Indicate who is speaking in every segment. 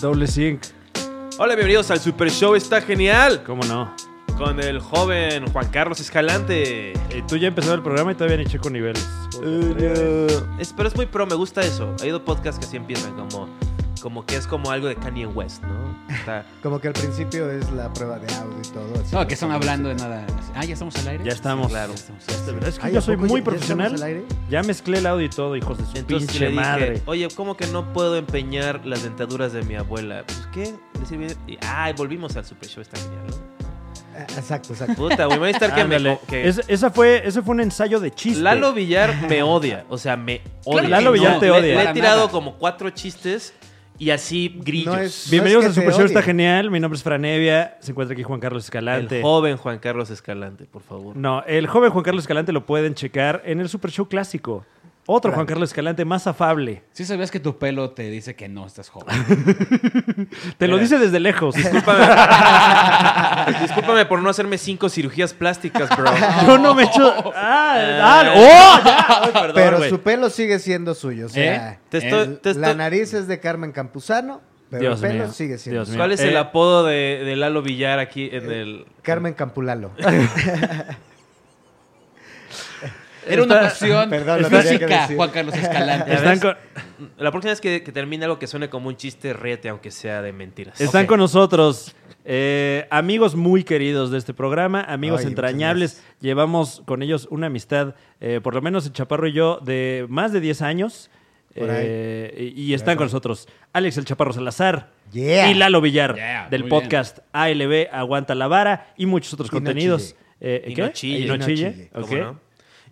Speaker 1: Doble Zinc.
Speaker 2: Hola, bienvenidos al Super Show, está genial.
Speaker 1: ¿Cómo no?
Speaker 2: Con el joven Juan Carlos Escalante.
Speaker 1: Eh, tú ya empezó el programa y todavía ni checo niveles.
Speaker 3: Eh,
Speaker 2: Es- pero es muy pro, me gusta eso. Hay dos podcasts que así empiezan, como, como que es como algo de Kanye West, ¿no? Está-
Speaker 3: Como que al principio es la prueba de audio y todo. así.
Speaker 4: No, que están hablando de nada. Ah, ya estamos al aire.
Speaker 1: Ya estamos.
Speaker 4: Sí,
Speaker 1: claro.
Speaker 4: estamos.
Speaker 1: Es que
Speaker 3: Ay,
Speaker 1: yo
Speaker 3: ¿a
Speaker 1: soy
Speaker 3: poco
Speaker 1: muy
Speaker 3: ya- ya estamos al
Speaker 1: profesional.
Speaker 3: aire?
Speaker 1: Ya mezclé el audio y todo, hijos de su
Speaker 2: Entonces
Speaker 1: pinche
Speaker 2: le dije,
Speaker 1: madre.
Speaker 2: oye, ¿cómo que no puedo empeñar las dentaduras de mi abuela? Pues, ¿qué? Decir bien- y- Ay, volvimos al Super Show, está genial, ¿no?
Speaker 3: Ah, Exacto, exacto.
Speaker 2: Puta, güey, me va a estar que me...
Speaker 1: Ándale.
Speaker 2: que-
Speaker 1: Es- esa fue, ese fue un ensayo de chiste.
Speaker 2: Lalo Villar me odia, o sea, me odia.
Speaker 4: que
Speaker 1: Lalo Villar te
Speaker 2: Le-
Speaker 1: odia.
Speaker 2: Le, he
Speaker 4: Para
Speaker 2: tirado
Speaker 4: nada.
Speaker 2: como cuatro chistes y así grillos.
Speaker 3: No es-
Speaker 1: Bienvenidos
Speaker 3: que
Speaker 1: al Super
Speaker 3: te
Speaker 1: Show, está
Speaker 3: odie.
Speaker 1: genial. Mi nombre es Franevia. Se encuentra aquí Juan Carlos
Speaker 2: El
Speaker 1: Escalante. Mm.
Speaker 2: joven Juan Carlos Escalante, por favor.
Speaker 1: No, el joven Juan Carlos Escalante lo pueden checar en el Super Show clásico. Otro Juan Carlos Escalante más afable.
Speaker 4: Sí sabías que tu pelo te dice que no estás joven.
Speaker 1: Te lo
Speaker 2: Mira.
Speaker 1: dice desde lejos.
Speaker 2: Discúlpame. Discúlpame por no hacerme cinco cirugías plásticas, bro.
Speaker 1: Yo no me echo. ¡Ah!
Speaker 2: Eh,
Speaker 1: ah, ¡Oh!
Speaker 2: Ah, ay, perdón,
Speaker 3: Pero
Speaker 2: güey.
Speaker 3: su pelo sigue siendo suyo. O sea,
Speaker 4: ¿Eh?
Speaker 2: Te estoy-
Speaker 3: el-
Speaker 2: te
Speaker 3: la
Speaker 2: estoy-
Speaker 3: nariz es de Carmen Campuzano, pero
Speaker 1: Dios
Speaker 3: el pelo
Speaker 1: mío,
Speaker 3: sigue siendo
Speaker 1: Dios
Speaker 3: suyo.
Speaker 2: ¿Cuál es el
Speaker 1: Eh,
Speaker 2: apodo de, de Lalo Villar aquí en el...?
Speaker 3: Carmen Campulalo.
Speaker 4: Era una opción
Speaker 3: Perdón, lo tenía que
Speaker 4: física,
Speaker 3: decir.
Speaker 4: Juan Carlos Escalante.
Speaker 2: Ya
Speaker 1: Están,
Speaker 2: ves.
Speaker 1: con,
Speaker 2: La próxima vez que, que termine algo que suene como un chiste, rete, aunque sea de mentiras.
Speaker 1: están
Speaker 4: Ok.
Speaker 1: con nosotros. eh, amigos muy queridos de este programa, amigos
Speaker 3: Ay,
Speaker 1: entrañables.
Speaker 3: muchas
Speaker 1: Llevamos con ellos una amistad, eh, por lo menos el Chaparro y yo, de más de 10 años.
Speaker 3: Por ahí.
Speaker 1: Eh, y, y están con nosotros Alex el Chaparro Salazar
Speaker 3: Yeah.
Speaker 1: y Lalo Villar
Speaker 4: Yeah,
Speaker 1: del
Speaker 4: muy bien.
Speaker 1: podcast ALB Aguanta la Vara y muchos otros
Speaker 3: Y no
Speaker 1: contenidos.
Speaker 3: chille.
Speaker 1: Eh,
Speaker 2: Y
Speaker 1: ¿qué?
Speaker 2: no chille.
Speaker 1: Y no
Speaker 3: Y no
Speaker 1: chille.
Speaker 3: chille.
Speaker 2: ¿Cómo
Speaker 1: ok.
Speaker 2: no?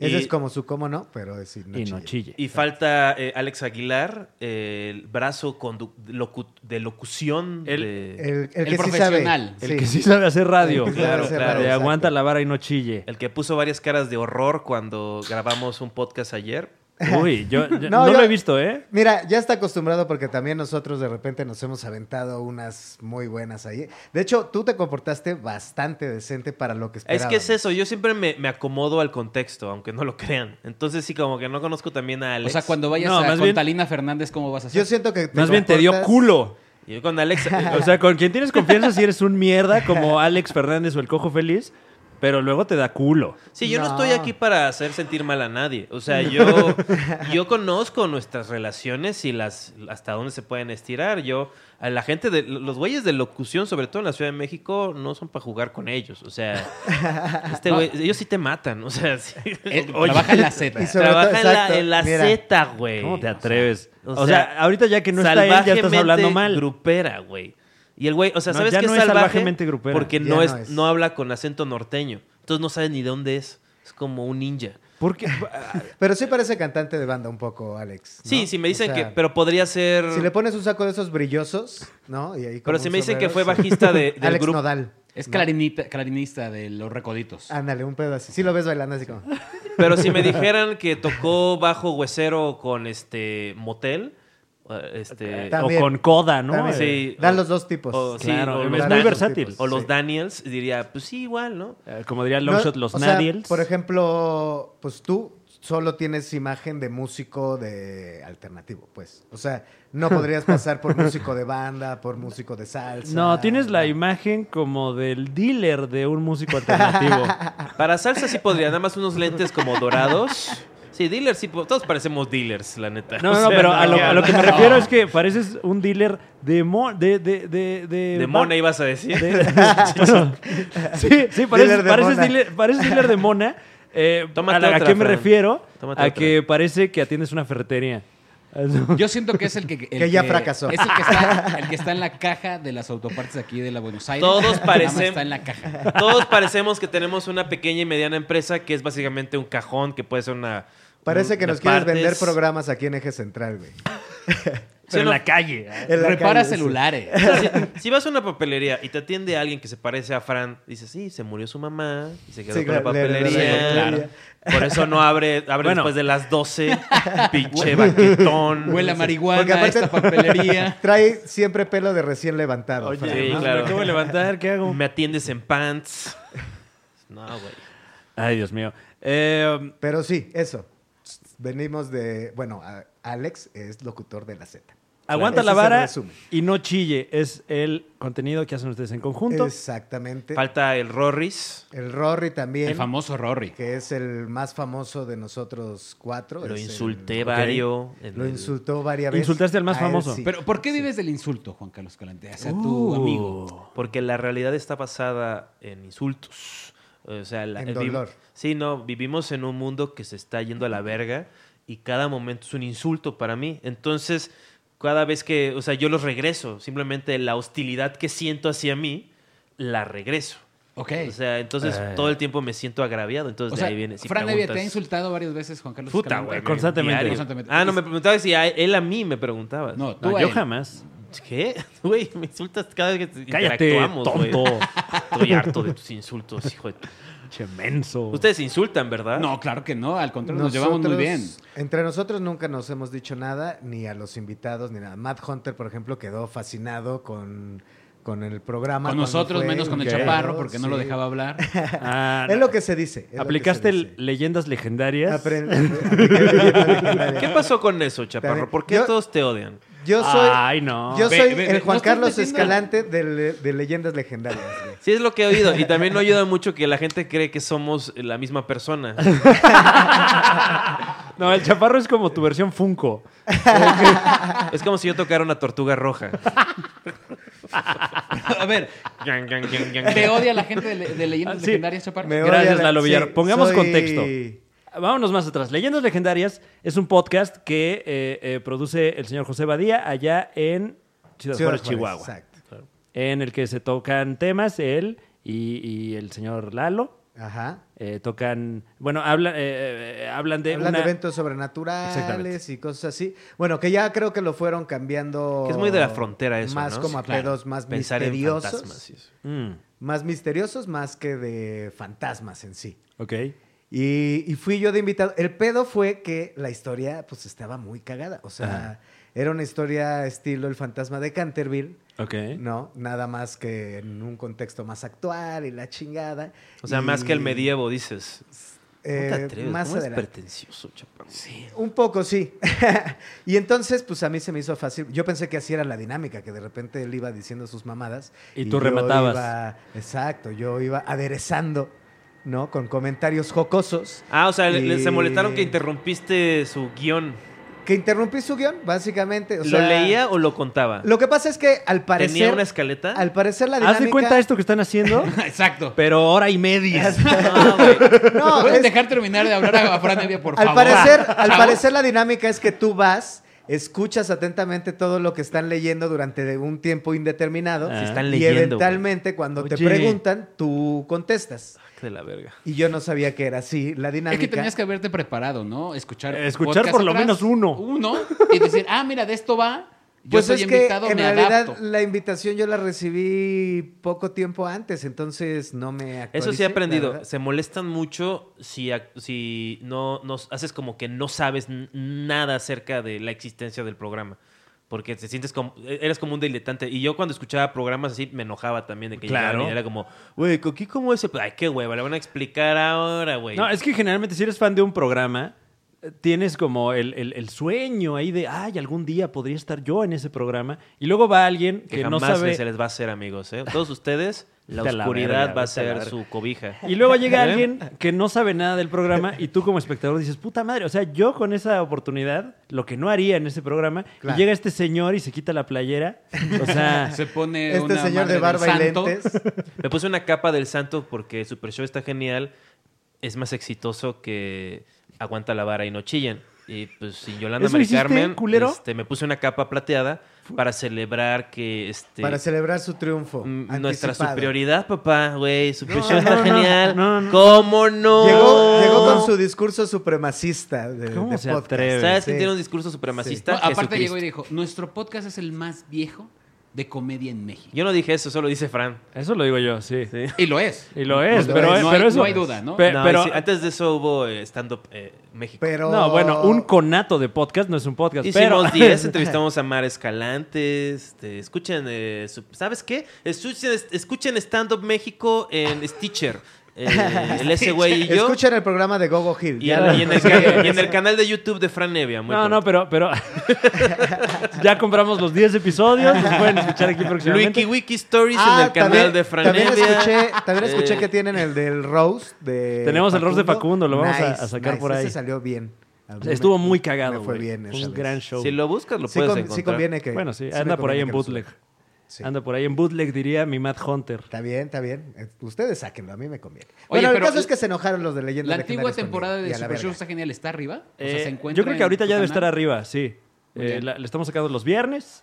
Speaker 3: Ese
Speaker 2: Y-
Speaker 3: es como su cómo no, pero decir no
Speaker 1: Y
Speaker 3: chille.
Speaker 1: no chille.
Speaker 2: Y falta eh, Alex Aguilar, eh, el brazo condu- locu- de locución.
Speaker 1: El-
Speaker 2: de-
Speaker 3: El, el que
Speaker 4: El
Speaker 3: sí
Speaker 4: profesional.
Speaker 3: sabe.
Speaker 1: El que sí sabe hacer radio.
Speaker 3: El que
Speaker 2: sabe hacer
Speaker 1: De
Speaker 2: radio,
Speaker 3: exacto.
Speaker 1: aguanta la vara y no chille.
Speaker 2: el que puso varias caras de horror cuando grabamos un podcast ayer.
Speaker 1: Uy, yo, yo- no,
Speaker 3: No, yo-
Speaker 1: lo he visto, ¿eh?
Speaker 3: Mira, ya está acostumbrado porque también nosotros de repente nos hemos aventado unas muy buenas ahí. De hecho, tú te comportaste bastante decente para lo que
Speaker 2: Es
Speaker 3: esperábamos.
Speaker 2: que es eso, yo siempre me, me acomodo al contexto, aunque no lo crean. Entonces sí, como que no conozco también a
Speaker 4: O
Speaker 2: Alex.
Speaker 4: sea, cuando vayas
Speaker 1: No,
Speaker 4: a,
Speaker 1: más
Speaker 4: con
Speaker 1: bien-
Speaker 4: Talina Fernández, ¿cómo vas a hacer?
Speaker 3: Yo siento que
Speaker 1: Más bien te dio
Speaker 3: comportas-
Speaker 1: culo.
Speaker 2: Yo con Alex...
Speaker 1: O sea, con quien tienes confianza si eres un mierda como Alex Fernández o el Cojo Feliz, pero luego te da culo.
Speaker 2: Sí, yo no.
Speaker 3: No.
Speaker 2: estoy aquí para hacer sentir mal a nadie. O sea, yo, yo conozco nuestras relaciones y las hasta dónde se pueden estirar. Yo, a la gente de los güeyes de locución, sobre todo en la Ciudad de México, no son para jugar con ellos. O sea, este güey, ellos sí te matan. O sea, sí.
Speaker 4: Eh, trabaja en la Z.
Speaker 3: Y sobre
Speaker 2: trabaja
Speaker 3: todo-
Speaker 2: en la,
Speaker 3: exacto,
Speaker 2: en la
Speaker 3: mira.
Speaker 2: Z, güey.
Speaker 1: ¿Cómo te atreves?
Speaker 2: o
Speaker 1: O
Speaker 2: sea,
Speaker 1: sea, ahorita ya que no está él, ya estás
Speaker 2: Salvajemente
Speaker 1: hablando mal.
Speaker 2: grupera, güey. Y el güey, o sea,
Speaker 1: No,
Speaker 2: ¿sabes
Speaker 1: ya
Speaker 2: qué
Speaker 1: no
Speaker 2: es
Speaker 1: es
Speaker 2: salvaje?
Speaker 1: salvajemente grupera.
Speaker 2: Porque
Speaker 3: Ya
Speaker 2: no,
Speaker 3: no
Speaker 2: es,
Speaker 3: es.
Speaker 2: no habla con acento norteño. Entonces no sabe ni de dónde es. Es como un ninja.
Speaker 1: Porque
Speaker 3: Pero sí parece cantante de banda un poco, Alex. ¿no?
Speaker 2: Sí, si me dicen
Speaker 3: O sea,
Speaker 2: que. Pero podría ser.
Speaker 3: Si le pones un saco de esos brillosos, ¿no? Y ahí como
Speaker 2: Pero si
Speaker 3: un
Speaker 2: me dicen que
Speaker 3: sombrero,
Speaker 2: fue
Speaker 3: sí.
Speaker 2: bajista de- del
Speaker 3: Alex
Speaker 2: grupo.
Speaker 3: Nodal.
Speaker 4: Es clarinita, clarinista de los recoditos.
Speaker 3: Ándale, un pedo así. Sí lo ves bailando así como...
Speaker 2: Pero si me dijeran que tocó bajo huesero con este motel. eh, Este.
Speaker 3: Ta-
Speaker 1: o
Speaker 3: También.
Speaker 1: con coda, ¿no?
Speaker 3: También.
Speaker 1: Eh,
Speaker 2: Sí,
Speaker 3: Dan
Speaker 2: o-
Speaker 3: los dos tipos.
Speaker 2: o- sí,
Speaker 1: Claro,
Speaker 2: o
Speaker 1: es muy
Speaker 2: los Dan-
Speaker 1: versátil.
Speaker 2: O los
Speaker 3: Sí.
Speaker 2: Daniels, diría, pues sí, igual, ¿no?
Speaker 1: eh, Como diría
Speaker 3: No,
Speaker 1: Longshot, los
Speaker 3: o sea,
Speaker 1: Nadiels.
Speaker 3: por ejemplo, pues tú solo tienes imagen de músico de alternativo, pues. O sea, no podrías pasar por músico de banda, por músico de salsa.
Speaker 1: No, tienes la
Speaker 3: No.
Speaker 1: imagen como del dealer de un músico alternativo.
Speaker 3: Ah.
Speaker 2: Para salsa sí podría, nada más unos lentes como dorados. Sí, dealers, sí, po- todos parecemos dealers, la neta.
Speaker 1: No,
Speaker 2: O
Speaker 1: no,
Speaker 2: sea,
Speaker 1: no, pero a lo, a lo que me
Speaker 4: no.
Speaker 1: refiero es que pareces un dealer de mo- de, de, de, de,
Speaker 2: De mona ibas a decir.
Speaker 1: De- bueno, sí, sí, pareces,
Speaker 3: Dealer de
Speaker 1: pareces
Speaker 3: mona.
Speaker 1: dealer, pareces dealer de mona. Eh,
Speaker 2: Tómate
Speaker 1: a, la- ¿a
Speaker 2: otra,
Speaker 1: qué me
Speaker 2: Fran.
Speaker 1: refiero?
Speaker 2: Tómate
Speaker 1: a
Speaker 2: otra.
Speaker 1: que parece que atiendes una ferretería.
Speaker 4: Yo siento que es el que... el
Speaker 3: Que ya fracasó.
Speaker 4: Es el que, está, el que está en la caja de las autopartes aquí de la Buenos Aires.
Speaker 2: Todos
Speaker 4: Nada más
Speaker 2: parecen-
Speaker 4: Está en la caja.
Speaker 2: Todos parecemos que tenemos una pequeña y mediana empresa que es básicamente un cajón que puede ser una.
Speaker 3: Parece
Speaker 2: un-
Speaker 3: que
Speaker 2: de
Speaker 3: nos quieres vender
Speaker 2: partes.
Speaker 3: programas aquí en Eje Central, güey.
Speaker 2: Sí, no,
Speaker 1: calle.
Speaker 3: En la
Speaker 4: Repara
Speaker 3: calle, sí.
Speaker 4: celulares.
Speaker 2: O sea, si, si vas a una papelería y te atiende alguien que se parece a Fran, dices, sí, se murió su mamá y se quedó
Speaker 3: Sí,
Speaker 2: con la
Speaker 3: claro, le- le- le-
Speaker 2: papelería.
Speaker 3: le-
Speaker 4: claro.
Speaker 2: Claro. Por eso no abre, abre
Speaker 1: Bueno.
Speaker 2: después de las 12. pinche baquetón.
Speaker 4: Huele a
Speaker 3: Porque
Speaker 4: marihuana,
Speaker 3: aparte-
Speaker 4: esta papelería.
Speaker 3: Trae siempre pelo de recién levantado. Fran,
Speaker 2: sí,
Speaker 3: ¿no?
Speaker 2: claro.
Speaker 1: Me acabo de levantar, ¿qué hago?
Speaker 2: Me atiendes en pants. No, güey.
Speaker 1: Ay, Dios mío. Eh,
Speaker 3: Pero sí, eso. Venimos de... Bueno, a- Alex es locutor de la Z.
Speaker 1: Aguanta la
Speaker 3: Ese es el
Speaker 1: vara
Speaker 3: resumen.
Speaker 1: y no chille. Es el contenido que hacen ustedes en conjunto.
Speaker 3: Exactamente.
Speaker 2: Falta el Rorris.
Speaker 3: El Rory también,
Speaker 4: El famoso Rory.
Speaker 3: que es el más famoso de nosotros cuatro.
Speaker 2: Lo
Speaker 3: es el-
Speaker 2: insulté varios.
Speaker 3: Lo insultó varias veces.
Speaker 1: Insultaste al más
Speaker 3: A él
Speaker 1: famoso.
Speaker 3: sí.
Speaker 4: Pero, ¿por qué vives del insulto, Juan Carlos Calante? Hacia tu
Speaker 1: Uh.
Speaker 4: amigo.
Speaker 2: Porque la realidad está basada en insultos. O sea, la-
Speaker 3: En
Speaker 2: eh, vi-
Speaker 3: dolor.
Speaker 2: Sí, no, vivimos en un mundo que se está yendo a la verga y cada momento es un insulto para mí. Entonces, cada vez que, o sea, yo los regreso, simplemente la hostilidad que siento hacia mí, la regreso.
Speaker 4: Ok.
Speaker 2: O sea, entonces
Speaker 1: Ay.
Speaker 2: todo el tiempo me siento agraviado. Entonces,
Speaker 4: O sea,
Speaker 2: de Pues ahí viene. Si
Speaker 4: Fran Evia te ha
Speaker 2: preguntas-
Speaker 4: insultado varias veces, Juan Carlos
Speaker 2: Puta,
Speaker 4: Escalante.
Speaker 2: güey.
Speaker 1: Constantemente.
Speaker 2: diario.
Speaker 4: Constantemente.
Speaker 2: Ah, no, me preguntaba si a él a mí me preguntaba.
Speaker 4: No, tú
Speaker 1: No,
Speaker 4: a
Speaker 1: yo
Speaker 4: él.
Speaker 1: jamás.
Speaker 2: ¿Qué? Güey, me insultas cada vez que
Speaker 1: Cállate,
Speaker 2: interactuamos, güey.
Speaker 1: tonto.
Speaker 2: Estoy harto de tus insultos, hijo de tu...
Speaker 1: Che, menso.
Speaker 2: Ustedes se insultan, ¿verdad?
Speaker 4: No, claro que no. Al contrario, nos llevamos muy
Speaker 3: Nosotros-
Speaker 4: bien.
Speaker 3: Entre nosotros nunca nos hemos dicho nada, ni a los invitados, ni nada. Matt Hunter, por ejemplo, quedó fascinado con, con el programa.
Speaker 4: Con
Speaker 3: cuando
Speaker 4: nosotros,
Speaker 3: fue
Speaker 4: menos con el
Speaker 1: ok.
Speaker 3: invitado,
Speaker 4: chaparro, porque no lo
Speaker 3: sí.
Speaker 4: dejaba hablar.
Speaker 1: Ah,
Speaker 3: Es lo que se dice. es lo que se
Speaker 1: aplicaste
Speaker 3: dice.
Speaker 1: leyendas legendarias.
Speaker 3: Aprende- apliqué leyenda legendaria.
Speaker 2: E ¿Qué pasó con eso, chaparro? ¿Por qué
Speaker 3: Yo-
Speaker 2: todos te odian?
Speaker 3: E Yo soy,
Speaker 1: Ay, no.
Speaker 3: yo
Speaker 4: Ve,
Speaker 3: soy
Speaker 4: ve, ve,
Speaker 3: el
Speaker 4: no
Speaker 3: Juan
Speaker 4: estás
Speaker 3: Carlos
Speaker 4: metiendo-
Speaker 3: Escalante de, le- de Leyendas Legendarias. güey.
Speaker 2: Sí, es lo que he oído. Y también no ayuda mucho que la gente cree que somos la misma persona.
Speaker 1: No, el chaparro es como tu versión Funko.
Speaker 2: Es como si yo tocara una tortuga roja.
Speaker 4: a ver,
Speaker 2: Yang, yang, yang, yang,
Speaker 4: ¿te
Speaker 2: yang.
Speaker 4: odia la gente de, le- de leyendas
Speaker 1: Ah, sí.
Speaker 4: legendarias, Chaparro?
Speaker 3: Me
Speaker 1: Gracias,
Speaker 3: odia la-
Speaker 1: Lalo Villar.
Speaker 3: sí,
Speaker 1: Pongamos
Speaker 3: soy-
Speaker 1: contexto. Vámonos más atrás. Leyendas Legendarias es un podcast que eh, eh, produce el señor José Badía allá en Ciudad,
Speaker 3: Ciudad
Speaker 1: Juárez,
Speaker 3: Juárez,
Speaker 1: Chihuahua.
Speaker 3: Exacto.
Speaker 1: En el que se tocan temas, él y, y el señor Lalo.
Speaker 3: Ajá.
Speaker 1: eh, tocan, bueno, hablan, eh, eh, hablan de
Speaker 3: Hablan
Speaker 1: una-
Speaker 3: de eventos
Speaker 1: Exactamente.
Speaker 3: sobrenaturales y cosas así. Bueno, que ya creo que lo fueron cambiando.
Speaker 2: Que es muy de la frontera eso,
Speaker 3: Más
Speaker 2: ¿no?
Speaker 3: como a
Speaker 2: Sí, claro.
Speaker 3: pedos más
Speaker 2: Pensar en fantasmas.
Speaker 3: misteriosos.
Speaker 2: y eso.
Speaker 1: Mm,
Speaker 3: Más misteriosos más que de fantasmas en sí.
Speaker 1: ok.
Speaker 3: Y, y fui yo de invitado. El pedo fue que la historia pues estaba muy cagada. O sea, era una historia estilo El fantasma de Canterville.
Speaker 1: Ok.
Speaker 3: No, nada más que en un contexto más actual y la chingada.
Speaker 2: O sea,
Speaker 3: Y,
Speaker 2: más que el medievo, dices.
Speaker 3: eh,
Speaker 2: no te atreves,
Speaker 3: más
Speaker 2: ¿cómo eres
Speaker 3: adelante.
Speaker 2: pretencioso, chaparro.
Speaker 3: Un poco, sí. y entonces, pues a mí se me hizo fácil. Yo pensé que así era la dinámica, que de repente él iba diciendo sus mamadas.
Speaker 1: Y tú
Speaker 3: yo
Speaker 1: rematabas.
Speaker 3: iba- exacto, yo iba aderezando, ¿no? Con comentarios jocosos.
Speaker 2: Ah, o sea, le- le- se
Speaker 3: Y-
Speaker 2: molestaron que interrumpiste su guión.
Speaker 3: Que interrumpí su guión, básicamente. o sea,
Speaker 2: ¿Lo leía o lo contaba?
Speaker 3: Lo que pasa es que al
Speaker 2: ¿Tenía
Speaker 3: parecer.
Speaker 2: una escaleta?
Speaker 3: Al parecer la dinámica.
Speaker 1: Haz de cuenta esto que están haciendo,
Speaker 4: Exacto.
Speaker 1: pero hora y media.
Speaker 2: No, güey.
Speaker 3: No,
Speaker 4: ¿Pueden
Speaker 3: es-
Speaker 4: dejar terminar de hablar a Fran Evia, por
Speaker 3: al
Speaker 4: favor?
Speaker 3: parecer, al
Speaker 4: Chavos.
Speaker 3: parecer la dinámica es que tú vas, escuchas atentamente todo lo que están leyendo durante un tiempo indeterminado.
Speaker 1: Ah. Si
Speaker 2: están
Speaker 3: Y
Speaker 2: leyendo,
Speaker 3: eventualmente cuando te
Speaker 1: Oye.
Speaker 3: preguntan, tú contestas.
Speaker 2: De la verga.
Speaker 3: Y yo no sabía que era así la
Speaker 4: Es
Speaker 3: dinámica.
Speaker 4: que tenías que haberte preparado, ¿no? Escuchar.
Speaker 1: Eh, escuchar
Speaker 4: podcast
Speaker 1: por lo
Speaker 4: atrás,
Speaker 1: menos uno.
Speaker 4: Uno. Y decir, ah, mira, de esto va. Yo
Speaker 3: pues
Speaker 4: soy
Speaker 3: es que
Speaker 4: invitado,
Speaker 3: en
Speaker 4: me
Speaker 3: realidad
Speaker 4: adapto.
Speaker 3: la invitación yo la recibí poco tiempo antes, entonces no me
Speaker 2: Eso sí
Speaker 3: actualicé,
Speaker 2: he
Speaker 3: la
Speaker 2: aprendido.
Speaker 3: verdad.
Speaker 2: Se molestan mucho si, ac- si no, no haces como que no sabes n- nada acerca de la existencia del programa. Porque te sientes como. e, Eres como un diletante. Y yo cuando escuchaba programas así me enojaba también de que
Speaker 1: Claro.
Speaker 2: llegaban y era como, güey, ¿aquí cómo es? el pro-?" Ay, qué hueva, le van a explicar ahora, güey.
Speaker 1: No, es que generalmente si eres fan de un programa, eh, tienes como el, el- el sueño ahí de, ay, algún día podría estar yo en ese programa. Y luego va alguien que,
Speaker 2: que jamás
Speaker 1: no sabe...
Speaker 2: se les va a hacer, amigos. ¿eh? Todos ustedes, la
Speaker 1: Vete a la
Speaker 2: oscuridad
Speaker 1: verga,
Speaker 2: va a
Speaker 1: vete a la
Speaker 2: ser
Speaker 1: verga.
Speaker 2: su cobija.
Speaker 1: Y luego llega alguien que no sabe nada del programa y tú como espectador dices, puta madre, o sea, yo con esa oportunidad, lo que no haría en ese programa,
Speaker 3: Claro.
Speaker 1: y llega este señor y se quita la playera, o sea,
Speaker 4: Se pone
Speaker 3: Este
Speaker 4: una
Speaker 3: señor
Speaker 4: madre
Speaker 3: de
Speaker 4: del
Speaker 3: barba y
Speaker 4: santo.
Speaker 3: lentes.
Speaker 2: Me puse una capa del santo porque el Super Show está genial. Es más exitoso que Aguanta la vara y no chillen. Y pues sin Yolanda
Speaker 1: ¿Eso
Speaker 2: Mari
Speaker 1: hiciste,
Speaker 2: Carmen,
Speaker 1: culero?
Speaker 2: este, me puse una capa plateada para celebrar que este
Speaker 3: Para celebrar su triunfo.
Speaker 2: m- nuestra
Speaker 3: anticipado.
Speaker 2: superioridad, papá, güey, Super
Speaker 1: No,
Speaker 2: Show está
Speaker 1: no, no,
Speaker 2: genial.
Speaker 1: no, no.
Speaker 2: ¿Cómo no?
Speaker 3: Llegó, llegó con su discurso supremacista de,
Speaker 1: ¿Cómo
Speaker 3: de
Speaker 1: se
Speaker 3: podcast.
Speaker 1: atreve?
Speaker 2: ¿Sabes
Speaker 3: Sí.
Speaker 2: quién tiene un discurso
Speaker 4: No,
Speaker 2: supremacista?
Speaker 4: aparte
Speaker 2: Jesucristo.
Speaker 4: llegó y dijo, nuestro podcast es el más viejo de comedia en México.
Speaker 2: Yo no dije eso, solo dice Fran.
Speaker 1: eso lo digo yo, sí.
Speaker 4: Y lo es.
Speaker 1: Y lo es,
Speaker 3: No,
Speaker 1: pero, eh,
Speaker 3: no hay-
Speaker 1: pero
Speaker 4: no hay
Speaker 1: eso...
Speaker 4: duda, ¿no?
Speaker 1: pe-
Speaker 2: No,
Speaker 1: pero-
Speaker 2: y sí, antes de eso hubo eh, stand-up eh, México.
Speaker 3: Pero...
Speaker 1: No, bueno, un conato de podcast no es un podcast, pero...
Speaker 2: Hicimos 10, entrevistamos a Mar Escalante. este, escuchen, eh, su- ¿sabes qué? Escuchen, escuchen Stand Up México en Stitcher. eh, el ese güey y yo.
Speaker 3: Escuchen el programa de Gogo Hill.
Speaker 2: Y,
Speaker 3: Ya
Speaker 2: en-
Speaker 3: lo-
Speaker 2: y en el, ca- y en el canal de YouTube de Fran Nevia. Muy
Speaker 1: No, no, pero, pero ya compramos los 10 episodios, los pueden escuchar aquí próximamente.
Speaker 2: Wiki Wiki Stories
Speaker 3: Ah,
Speaker 2: en el canal
Speaker 3: también-
Speaker 2: de Fran
Speaker 3: También
Speaker 2: Evia.
Speaker 3: escuché, también
Speaker 2: Eh,
Speaker 3: escuché que tienen el del Rose de
Speaker 1: Tenemos el roast de Facundo, lo vamos a- a sacar por ahí.
Speaker 3: Ese salió bien. A mí
Speaker 1: Estuvo
Speaker 3: me-
Speaker 1: muy
Speaker 3: me
Speaker 1: cagado,
Speaker 3: fue
Speaker 1: güey.
Speaker 3: bien
Speaker 1: Fue
Speaker 3: esa
Speaker 1: Un
Speaker 3: vez.
Speaker 1: gran show.
Speaker 2: Si lo buscas, lo
Speaker 3: Sí,
Speaker 2: puedes
Speaker 3: con- sí
Speaker 2: encontrar.
Speaker 3: conviene que...
Speaker 1: Bueno, sí,
Speaker 3: me
Speaker 1: anda por ahí
Speaker 3: conviene
Speaker 1: en
Speaker 3: que lo suba.
Speaker 1: bootleg.
Speaker 3: Sí.
Speaker 1: Anda por ahí en bootleg, diría mi Matt Hunter.
Speaker 3: Está bien, está bien. Eh, Ustedes sáquenlo, a mí me conviene.
Speaker 4: Oye,
Speaker 3: bueno, el
Speaker 4: pero
Speaker 3: caso
Speaker 4: la-
Speaker 3: es que se enojaron los de Leyendas
Speaker 4: La antigua
Speaker 3: Legendarias conmigo,
Speaker 4: temporada
Speaker 3: y
Speaker 4: de
Speaker 3: a la
Speaker 4: Super Show
Speaker 3: verga.
Speaker 4: está genial. ¿Está arriba? O sea,
Speaker 1: Eh,
Speaker 4: se encuentra
Speaker 1: yo creo
Speaker 4: en
Speaker 1: que ahorita
Speaker 4: tu
Speaker 1: ya debe
Speaker 4: canal?
Speaker 1: estar arriba, sí.
Speaker 4: Muy
Speaker 1: Eh,
Speaker 4: bien.
Speaker 1: la- le estamos sacando los viernes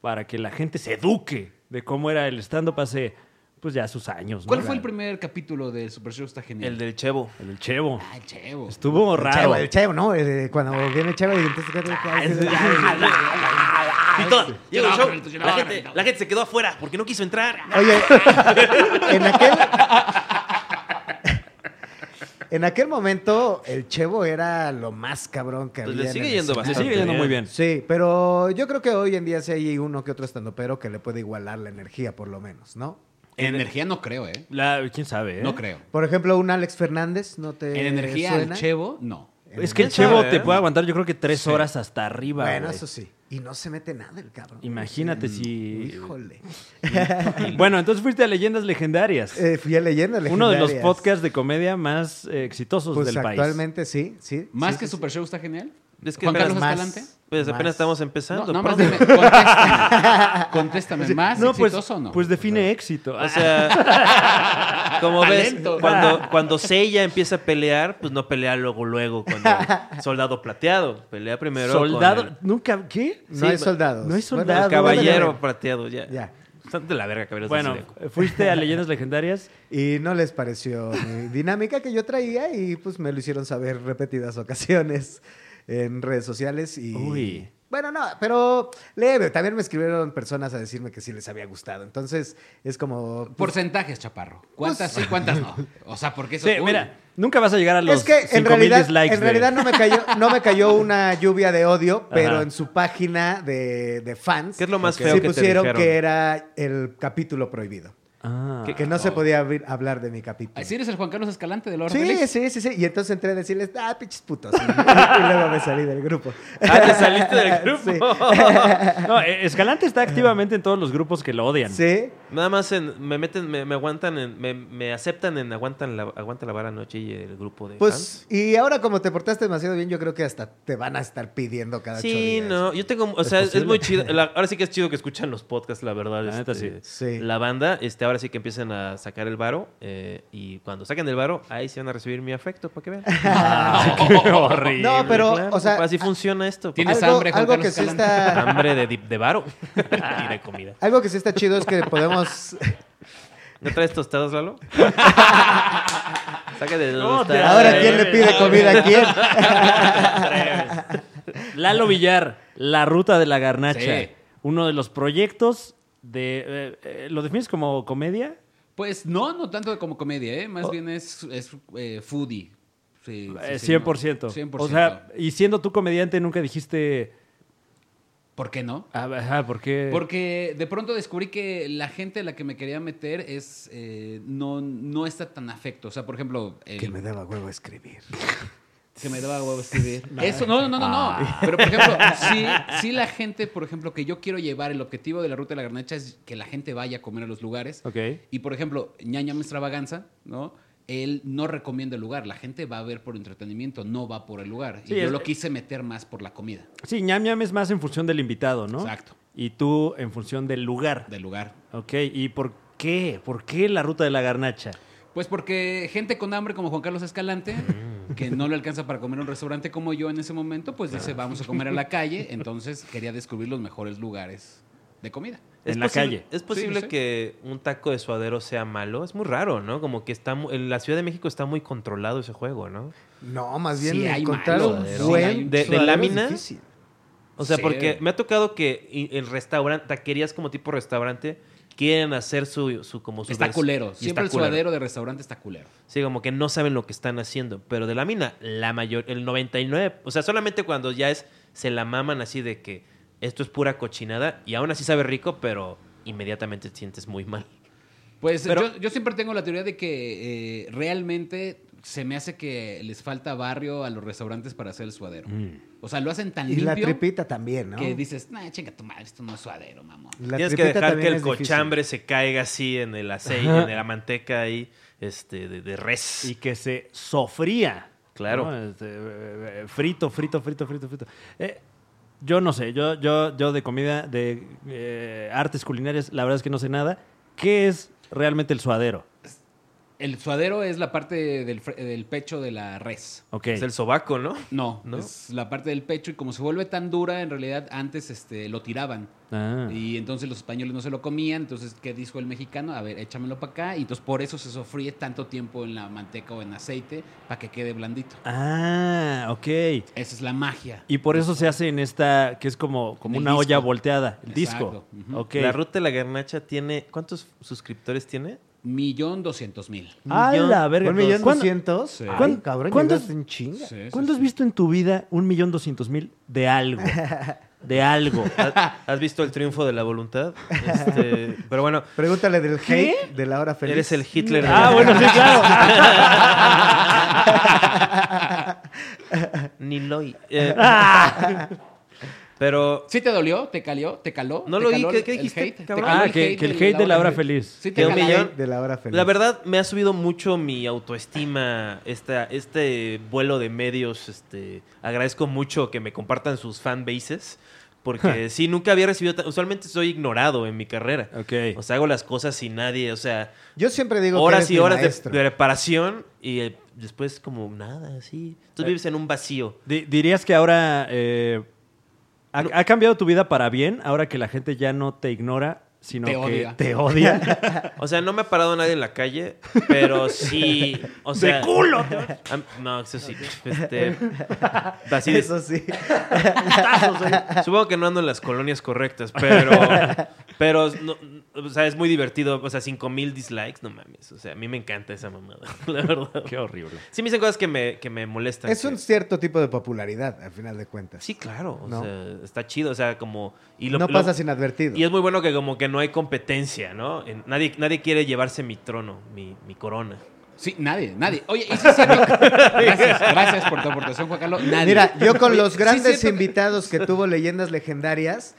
Speaker 1: para que la gente se eduque de cómo era el stand-up hace, pues ya sus años. ¿no?
Speaker 4: ¿Cuál fue el primer capítulo del Super Show está genial?
Speaker 2: El del Chevo.
Speaker 1: El Chevo.
Speaker 4: Ah, el Chevo.
Speaker 1: Estuvo
Speaker 3: El Chevo,
Speaker 1: raro.
Speaker 3: el Chevo, ¿no? Eh, Cuando viene Chevo y entonces...
Speaker 2: Ah, Y todo- llegó el
Speaker 4: no,
Speaker 2: show,
Speaker 4: pero entonces
Speaker 2: la,
Speaker 4: no, pero
Speaker 2: gente,
Speaker 4: entonces-
Speaker 2: la gente se quedó afuera porque no quiso entrar.
Speaker 3: Oye, en aquel... En aquel momento, el Chevo era lo más cabrón que
Speaker 2: Pues
Speaker 3: había.
Speaker 2: le
Speaker 3: en
Speaker 2: sigue
Speaker 3: el
Speaker 2: yendo
Speaker 3: escenario.
Speaker 1: Le
Speaker 2: bastante.
Speaker 1: sigue yendo muy bien.
Speaker 3: Sí, pero yo creo que hoy en día sí hay uno que otro estandopero que le puede igualar la energía, por lo menos, ¿no?
Speaker 4: En energía no creo, ¿eh?
Speaker 1: La- ¿Quién sabe? eh?
Speaker 4: No creo.
Speaker 3: Por ejemplo, un Alex Fernández, ¿no te
Speaker 4: En energía, el
Speaker 3: Eh, suena?
Speaker 4: Chevo, no.
Speaker 1: Es que el
Speaker 2: ¿Quién
Speaker 1: Chevo
Speaker 2: sabe,
Speaker 1: te
Speaker 2: eh?
Speaker 1: puede aguantar, yo creo que tres horas hasta arriba.
Speaker 3: Bueno,
Speaker 1: güey.
Speaker 3: eso sí. Y no se mete nada el cabrón.
Speaker 1: Imagínate si.
Speaker 3: Híjole.
Speaker 1: Bueno, entonces fuiste a Leyendas Legendarias.
Speaker 3: Eh, fui a leyendo
Speaker 1: uno de los podcasts de comedia más eh, exitosos
Speaker 3: pues
Speaker 1: del país.
Speaker 3: actualmente sí, sí.
Speaker 4: ¿Más
Speaker 3: sí,
Speaker 4: que
Speaker 3: sí,
Speaker 4: Super Show está genial?
Speaker 2: Es que
Speaker 4: ¿Juan
Speaker 2: apenas
Speaker 4: Carlos
Speaker 3: más.
Speaker 4: Escalante?
Speaker 2: Pues apenas estamos
Speaker 3: Más.
Speaker 4: No,
Speaker 2: empezando. pues
Speaker 4: nada más
Speaker 2: profe.
Speaker 4: dime, contéstame. Contéstame, ¿más
Speaker 1: No, pues,
Speaker 4: exitoso o no?
Speaker 1: pues define éxito.
Speaker 2: O sea, como ves,
Speaker 4: Talento.
Speaker 2: cuando, cuando Seiya empieza a pelear, pues no pelea luego, luego, cuando soldado plateado. Pelea primero. con
Speaker 1: soldado.
Speaker 2: el-
Speaker 1: Nunca. ¿Qué?
Speaker 3: No hay soldados.
Speaker 1: no hay
Speaker 3: Bueno,
Speaker 2: el
Speaker 1: soldados.
Speaker 2: caballero plateado, ya.
Speaker 3: Ya.
Speaker 2: Están de la verga, caballeros.
Speaker 3: pues,
Speaker 2: de
Speaker 1: Bueno,
Speaker 2: Zodíaco.
Speaker 1: fuiste a Leyendas Legendarias.
Speaker 3: Y no les pareció mi dinámica que yo traía y pues me lo hicieron saber repetidas ocasiones en redes sociales y...
Speaker 1: Uy.
Speaker 3: Bueno, no, pero leve. También me escribieron personas a decirme que sí les había gustado. Entonces es como... pues,
Speaker 4: Porcentajes, chaparro. ¿Cuántas sí, cuántas no? O sea, porque eso...
Speaker 1: Sí,
Speaker 4: uy,
Speaker 1: mira, nunca vas a llegar a los
Speaker 3: es que en
Speaker 1: 5000
Speaker 3: realidad,
Speaker 1: dislikes
Speaker 3: en
Speaker 1: de-
Speaker 3: realidad no, me cayó, no me cayó una lluvia de odio, pero
Speaker 1: Ajá.
Speaker 3: en su página de, de fans
Speaker 2: ¿Qué es lo más
Speaker 3: sí
Speaker 2: feo que te
Speaker 3: pusieron
Speaker 2: dijeron?
Speaker 3: que era el capítulo prohibido.
Speaker 1: Ah.
Speaker 2: ¿Qué-
Speaker 3: Que no se podía abrir- hablar de mi capítulo.
Speaker 4: Así eres el Juan Carlos Escalante de la Hora
Speaker 3: Sí,
Speaker 4: Feliz.
Speaker 3: sí, sí, sí. Y entonces entré a decirles, ah, pinches putos. Y, y luego me salí del grupo.
Speaker 2: Ah, te saliste del grupo.
Speaker 1: No, eh, Escalante está activamente en todos los grupos que lo odian.
Speaker 3: Sí. sí.
Speaker 2: Nada más en- me meten, me, me aguantan, en- me, me aceptan en aguantan la, aguanta la vara noche y el grupo de
Speaker 3: Pues,
Speaker 2: fans.
Speaker 3: y ahora como te portaste demasiado bien, yo creo que hasta te van a estar pidiendo cada ocho
Speaker 2: Sí,
Speaker 3: días.
Speaker 2: no, yo tengo, o
Speaker 3: Ah, ¿Es
Speaker 2: sea, es,
Speaker 3: posible?
Speaker 2: muy chido. la- ahora sí que es chido que escuchan los podcasts, la verdad. este,
Speaker 1: La neta, sí.
Speaker 3: Sí.
Speaker 2: La banda, este, ahora sí que empiezan a sacar el varo eh, y cuando saquen el varo, ahí se van a recibir mi afecto, para que vean.
Speaker 1: Qué horrible.
Speaker 3: No, pero, o sea,
Speaker 2: así funciona esto.
Speaker 4: Tiene- ¿Tienes
Speaker 3: algo,
Speaker 4: hambre, Juan
Speaker 3: algo
Speaker 4: Carlos
Speaker 3: que sí
Speaker 4: Escalante?
Speaker 3: está...
Speaker 2: Hambre de, di- de varo y de comida.
Speaker 3: Algo que sí está chido es que podemos...
Speaker 2: ¿No traes tostadas, Lalo? Saca de
Speaker 1: No,
Speaker 2: dónde está.
Speaker 3: Ahora, ¿quién le pide comida a quién?
Speaker 1: Lalo Villar, La Ruta de la Garnacha.
Speaker 4: Sí.
Speaker 1: Uno de los proyectos de... eh, eh, ¿Lo defines como comedia?
Speaker 4: Pues no, no tanto como comedia, ¿eh?
Speaker 3: Oh.
Speaker 4: Más bien es, es eh, foodie. Sí,
Speaker 1: Eh,
Speaker 4: sí, señor.
Speaker 1: 100%.
Speaker 4: 100%.
Speaker 1: O sea, y siendo tú comediante, nunca dijiste...
Speaker 4: ¿Por qué no?
Speaker 1: ah, Ajá, ¿por
Speaker 3: eh.
Speaker 1: qué?
Speaker 4: Porque de pronto descubrí que la gente a la que me quería meter es eh, no, no está tan afecto. O sea, por ejemplo, el-
Speaker 3: Que me daba huevo escribir.
Speaker 4: que me daba huevo escribir. Eso, no, no, no, no, no.
Speaker 3: Ah.
Speaker 4: Pero, por ejemplo, sí, sí la gente, por ejemplo, que yo quiero llevar, el objetivo de la Ruta de la Garnacha es que la gente vaya a comer a los lugares.
Speaker 1: Ok.
Speaker 4: Y, por ejemplo, Ñaña Mi Extravaganza, ¿no? Él no recomienda el lugar. La gente va a ver por entretenimiento, no va por el lugar.
Speaker 1: Sí,
Speaker 4: y yo
Speaker 1: es-
Speaker 4: lo quise meter más por la comida
Speaker 1: Sí, ñam ñam es más en función del invitado, ¿no?
Speaker 4: Exacto.
Speaker 1: Y tú en función del lugar.
Speaker 4: del lugar.
Speaker 1: Ok, ¿y por qué? ¿Por qué La Ruta de la Garnacha?
Speaker 4: Pues porque gente con hambre como Juan Carlos Escalante,
Speaker 2: Mm.
Speaker 4: que no le alcanza para comer en un restaurante como yo en ese momento, pues dice, vamos a comer a la calle. Entonces quería descubrir los mejores lugares de comida.
Speaker 1: En la
Speaker 2: posible-
Speaker 1: calle.
Speaker 2: Es posible
Speaker 4: Sí, sí.
Speaker 2: que un taco de suadero sea malo. Es muy raro, ¿no? Como que está mu- en la Ciudad de México está muy controlado ese juego, ¿no?
Speaker 3: No, más bien
Speaker 4: Sí, hay
Speaker 3: encontrar
Speaker 4: malos,
Speaker 3: un
Speaker 2: ¿eh?
Speaker 4: sí, hay
Speaker 3: buen
Speaker 4: un-
Speaker 2: De- de
Speaker 3: sudadero es
Speaker 2: lámina.
Speaker 3: difícil.
Speaker 2: O sea,
Speaker 4: Sí.
Speaker 2: porque me ha tocado que i- el restaurante, taquerías como tipo restaurante, quieren hacer su, su como su
Speaker 4: Está
Speaker 2: vers- y
Speaker 4: culero.
Speaker 2: está
Speaker 4: Siempre el
Speaker 2: culero.
Speaker 4: suadero de restaurante está culero.
Speaker 2: Sí, como que no saben lo que están haciendo. Pero de la mina, la mayor, el 99, o sea, solamente cuando ya es, se la maman así de que esto es pura cochinada y aún así sabe rico, pero inmediatamente te sientes muy mal.
Speaker 4: Pues
Speaker 1: Pero-
Speaker 4: yo, yo siempre tengo la teoría de que eh, realmente se me hace que les falta barrio a los restaurantes para hacer el suadero. O sea, lo hacen tan
Speaker 3: Y
Speaker 4: limpio
Speaker 3: la tripita también, ¿no? Mm.
Speaker 4: que dices, nah, chinga tu madre, esto no es suadero, mamón.
Speaker 3: La
Speaker 2: Tienes que
Speaker 3: tripita
Speaker 2: dejar que
Speaker 3: también
Speaker 2: el
Speaker 3: es difícil.
Speaker 2: cochambre se caiga así en el aceite, en la manteca ahí, este, de, de res.
Speaker 1: y que se sofría.
Speaker 2: Claro.
Speaker 1: ¿no? Este, eh, eh, frito, frito, frito, frito, frito. Eh, yo no sé, yo, yo, yo de comida, de eh, artes culinarias, la verdad es que no sé nada. ¿Qué es realmente el suadero?
Speaker 4: El suadero es la parte del, fre- del pecho de la res.
Speaker 1: Ok.
Speaker 2: Es el sobaco, ¿no?
Speaker 4: No,
Speaker 2: ¿No?
Speaker 4: es la parte del pecho y como se vuelve tan dura, en realidad antes este, lo tiraban.
Speaker 1: Ah.
Speaker 4: Y entonces los españoles no se lo comían, entonces ¿qué dijo el mexicano? A ver, échamelo para acá. Y entonces por eso se sofríe tanto tiempo en la manteca o en aceite para que quede blandito.
Speaker 1: Ah, ok.
Speaker 4: Esa es la magia.
Speaker 1: Y por eso se hace en esta, que es como, como
Speaker 4: El
Speaker 1: una
Speaker 4: disco.
Speaker 1: olla volteada, el
Speaker 4: Exacto.
Speaker 1: disco.
Speaker 4: Ujú.
Speaker 1: Ok.
Speaker 2: La ruta de la garnacha tiene. ¿Cuántos suscriptores tiene?
Speaker 4: Millón doscientos mil.
Speaker 1: A la verga.
Speaker 3: ¿Un millón
Speaker 1: ¿Cuándo-
Speaker 3: doscientos?
Speaker 4: Sí.
Speaker 3: Ay,
Speaker 1: ¿Cuán-
Speaker 3: cabrón,
Speaker 1: cuántos-
Speaker 3: llegaste en chinga.
Speaker 4: Sí, sí,
Speaker 1: ¿Cuándo has
Speaker 4: sí.
Speaker 1: visto en tu vida un millón doscientos mil de algo? De algo.
Speaker 2: ¿Ha- ¿Has visto el triunfo de la voluntad? Este, pero bueno,
Speaker 3: Pregúntale del hate de la hora feliz.
Speaker 2: eres el Hitler. de
Speaker 1: Ah,
Speaker 2: la-
Speaker 1: bueno, sí, claro.
Speaker 2: Ni Loy. Eh, pero
Speaker 4: ¿Sí te dolió? ¿Te calió? ¿Te caló?
Speaker 2: No
Speaker 4: ¿Te
Speaker 2: lo oí.
Speaker 4: caló
Speaker 2: ¿Qué-
Speaker 4: el-
Speaker 2: qué
Speaker 4: el
Speaker 2: dijiste,
Speaker 4: hate? ¿Te
Speaker 2: cabrón?
Speaker 4: caló
Speaker 1: Ah, que, que el hate de la hora feliz.
Speaker 4: Sí, te
Speaker 2: Que un
Speaker 4: caló.
Speaker 2: millón.
Speaker 3: Hate de la hora feliz.
Speaker 2: la verdad me ha subido mucho mi autoestima esta, este vuelo de medios. Este, agradezco mucho que me compartan sus fanbases. Porque sí, nunca había recibido. ta- Usualmente soy ignorado en mi carrera.
Speaker 1: Ok.
Speaker 2: O sea, hago las cosas sin nadie. O sea,
Speaker 3: Yo siempre digo
Speaker 2: horas
Speaker 3: que
Speaker 2: y
Speaker 3: eres mi
Speaker 2: horas de,
Speaker 3: maestro.
Speaker 2: de preparación y eh, después como nada, así. Tú vives en un vacío.
Speaker 1: Di- ¿Dirías que ahora eh, ha, ha cambiado tu vida para bien? Ahora que la gente ya no te ignora, sino
Speaker 4: Te
Speaker 1: que
Speaker 4: odia.
Speaker 1: te odia.
Speaker 2: O sea, no me ha parado nadie en la calle, pero sí, o sea... ¡De culo! no, eso sí. Este, así de- ¿eh?
Speaker 3: Eso sí.
Speaker 2: supongo que no ando en las colonias correctas, pero... Pero, no- o sea, es muy divertido. O sea, 5000 dislikes, no mames. O sea, a mí me encanta esa mamada, la verdad.
Speaker 1: Qué horrible.
Speaker 2: Sí me dicen cosas que me, que me molestan.
Speaker 3: Es
Speaker 2: que-
Speaker 3: un cierto tipo de popularidad, al final de cuentas.
Speaker 2: Sí, claro. O
Speaker 3: No.
Speaker 2: sea, está chido. O sea, como... Y lo,
Speaker 3: no
Speaker 2: lo-
Speaker 3: pasa sin advertido.
Speaker 2: Y es muy bueno que como que no hay competencia, ¿no? En- nadie, nadie quiere llevarse mi trono, mi, mi corona.
Speaker 4: Sí, nadie, nadie. Oye, y sí es cierto. Gracias, gracias por tu aportación, Juan Carlos. Nadie.
Speaker 3: Mira, yo con
Speaker 4: Oye,
Speaker 3: los
Speaker 4: sí
Speaker 3: grandes
Speaker 4: es cierto que-
Speaker 3: invitados que tuvo Leyendas Legendarias,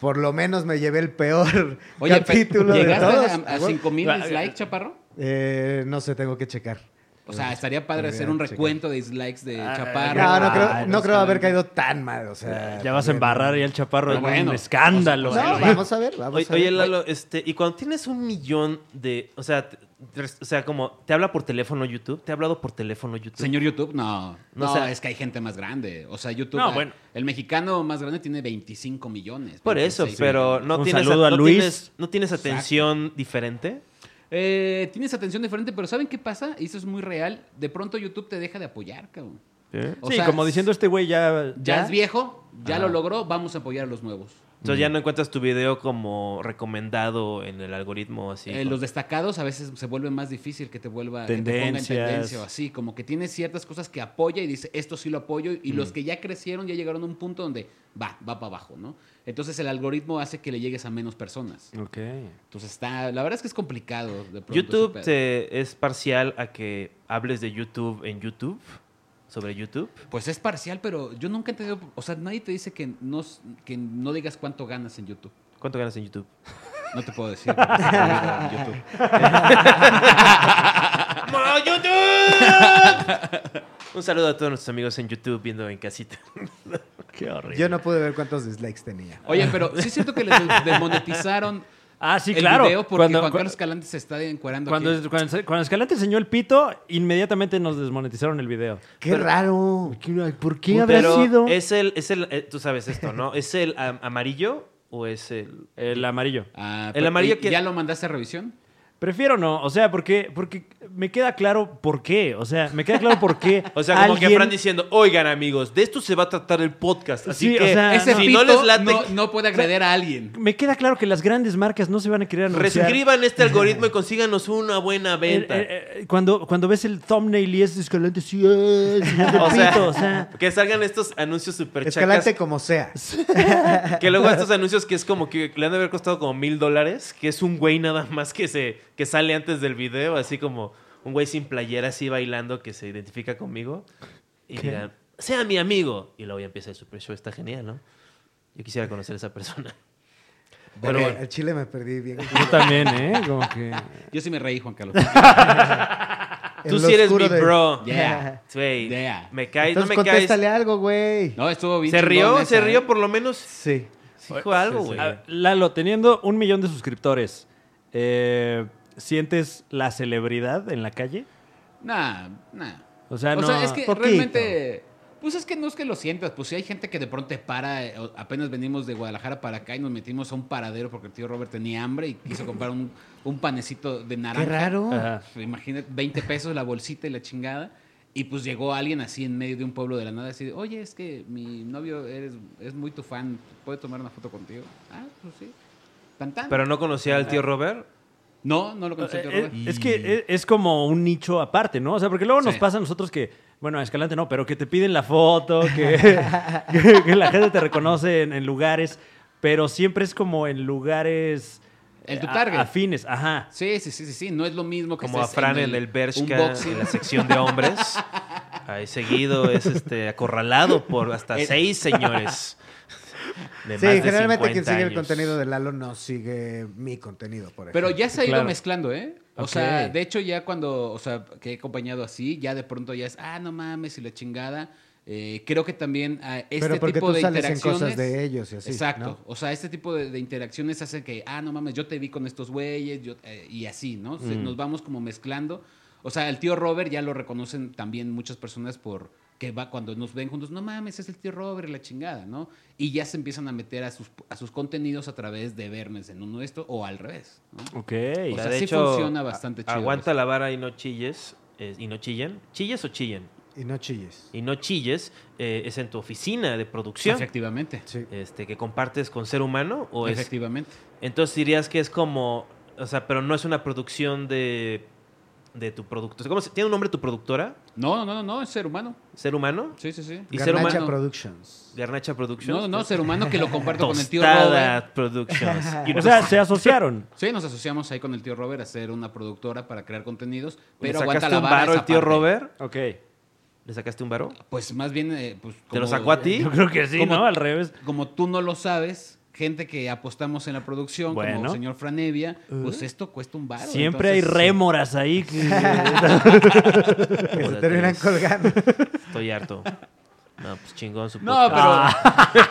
Speaker 3: por lo menos me llevé el peor
Speaker 4: Oye, pe-
Speaker 3: capítulo de
Speaker 4: ¿llegaste
Speaker 3: todos.
Speaker 4: a, a 5000 dislikes, chaparro?
Speaker 3: Eh, no sé, tengo que checar.
Speaker 4: O sea, estaría padre
Speaker 3: Podría
Speaker 4: hacer un
Speaker 3: checar.
Speaker 4: recuento de dislikes de
Speaker 1: Ah,
Speaker 4: chaparro.
Speaker 3: No, no
Speaker 1: Ay,
Speaker 3: creo, no
Speaker 4: Escalante.
Speaker 3: creo haber caído tan mal. O sea,
Speaker 1: Ya vas a embarrar ya el chaparro
Speaker 4: Eh, Pero
Speaker 1: en
Speaker 4: bueno,
Speaker 1: un escándalo.
Speaker 4: o sea, pues,
Speaker 3: No,
Speaker 4: Sí.
Speaker 3: vamos a ver, vamos
Speaker 2: Oye,
Speaker 3: a ver.
Speaker 2: oye, Lalo, este, y cuando tienes un millón de, o sea, te- te- o sea, como te habla por teléfono YouTube, te ha hablado por teléfono YouTube.
Speaker 4: Señor YouTube, no. No,
Speaker 2: No, o sea-
Speaker 4: es que hay gente más grande. O sea, YouTube.
Speaker 1: No,
Speaker 4: eh,
Speaker 1: bueno.
Speaker 4: El mexicano más grande tiene 25 millones.
Speaker 2: por eso,
Speaker 4: 26
Speaker 2: pero
Speaker 4: millones.
Speaker 2: no
Speaker 1: Un
Speaker 2: tienes,
Speaker 1: saludo a
Speaker 2: no
Speaker 1: Luis.
Speaker 2: tienes- no tienes atención diferente.
Speaker 4: Eh, tienes atención diferente, pero ¿saben qué pasa? Y eso es muy real. De pronto YouTube te deja de apoyar, cabrón. O
Speaker 1: sí,
Speaker 4: sea,
Speaker 1: como diciendo este güey ya...
Speaker 4: Ya, es viejo, ya lo logró, vamos a apoyar a los nuevos.
Speaker 2: Entonces
Speaker 1: Mm.
Speaker 2: ya no encuentras tu video como recomendado en el algoritmo así.
Speaker 4: Eh, los destacados a veces se vuelve más difícil que te vuelva que te ponga en
Speaker 1: Tendencias.
Speaker 4: tendencia o así, como que tiene ciertas cosas que apoya y dice, esto sí lo apoyo, y
Speaker 2: Mm.
Speaker 4: los que ya crecieron ya llegaron a un punto donde va, va para abajo, ¿no? Entonces el algoritmo hace que le llegues a menos personas.
Speaker 1: Ok.
Speaker 4: Entonces está, la verdad es que es complicado. de pronto ese
Speaker 2: YouTube
Speaker 4: pedo.
Speaker 2: te- es parcial a que hables de YouTube en YouTube, sobre YouTube.
Speaker 4: Pues es parcial, pero yo nunca he entendido, o sea, nadie te dice que no, que no digas cuánto ganas en YouTube.
Speaker 2: ¿Cuánto ganas en YouTube?
Speaker 4: No te puedo decir. porque estoy viendo en YouTube.
Speaker 2: YouTube! Un saludo a todos nuestros amigos en YouTube viendo en casita.
Speaker 1: Qué horrible.
Speaker 3: Yo no pude ver cuántos dislikes tenía.
Speaker 4: Oye, pero sí es cierto que les des- desmonetizaron
Speaker 1: Ah, sí,
Speaker 4: el
Speaker 1: claro.
Speaker 4: video porque
Speaker 1: Cuando-
Speaker 4: Juan
Speaker 1: cu-
Speaker 4: Carlos Escalante se está encuerando
Speaker 1: Cuando,
Speaker 4: aquí.
Speaker 1: cuando- cuando Escalante enseñó el pito, inmediatamente nos desmonetizaron el video.
Speaker 3: ¡Qué raro!
Speaker 1: ¿Por qué
Speaker 2: Pero
Speaker 1: habrá sido?
Speaker 2: Es el, es el, eh, tú sabes esto, ¿no? ¿Es el am- amarillo o es el...?
Speaker 1: El amarillo.
Speaker 4: Ah,
Speaker 2: El
Speaker 4: pero-
Speaker 2: amarillo
Speaker 4: ¿y-
Speaker 2: que-
Speaker 4: ¿Ya lo mandaste a revisión?
Speaker 1: Prefiero no, o sea, porque, porque me queda claro por qué. O sea, me queda claro por qué.
Speaker 2: O sea, como que
Speaker 1: alguien-
Speaker 2: Fran diciendo, oigan amigos, de esto se va a tratar el podcast. Así
Speaker 1: Sí, o
Speaker 2: que
Speaker 1: sea, Ah,
Speaker 4: Ese
Speaker 1: no.
Speaker 2: si no
Speaker 4: pito
Speaker 2: les late,
Speaker 4: no, no puede agredir a alguien.
Speaker 1: Me queda claro que las grandes marcas no se van a querer anunciar.
Speaker 2: reescriban este algoritmo y consíganos una buena
Speaker 1: Eh,
Speaker 2: venta.
Speaker 1: eh, eh, cuando, cuando ves el thumbnail y es Escalante, sí, eh, sí, de
Speaker 2: o, sea,
Speaker 1: pito, o sea,
Speaker 2: que salgan estos anuncios super chacas.
Speaker 3: Escalante como sea.
Speaker 2: Que luego estos anuncios que es como que le han de haber costado como mil dólares, que es un güey nada más que se, que que sale antes del video, así como un güey sin playera así bailando que se identifica conmigo. Y dirán, sea mi amigo. Y luego ya empieza el super show, está genial, ¿no? Yo quisiera conocer a esa persona. Pero
Speaker 3: Ok,
Speaker 2: bueno.
Speaker 3: Al chile me perdí bien.
Speaker 1: Yo también, ¿eh? Como que.
Speaker 4: Yo sí me reí, Juan Carlos.
Speaker 2: Tú
Speaker 3: En
Speaker 2: sí
Speaker 3: lo
Speaker 2: eres mi
Speaker 3: oscuro de-
Speaker 2: bro.
Speaker 4: Yeah.
Speaker 2: Güey,
Speaker 4: Yeah.
Speaker 2: Me caes,
Speaker 3: Entonces
Speaker 2: no me caes.
Speaker 3: contéstale algo, güey.
Speaker 4: No, estuvo bien.
Speaker 2: Se
Speaker 4: chingón
Speaker 2: rió,
Speaker 4: esa,
Speaker 2: se
Speaker 4: ¿eh?
Speaker 2: rió por lo menos.
Speaker 3: Sí.
Speaker 2: Sí, dijo algo, güey.
Speaker 1: Ah, Lalo, teniendo un millón de suscriptores, eh, ¿sientes la celebridad en la calle?
Speaker 4: Nah, nah.
Speaker 1: O sea, no.
Speaker 4: es que
Speaker 3: poquito.
Speaker 4: realmente. Pues es que no es que lo sientas, pues si hay gente que de pronto te para, eh, o- apenas venimos de Guadalajara para acá y nos metimos a un paradero porque el tío Robert tenía hambre y quiso comprar un, un panecito de naranja.
Speaker 3: Qué raro.
Speaker 1: Ajá.
Speaker 4: Imagínate, 20 pesos la bolsita y la chingada. Y pues llegó alguien así en medio de un pueblo de la nada, así de, oye, es que mi novio eres, es muy tu fan, ¿puede tomar una foto contigo? Ah, pues sí. Tan, tan.
Speaker 2: Pero no conocía al tío Robert.
Speaker 4: no, no lo conocí, tío
Speaker 1: Eh,
Speaker 4: Robert.
Speaker 1: eh, Es que e- es como un nicho aparte, ¿no? O sea, porque luego nos
Speaker 4: Sí.
Speaker 1: pasa a nosotros que, bueno, a Escalante no, pero que te piden la foto, que, que- que la gente te reconoce en, en lugares, pero siempre es como en lugares
Speaker 4: En tu
Speaker 1: eh, a-
Speaker 4: target.
Speaker 1: afines, ajá.
Speaker 4: Sí, sí, sí, sí, sí, no es lo mismo que
Speaker 2: Como a
Speaker 4: estés
Speaker 2: Fran en el Bershka,
Speaker 4: unboxing.
Speaker 2: en la sección de hombres. Ahí seguido es este acorralado por hasta
Speaker 4: Eh.
Speaker 2: seis señores. de
Speaker 3: Sí,
Speaker 2: más de
Speaker 3: generalmente quien
Speaker 2: 50
Speaker 3: sigue el
Speaker 2: años.
Speaker 3: contenido de Lalo no sigue mi contenido, por ejemplo.
Speaker 4: Pero ya se ha ido
Speaker 1: Claro.
Speaker 4: mezclando, ¿eh? O
Speaker 1: Ok.
Speaker 4: sea, de hecho ya cuando, o sea, que he acompañado así, ya de pronto ya es, ah, no mames, y la chingada. Eh, creo que también ah, este
Speaker 3: Pero porque
Speaker 4: tipo
Speaker 3: tú
Speaker 4: de
Speaker 3: sales en
Speaker 4: interacciones...
Speaker 3: cosas de ellos y así.
Speaker 4: Exacto.
Speaker 3: ¿no?
Speaker 4: O sea, este tipo de, de interacciones hacen que, ah, no mames, yo te vi con estos güeyes yo, eh, y así, ¿no? Se-
Speaker 2: Mm.
Speaker 4: nos vamos como mezclando. O sea, el tío Robert ya lo reconocen también muchas personas por que va cuando nos ven juntos, no mames, es el tío Robert, la chingada, ¿no? Y ya se empiezan a meter a sus, a sus contenidos a través de vernos en uno de estos o al revés, ¿no?
Speaker 1: Ok.
Speaker 4: O sea,
Speaker 2: de
Speaker 4: sí funciona bastante
Speaker 2: a-
Speaker 4: chido
Speaker 2: Aguanta
Speaker 4: eso.
Speaker 2: la vara y no chilles. eh, y no chillen. ¿Chilles o chillen?
Speaker 3: Y no chilles.
Speaker 2: Y no chilles. eh, ¿Es en tu oficina de producción?
Speaker 4: Efectivamente.
Speaker 3: Sí.
Speaker 2: Este, que compartes con ser humano o es
Speaker 4: Efectivamente.
Speaker 2: Entonces dirías que es como, o sea, pero no es una producción de, de tu producto. O sea, ¿Cómo se- ¿Tiene un nombre tu productora?
Speaker 4: No, no, no, no, no, es ser humano.
Speaker 2: ¿Ser humano?
Speaker 4: Sí, sí, sí.
Speaker 2: Y ser
Speaker 3: Garnacha
Speaker 2: humano.
Speaker 3: Productions.
Speaker 2: ¿Garnacha Productions? Pues
Speaker 4: No, no, ser humano que lo comparto con el tío
Speaker 2: Tostada
Speaker 4: Robert.
Speaker 2: Productions. pues,
Speaker 1: O sea, se asociaron.
Speaker 4: Sí, nos asociamos ahí con el tío Robert a ser una productora para crear contenidos,
Speaker 2: ¿Le
Speaker 4: pero aguanta
Speaker 2: sacaste
Speaker 4: la
Speaker 2: un
Speaker 4: vara.
Speaker 2: varo
Speaker 4: esa
Speaker 2: al tío
Speaker 4: parte.
Speaker 2: Robert?
Speaker 1: Ok.
Speaker 2: ¿Le sacaste un varo?
Speaker 4: Pues más bien, eh, pues.
Speaker 2: ¿Te lo
Speaker 4: como-
Speaker 2: sacó a ti?
Speaker 1: Yo creo que sí,
Speaker 4: ¿Cómo?
Speaker 1: ¿no? Al revés.
Speaker 4: Como tú no lo sabes, gente que apostamos en la producción, como
Speaker 1: Bueno.
Speaker 4: el señor Franevia,
Speaker 3: Uh.
Speaker 4: pues esto cuesta un varo.
Speaker 1: Siempre hay
Speaker 4: entonces-
Speaker 1: rémoras ahí. que-
Speaker 3: Que se
Speaker 2: Joder,
Speaker 3: terminan
Speaker 2: Luis.
Speaker 3: colgando.
Speaker 2: Estoy harto. No, pues chingón su
Speaker 4: No,
Speaker 2: podcast.
Speaker 4: pero.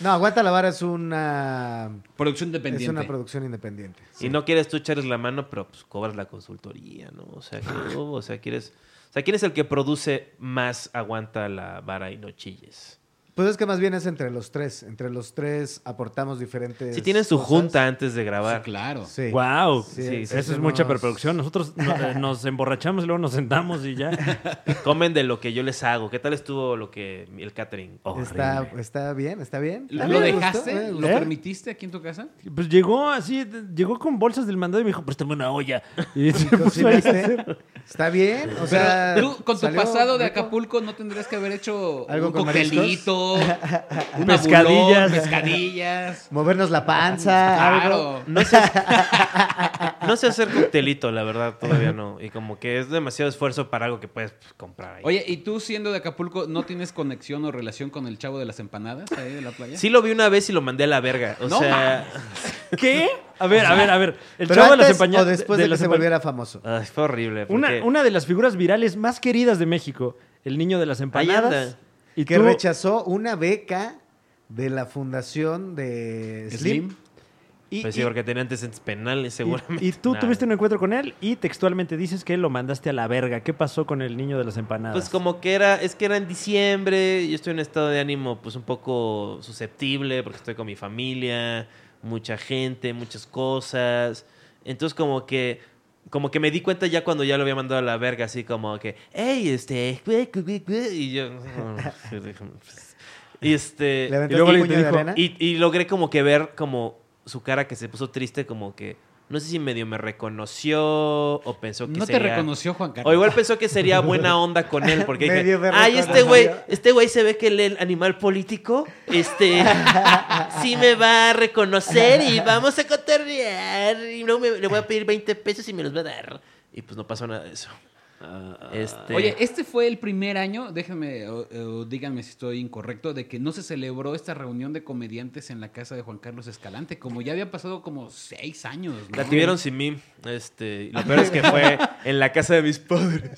Speaker 3: No, Aguanta la Vara es una,
Speaker 4: Producción independiente.
Speaker 3: es una producción independiente.
Speaker 2: Y no quieres tú echarles la mano, pero pues cobras la consultoría, ¿no? O sea, que- uh, o sea, quieres... O sea, ¿quién es el que produce más aguanta la vara y no chilles?
Speaker 3: Pues es que más bien es entre los tres. Entre los tres aportamos diferentes.
Speaker 2: Si tienen su
Speaker 3: cosas.
Speaker 2: junta antes de grabar.
Speaker 4: Sí, claro.
Speaker 3: Sí.
Speaker 1: ¡Wow!
Speaker 3: Sí,
Speaker 2: sí,
Speaker 1: Eso es
Speaker 3: hacemos-
Speaker 1: mucha preproducción. Nosotros no- eh, nos emborrachamos y luego nos sentamos y ya.
Speaker 2: Comen de lo que yo les hago. ¿Qué tal estuvo lo que el catering?
Speaker 3: Está,
Speaker 2: Horrible.
Speaker 3: está bien, está bien.
Speaker 4: ¿Lo,
Speaker 3: A mí
Speaker 4: lo
Speaker 3: me gustó,
Speaker 4: dejaste?
Speaker 3: me
Speaker 4: ¿Lo
Speaker 3: gustó. eh,
Speaker 4: permitiste aquí en tu casa?
Speaker 1: Pues llegó así, de- llegó con bolsas del mandado y me dijo, préstame una olla. Y se puso ahí a
Speaker 3: ¿Cocinaste?
Speaker 1: hacer.
Speaker 3: Está bien. O sea,
Speaker 4: Pero tú, con tu
Speaker 3: salió
Speaker 4: pasado de
Speaker 3: rico.
Speaker 4: Acapulco, ¿no tendrías que haber hecho
Speaker 3: ¿Algo
Speaker 4: un
Speaker 3: con mariscos?
Speaker 4: coctelito, un
Speaker 1: Pescadillas.
Speaker 4: abulón, pescadillas?
Speaker 3: Movernos la panza, Ah, algo.
Speaker 4: Claro.
Speaker 2: No sé, no sé hacer coctelito, la verdad, todavía no. Y como que es demasiado esfuerzo para algo que puedes pues, comprar ahí.
Speaker 4: Oye, ¿y tú siendo de Acapulco no tienes conexión o relación con el chavo de las empanadas ahí de la playa?
Speaker 2: Sí lo vi una vez y lo mandé a la verga. O
Speaker 4: No
Speaker 2: sea,
Speaker 1: ¿Qué? A ver, a ver, a ver. El
Speaker 3: Pero
Speaker 1: chavo de las
Speaker 3: antes
Speaker 1: empaña-
Speaker 3: o después de, que
Speaker 1: las
Speaker 3: se
Speaker 1: empa-
Speaker 3: volviera famoso.
Speaker 2: ay, fue horrible.
Speaker 1: Una,
Speaker 2: porque-
Speaker 1: una de las figuras virales más queridas de México, el niño de las empanadas.
Speaker 2: anda.
Speaker 1: Y
Speaker 3: que
Speaker 1: tú-
Speaker 3: rechazó una beca de la fundación de Slim.
Speaker 1: y-
Speaker 2: Pues sí,
Speaker 1: y-
Speaker 2: porque tenía antecedentes penales,
Speaker 1: y-
Speaker 2: seguramente.
Speaker 1: y tú
Speaker 2: Nah.
Speaker 1: tuviste un encuentro con él y textualmente dices que lo mandaste a la verga. ¿Qué pasó con el niño de las empanadas?
Speaker 2: Pues como que era, es que era en diciembre, yo estoy en un estado de ánimo pues un poco susceptible porque estoy con mi familia, mucha gente, muchas cosas. Entonces como que como que me di cuenta ya cuando ya lo había mandado a la verga, así como que, hey, este, güey, güey, güey, güey", y yo, y este,
Speaker 3: Le aventó
Speaker 1: y luego
Speaker 3: un
Speaker 1: le
Speaker 3: puño de
Speaker 1: dijo,
Speaker 3: arena.
Speaker 2: y, y logré como que ver como su cara que se puso triste, como que no sé si medio me reconoció o pensó que
Speaker 4: No te
Speaker 2: sería-
Speaker 4: reconoció Juan Carlos.
Speaker 2: O igual pensó que sería buena onda con él, porque dije,
Speaker 3: Medio me
Speaker 2: ay, este
Speaker 3: reconoció".
Speaker 2: güey, este güey se ve que lee el animal político, este, sí me va a reconocer y vamos a cotorrear y luego me- le voy a pedir 20 pesos y me los va a dar. Y pues no pasó nada de eso. Este,
Speaker 4: Oye, este fue el primer año, déjenme o, o díganme si estoy incorrecto, de que no se celebró esta reunión de comediantes en la casa de Juan Carlos Escalante, como ya había pasado como seis años. ¿no?
Speaker 2: la tuvieron sin mí, este, y lo peor es que fue en la casa de mis padres,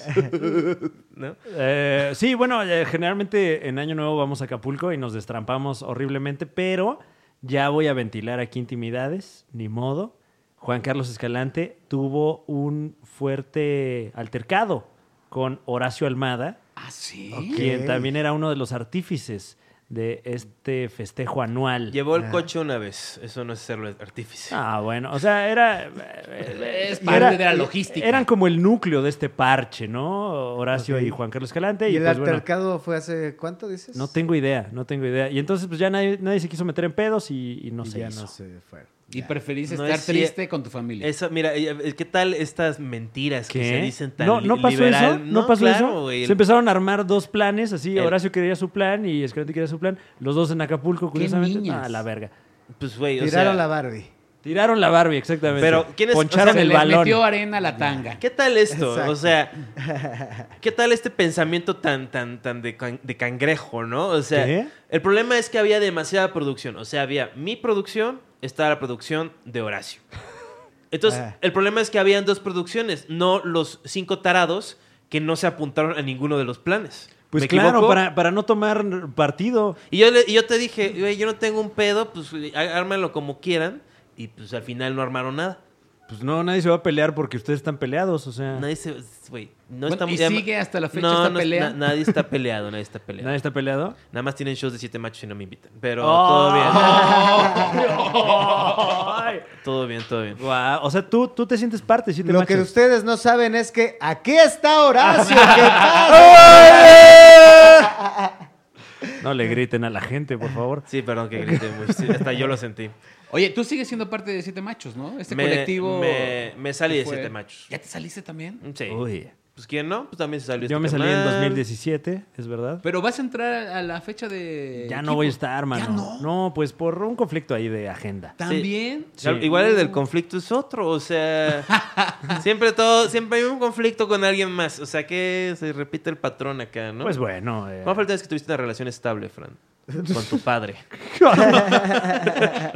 Speaker 2: ¿no?
Speaker 1: Eh, sí, bueno, eh, generalmente en Año Nuevo vamos a Acapulco y nos destrampamos horriblemente, pero ya voy a ventilar aquí intimidades, ni modo. Juan Carlos Escalante tuvo un fuerte altercado con Horacio Almada,
Speaker 4: Ah, sí.
Speaker 3: Ok.
Speaker 1: quien también era uno de los artífices de este festejo anual.
Speaker 2: Llevó el coche una vez, eso no es serlo artífice.
Speaker 1: Ah, bueno, o sea, era... eh,
Speaker 4: Es
Speaker 1: eh,
Speaker 4: parte de la logística.
Speaker 1: Eran como el núcleo de este parche, ¿no? Horacio
Speaker 3: Ok.
Speaker 1: y Juan Carlos Escalante.
Speaker 3: ¿Y
Speaker 1: Y,
Speaker 3: el
Speaker 1: pues, bueno,
Speaker 3: altercado fue hace cuánto, dices?
Speaker 1: No tengo idea, no tengo idea. Y entonces, pues ya nadie, nadie se quiso meter en pedos y, y no
Speaker 3: Y
Speaker 1: se
Speaker 3: ya
Speaker 1: hizo.
Speaker 3: no se fueron.
Speaker 4: Y
Speaker 3: Ya.
Speaker 4: preferís
Speaker 2: No
Speaker 4: estar
Speaker 2: es cier-
Speaker 4: triste con tu familia.
Speaker 2: Eso, mira, eh, ¿qué tal estas mentiras
Speaker 1: ¿Qué?
Speaker 2: que se dicen tan
Speaker 1: no, no pasó
Speaker 2: liberal?
Speaker 1: eso, no, pasó
Speaker 2: claro,
Speaker 1: eso.
Speaker 2: güey.
Speaker 1: Se empezaron a armar dos planes, así,
Speaker 2: El-
Speaker 1: Horacio quería su plan y Escalante quería su plan. Los dos en Acapulco, curiosamente.
Speaker 4: niñas?
Speaker 1: Ah, la verga.
Speaker 2: Pues, güey, o
Speaker 3: Tiraron
Speaker 2: sea,
Speaker 3: la Barbie.
Speaker 1: Tiraron la Barbie, exactamente.
Speaker 2: Pero, ¿quién es-
Speaker 1: Poncharon
Speaker 2: o sea,
Speaker 1: el
Speaker 4: les
Speaker 1: balón.
Speaker 4: metió arena a la tanga.
Speaker 2: ¿qué tal esto?
Speaker 3: Exacto.
Speaker 2: O sea, ¿qué tal este pensamiento tan, tan, tan de, can- de cangrejo, no? O sea,
Speaker 1: ¿Qué?
Speaker 2: el problema es que había demasiada producción. O sea, había mi producción, estaba la producción de Horacio. Entonces,
Speaker 3: Ah.
Speaker 2: el problema es que habían dos producciones, no los cinco tarados que no se apuntaron a ninguno de los planes.
Speaker 1: Pues
Speaker 2: ¿Me
Speaker 1: claro,
Speaker 2: equivoco?
Speaker 1: para, para no tomar partido.
Speaker 2: Y yo, le- y yo te dije, güey, yo no tengo un pedo, pues güey, á- ármenlo como quieran. Y pues al final no armaron nada.
Speaker 1: Pues no, nadie se va a pelear porque ustedes están peleados, o sea. Nadie,
Speaker 2: Nadie se. Güey, no
Speaker 4: Ah. Bueno,
Speaker 2: estamos.
Speaker 4: y
Speaker 2: ya-
Speaker 4: sigue hasta la fecha
Speaker 2: No,
Speaker 4: esta
Speaker 2: no,
Speaker 4: pelea.
Speaker 2: na- nadie está peleado, nadie está peleado.
Speaker 1: está peleado.
Speaker 2: Nada más tienen shows de siete machos y no me invitan. Pero todo bien.
Speaker 1: ¡Oh! Ay.
Speaker 2: Todo bien, todo bien.
Speaker 1: Guau, O sea, tú, tú te sientes parte, sí te
Speaker 3: Lo que
Speaker 1: machas.
Speaker 3: ustedes no saben es que aquí está Horacio. ¿Qué
Speaker 1: No le griten a la gente, por favor.
Speaker 2: Sí, perdón que grité muy. sí, hasta yo lo sentí.
Speaker 4: Oye, tú sigues siendo parte de Siete Machos, ¿no? Este
Speaker 2: Me-
Speaker 4: colectivo.
Speaker 2: me- me salí
Speaker 4: que
Speaker 2: de
Speaker 4: fue-
Speaker 2: Siete Machos.
Speaker 4: ¿Ya te saliste también?
Speaker 2: Sí.
Speaker 1: Uy.
Speaker 2: Pues quién no, pues también se salió
Speaker 1: Yo
Speaker 2: este
Speaker 1: me salí en
Speaker 2: carnal.
Speaker 1: 2017, es verdad.
Speaker 4: Pero vas a entrar a la fecha de.
Speaker 2: Eh,
Speaker 1: Ya
Speaker 4: equipo.
Speaker 1: no voy a estar, mano.
Speaker 4: Ya no.
Speaker 1: pues por un conflicto ahí de agenda.
Speaker 4: También.
Speaker 2: Ya,
Speaker 1: Sí.
Speaker 2: Igual el del conflicto es otro, o sea, siempre todo, siempre hay un conflicto con alguien más, o sea que se repite el patrón acá, ¿no?
Speaker 1: Pues bueno. eh.
Speaker 2: ¿Cuál fue la última vez que tuviste una relación estable, Fran? Con tu padre.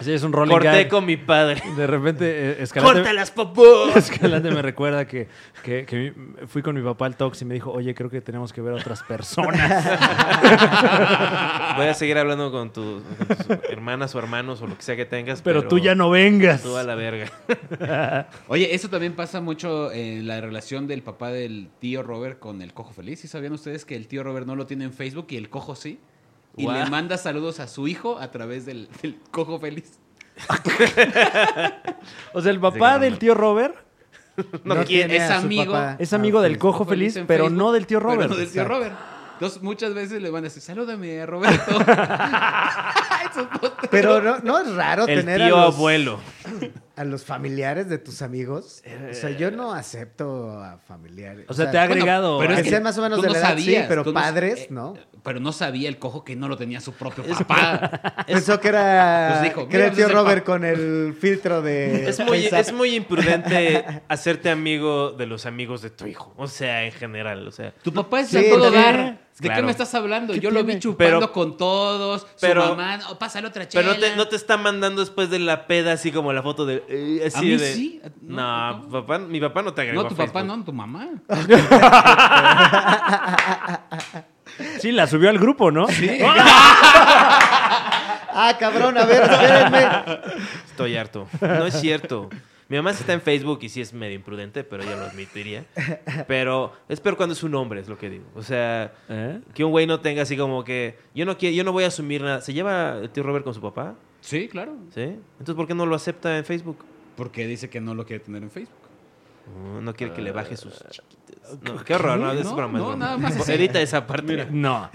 Speaker 1: Sí, es un rolling
Speaker 2: Corté
Speaker 1: gag.
Speaker 2: con mi padre.
Speaker 1: De repente, eh, Escalante,
Speaker 2: ¡Córtalas, popó!
Speaker 1: Escalante me recuerda que, que- que mi- fui con mi papá al Tox y me dijo, oye, creo que tenemos que ver a otras personas.
Speaker 2: Voy a seguir hablando con, tu- con tus hermanas o hermanos o lo que sea que tengas.
Speaker 1: Pero, tú ya no vengas.
Speaker 2: Tú a la verga.
Speaker 4: Oye, eso también pasa mucho en la relación del papá del tío Robert con el cojo feliz. ¿Sí sabían ustedes que el tío Robert no lo tiene en Facebook y el cojo sí? Y
Speaker 2: Guau.
Speaker 4: le manda saludos a su hijo a través del, del cojo feliz.
Speaker 1: O sea, el papá
Speaker 2: Sí,
Speaker 1: del tío Robert
Speaker 2: No
Speaker 3: No
Speaker 2: quiere.
Speaker 3: tiene
Speaker 4: es
Speaker 3: a su
Speaker 4: amigo,
Speaker 3: papá.
Speaker 1: es amigo
Speaker 3: Ah,
Speaker 1: del
Speaker 3: sí.
Speaker 1: cojo feliz,
Speaker 4: en
Speaker 1: pero
Speaker 4: Facebook,
Speaker 1: no del tío Robert.
Speaker 4: Pero no del tío
Speaker 3: Exacto.
Speaker 4: Robert. Entonces, muchas veces le van a decir, salúdame, Roberto. Eso es todo.
Speaker 3: Pero no, no es raro
Speaker 2: El
Speaker 3: tener
Speaker 2: tío
Speaker 3: a los,
Speaker 2: abuelo.
Speaker 3: a los familiares de tus amigos. O sea, yo no acepto a familiares.
Speaker 1: O sea, te ha agregado.
Speaker 4: pero
Speaker 1: a-
Speaker 3: que sean más o menos
Speaker 4: tú
Speaker 3: de
Speaker 4: no
Speaker 3: la edad, sí, pero
Speaker 4: tú no sa-
Speaker 3: padres,
Speaker 4: eh,
Speaker 3: ¿no?
Speaker 4: Pero no sabía el cojo que no lo tenía su propio papá.
Speaker 1: eh,
Speaker 3: Pensó que era,
Speaker 4: Pues dijo,
Speaker 3: que era
Speaker 4: mira,
Speaker 3: el tío
Speaker 4: pues es el
Speaker 3: Robert
Speaker 4: papá.
Speaker 3: con el filtro de.
Speaker 2: Es muy,
Speaker 3: FaceApp.
Speaker 2: es muy imprudente hacerte amigo de los amigos de tu hijo. O sea, en general. O sea,
Speaker 4: Tu papá es
Speaker 3: Sí,
Speaker 4: a todo
Speaker 3: sí.
Speaker 4: dar. ¿De qué
Speaker 2: Claro.
Speaker 4: me estás hablando?
Speaker 1: ¿Qué
Speaker 4: Yo lo vi
Speaker 1: tiene?
Speaker 4: chupando
Speaker 2: Pero-
Speaker 4: con todos,
Speaker 2: pero-
Speaker 4: su mamá, "No, pásale otra chela.
Speaker 2: Pero no te, no te está mandando después de la peda así como la foto de... eh, así
Speaker 4: A mí
Speaker 2: de-
Speaker 4: sí, a- no,
Speaker 2: No, pues,
Speaker 4: ¿cómo?
Speaker 2: papá, mi papá no te agregó
Speaker 4: No, tu
Speaker 2: a Facebook.
Speaker 4: papá no, tu mamá.
Speaker 1: Sí, la subió al grupo, ¿no? Sí.
Speaker 3: Ah, cabrón, a ver, espérenme.
Speaker 2: Estoy harto. No es cierto. Mi mamá sí está en Facebook y sí es medio imprudente, pero ella lo admitiría. Pero es peor cuando es un hombre, es lo que digo. O sea,
Speaker 1: ¿Eh?
Speaker 2: que un güey no tenga así como que... Yo no, quiero, yo no voy a asumir nada. ¿Se lleva el tío Robert con su papá?
Speaker 4: Sí, claro.
Speaker 2: ¿Sí? Entonces, ¿por qué no lo acepta en Facebook?
Speaker 4: Porque dice que no lo quiere tener en Facebook.
Speaker 2: Uh, No quiere que le baje sus chiquitas. No, qué horror, no,
Speaker 4: ¿Qué?
Speaker 2: es
Speaker 4: No,
Speaker 2: broma, es
Speaker 4: no,
Speaker 2: broma.
Speaker 4: nada más así.
Speaker 2: Edita esa parte.
Speaker 1: No.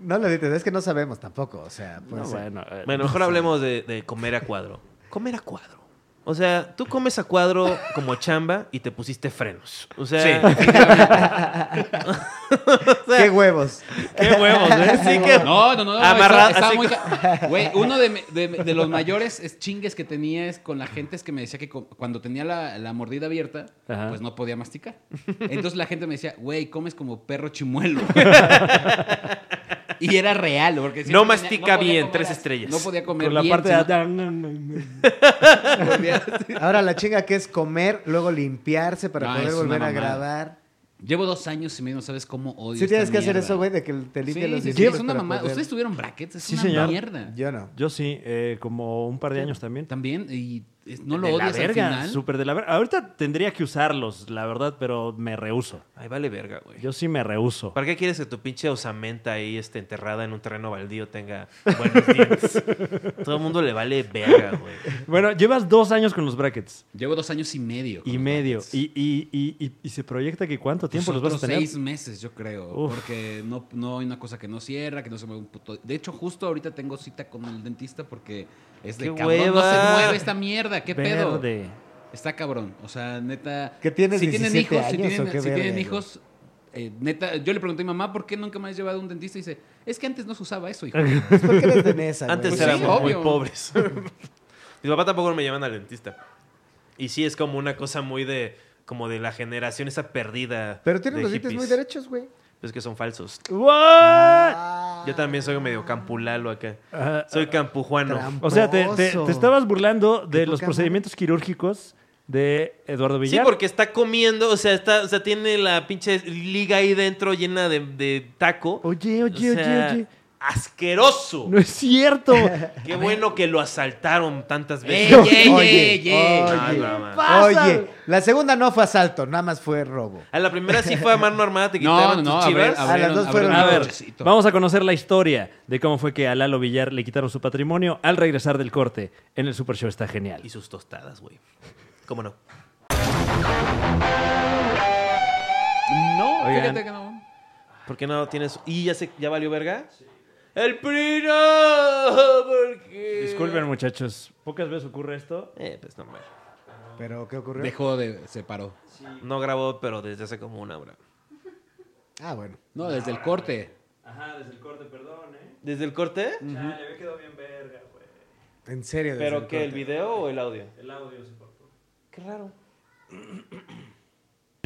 Speaker 3: No lo dices, es que no sabemos tampoco. O sea, pues,
Speaker 1: No,
Speaker 3: puede ser.
Speaker 1: bueno, eh,
Speaker 2: Bueno, mejor hablemos de, de comer a cuadro. comer a cuadro. O sea, tú comes a cuadro como chamba y te pusiste frenos. O sea,
Speaker 3: eh, ¡Qué huevos!
Speaker 2: qué huevos, ¿eh? Sí que...
Speaker 4: No, no, no. no,
Speaker 2: Amarrado,
Speaker 4: estaba-
Speaker 2: así
Speaker 4: estaba muy ca- Güey, uno de, mi- de- de los mayores es- chingues que tenía es con la gente es que me decía que co- cuando tenía la, la mordida abierta,
Speaker 1: Ajá.
Speaker 4: pues no podía masticar. Entonces la gente me decía, güey, comes como perro chimuelo. y era real, porque siempre
Speaker 2: No
Speaker 4: tenía-
Speaker 2: mastica
Speaker 4: podía
Speaker 2: bien,
Speaker 4: comer
Speaker 2: tres
Speaker 4: así,
Speaker 2: estrellas.
Speaker 4: No podía comer
Speaker 1: Con la
Speaker 4: bien.
Speaker 1: parte de...
Speaker 4: sino-
Speaker 3: Ahora la chinga que es comer, luego limpiarse para
Speaker 4: No,
Speaker 3: poder
Speaker 4: Ah, es una
Speaker 3: volver a
Speaker 4: mamada.
Speaker 3: grabar.
Speaker 4: Llevo dos años y medio, no sabes cómo odio.
Speaker 3: Sí tienes
Speaker 4: esta
Speaker 3: que hacer
Speaker 4: mierda.
Speaker 3: eso, güey, de que te limpien
Speaker 4: Sí,
Speaker 3: los
Speaker 4: sí, sí,
Speaker 3: dientes
Speaker 4: es una
Speaker 3: para
Speaker 4: mamada.
Speaker 3: poder-
Speaker 4: Ustedes tuvieron brackets, es
Speaker 1: Sí,
Speaker 4: una
Speaker 1: señor.
Speaker 4: mierda.
Speaker 3: Yo no.
Speaker 1: Yo sí, eh, como un par de años también.
Speaker 4: También, y es- no lo
Speaker 1: de
Speaker 4: odias
Speaker 1: la verga,
Speaker 4: al final.
Speaker 1: súper de la verga. Ahorita tendría que usarlos, la verdad, pero me rehuso.
Speaker 2: Ay, vale verga, güey.
Speaker 1: Yo sí me rehuso.
Speaker 2: ¿Para qué quieres que tu pinche osamenta ahí esté enterrada en un terreno baldío tenga buenos dientes? Todo el mundo le vale verga, güey.
Speaker 1: Bueno, llevas dos años con los brackets
Speaker 4: Llevo dos años y medio. con
Speaker 1: y
Speaker 4: los
Speaker 1: medio.
Speaker 4: brackets.
Speaker 1: Y, y, y, y- y se proyecta que cuánto tiempo los
Speaker 4: Pues
Speaker 1: vas a
Speaker 4: otros
Speaker 1: tener.
Speaker 4: seis meses, yo creo.
Speaker 1: Uf.
Speaker 4: Porque no, no hay una cosa que no cierra, que no se mueve un puto. De hecho, justo ahorita tengo cita con el dentista porque es de
Speaker 2: ¡Qué
Speaker 4: cabrón. No se
Speaker 2: hueva!
Speaker 4: mueve esta mierda, qué pedo.
Speaker 1: Verde.
Speaker 4: Está cabrón. O sea, neta.
Speaker 3: ¿Qué tienes,
Speaker 4: si tienen
Speaker 3: 17
Speaker 4: hijos, si
Speaker 3: años
Speaker 4: tienen,
Speaker 3: o qué
Speaker 4: si
Speaker 3: verga,
Speaker 4: tienen
Speaker 3: güey?
Speaker 4: hijos. eh, neta, yo le pregunté a mi mamá por qué nunca me has llevado a un dentista y dice, es que antes no se usaba eso, hijo.
Speaker 3: Pues, ¿Por qué eres de Nesa, güey?
Speaker 2: Antes
Speaker 4: Pues
Speaker 2: éramos
Speaker 4: sí,
Speaker 2: muy
Speaker 4: obvio.
Speaker 2: pobres. Mi papá tampoco me llevan al dentista. Y sí, es como una cosa muy de... Como de la generación esa perdida.
Speaker 3: Pero tienen
Speaker 2: de
Speaker 3: los dientes
Speaker 2: hippies.
Speaker 3: muy derechos, güey.
Speaker 2: Pues que son falsos.
Speaker 3: Ah.
Speaker 1: ¿What?
Speaker 4: Ah,
Speaker 2: Yo también soy medio campulalo acá.
Speaker 1: Ah,
Speaker 2: Soy campujuano.
Speaker 3: Trampa.
Speaker 1: o sea, te, te-
Speaker 3: Tramposo.
Speaker 1: te estabas burlando
Speaker 3: Qué
Speaker 1: de los
Speaker 3: poca
Speaker 1: procedimientos quirúrgicos de Eduardo
Speaker 2: Sí,
Speaker 1: Villar.
Speaker 2: porque está comiendo, o sea, está, o sea, tiene la pinche liga ahí dentro llena de, de taco.
Speaker 1: Oye,
Speaker 2: O
Speaker 1: oye,
Speaker 2: sea,
Speaker 1: oye, oye.
Speaker 2: Asqueroso.
Speaker 1: No es cierto.
Speaker 2: Qué bueno que lo asaltaron tantas
Speaker 4: ¡Ey,
Speaker 2: veces.
Speaker 4: ey,
Speaker 3: Oye,
Speaker 4: ey, ey!
Speaker 2: No,
Speaker 3: oye.
Speaker 2: no, man.
Speaker 1: pasa?
Speaker 3: Oye, la segunda no fue asalto, nada más fue robo.
Speaker 2: A la primera sí fue a mano armada, te
Speaker 4: No,
Speaker 2: quitaron
Speaker 4: no, no,
Speaker 2: tus chivas. Ah,
Speaker 4: abrieron,
Speaker 3: A las dos fueron-
Speaker 4: abrieron un
Speaker 1: A ver,
Speaker 4: cochecito.
Speaker 1: vamos a conocer la historia de cómo fue que a Lalo Villar le quitaron su patrimonio al regresar del corte en el Super Show. Está genial.
Speaker 2: Y sus tostadas, güey. ¿Cómo no?
Speaker 4: No,
Speaker 1: Oigan.
Speaker 4: fíjate que no.
Speaker 2: ¿Por qué no tienes...? ¿Y ya, se, ya valió verga? ¡El prino! ¿Por qué?
Speaker 1: Disculpen, muchachos. Pocas veces ocurre esto.
Speaker 2: Eh, pues no, bueno.
Speaker 3: Pero, ¿qué ocurrió?
Speaker 4: Dejó de, se paró.
Speaker 2: No grabó, pero desde hace como una hora.
Speaker 3: Ah, bueno.
Speaker 4: No, desde el corte.
Speaker 1: Ajá, desde el corte, perdón, ¿eh?
Speaker 2: ¿Desde el corte?
Speaker 1: Chale, me quedó bien verga, güey.
Speaker 3: En serio. desde
Speaker 2: ¿Pero qué? ¿El
Speaker 3: corte.
Speaker 2: video o el audio?
Speaker 1: El audio se cortó.
Speaker 2: Qué raro.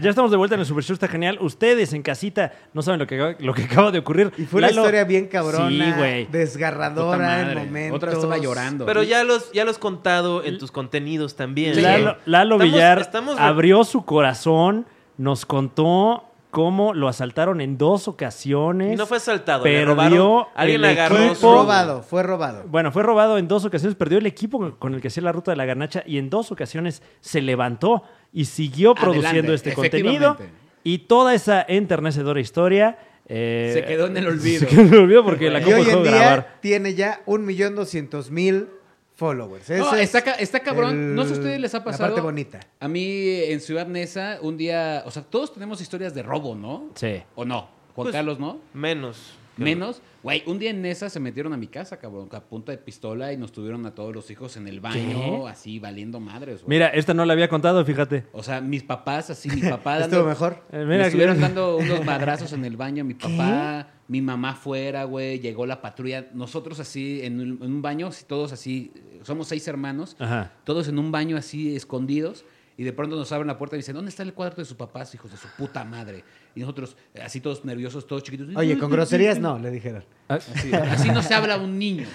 Speaker 1: Ya estamos de vuelta en el Super Show, está genial. Ustedes en casita no saben lo que, acaba- lo que acaba de ocurrir.
Speaker 3: Y fue una
Speaker 1: Lalo-
Speaker 3: historia bien cabrona,
Speaker 1: Sí, güey.
Speaker 4: Puta
Speaker 3: desgarradora en
Speaker 4: madre.
Speaker 3: momentos.
Speaker 4: Otra vez estaba llorando.
Speaker 2: Pero ya los, ya los contado en tus contenidos también.
Speaker 4: Sí.
Speaker 1: Lalo,
Speaker 2: ¿eh?
Speaker 1: Lalo
Speaker 2: Estamos-
Speaker 1: Villar
Speaker 2: estamos re-
Speaker 1: abrió su corazón, nos contó cómo lo asaltaron en dos ocasiones.
Speaker 2: Y no fue asaltado. le
Speaker 1: Perdió
Speaker 2: robaron. Alguien
Speaker 1: el
Speaker 2: agarró.
Speaker 1: equipo.
Speaker 2: su-
Speaker 3: Robado, fue robado.
Speaker 1: Bueno, fue robado en dos ocasiones, perdió el equipo con el que hacía la ruta de la garnacha y en dos ocasiones se levantó y siguió
Speaker 4: Adelante,
Speaker 1: produciendo este contenido.
Speaker 4: efectivamente.
Speaker 1: Y toda esa enternecedora historia eh,
Speaker 4: Se quedó en el olvido.
Speaker 1: Se quedó en el olvido porque la
Speaker 3: Y
Speaker 1: copa
Speaker 3: hoy
Speaker 1: dejó
Speaker 3: en
Speaker 1: de
Speaker 3: día
Speaker 1: grabar.
Speaker 3: tiene ya 1.200.000 followers.
Speaker 4: No,
Speaker 3: Ese
Speaker 4: está,
Speaker 3: es
Speaker 4: ca- está cabrón.
Speaker 3: el-
Speaker 4: no sé a ustedes les ha pasado.
Speaker 3: La parte bonita.
Speaker 4: A mí en Ciudad Neza, un día. O sea, todos tenemos historias de robo, ¿no?
Speaker 1: Sí.
Speaker 4: ¿O no? Juan
Speaker 2: Pues-
Speaker 4: Carlos, ¿no?
Speaker 2: Menos.
Speaker 4: Menos. Güey, un día en Nesa se metieron a mi casa, cabrón, a punta de pistola y nos tuvieron a todos los hijos en el baño,
Speaker 1: ¿Qué?
Speaker 4: así, valiendo madres, güey.
Speaker 1: Mira, esta no la había contado, fíjate.
Speaker 4: O sea, mis papás, así, mi papá.
Speaker 3: Estuvo mejor.
Speaker 1: Eh,
Speaker 4: me
Speaker 1: mira,
Speaker 4: estuvieron dando unos madrazos en el baño a mi papá, mi mamá fuera, güey, llegó la patrulla. Nosotros así, en un, en un baño, así, todos así, eh, somos seis hermanos,
Speaker 1: Ajá.
Speaker 4: todos en un baño así, escondidos, y de pronto nos abren la puerta y dicen, ¿dónde está el cuarto de su papá, hijos de su puta madre? Y nosotros, eh, así todos nerviosos, todos chiquitos.
Speaker 3: Oye, con groserías no, le dijeron.
Speaker 4: Así, así no se habla a un niño.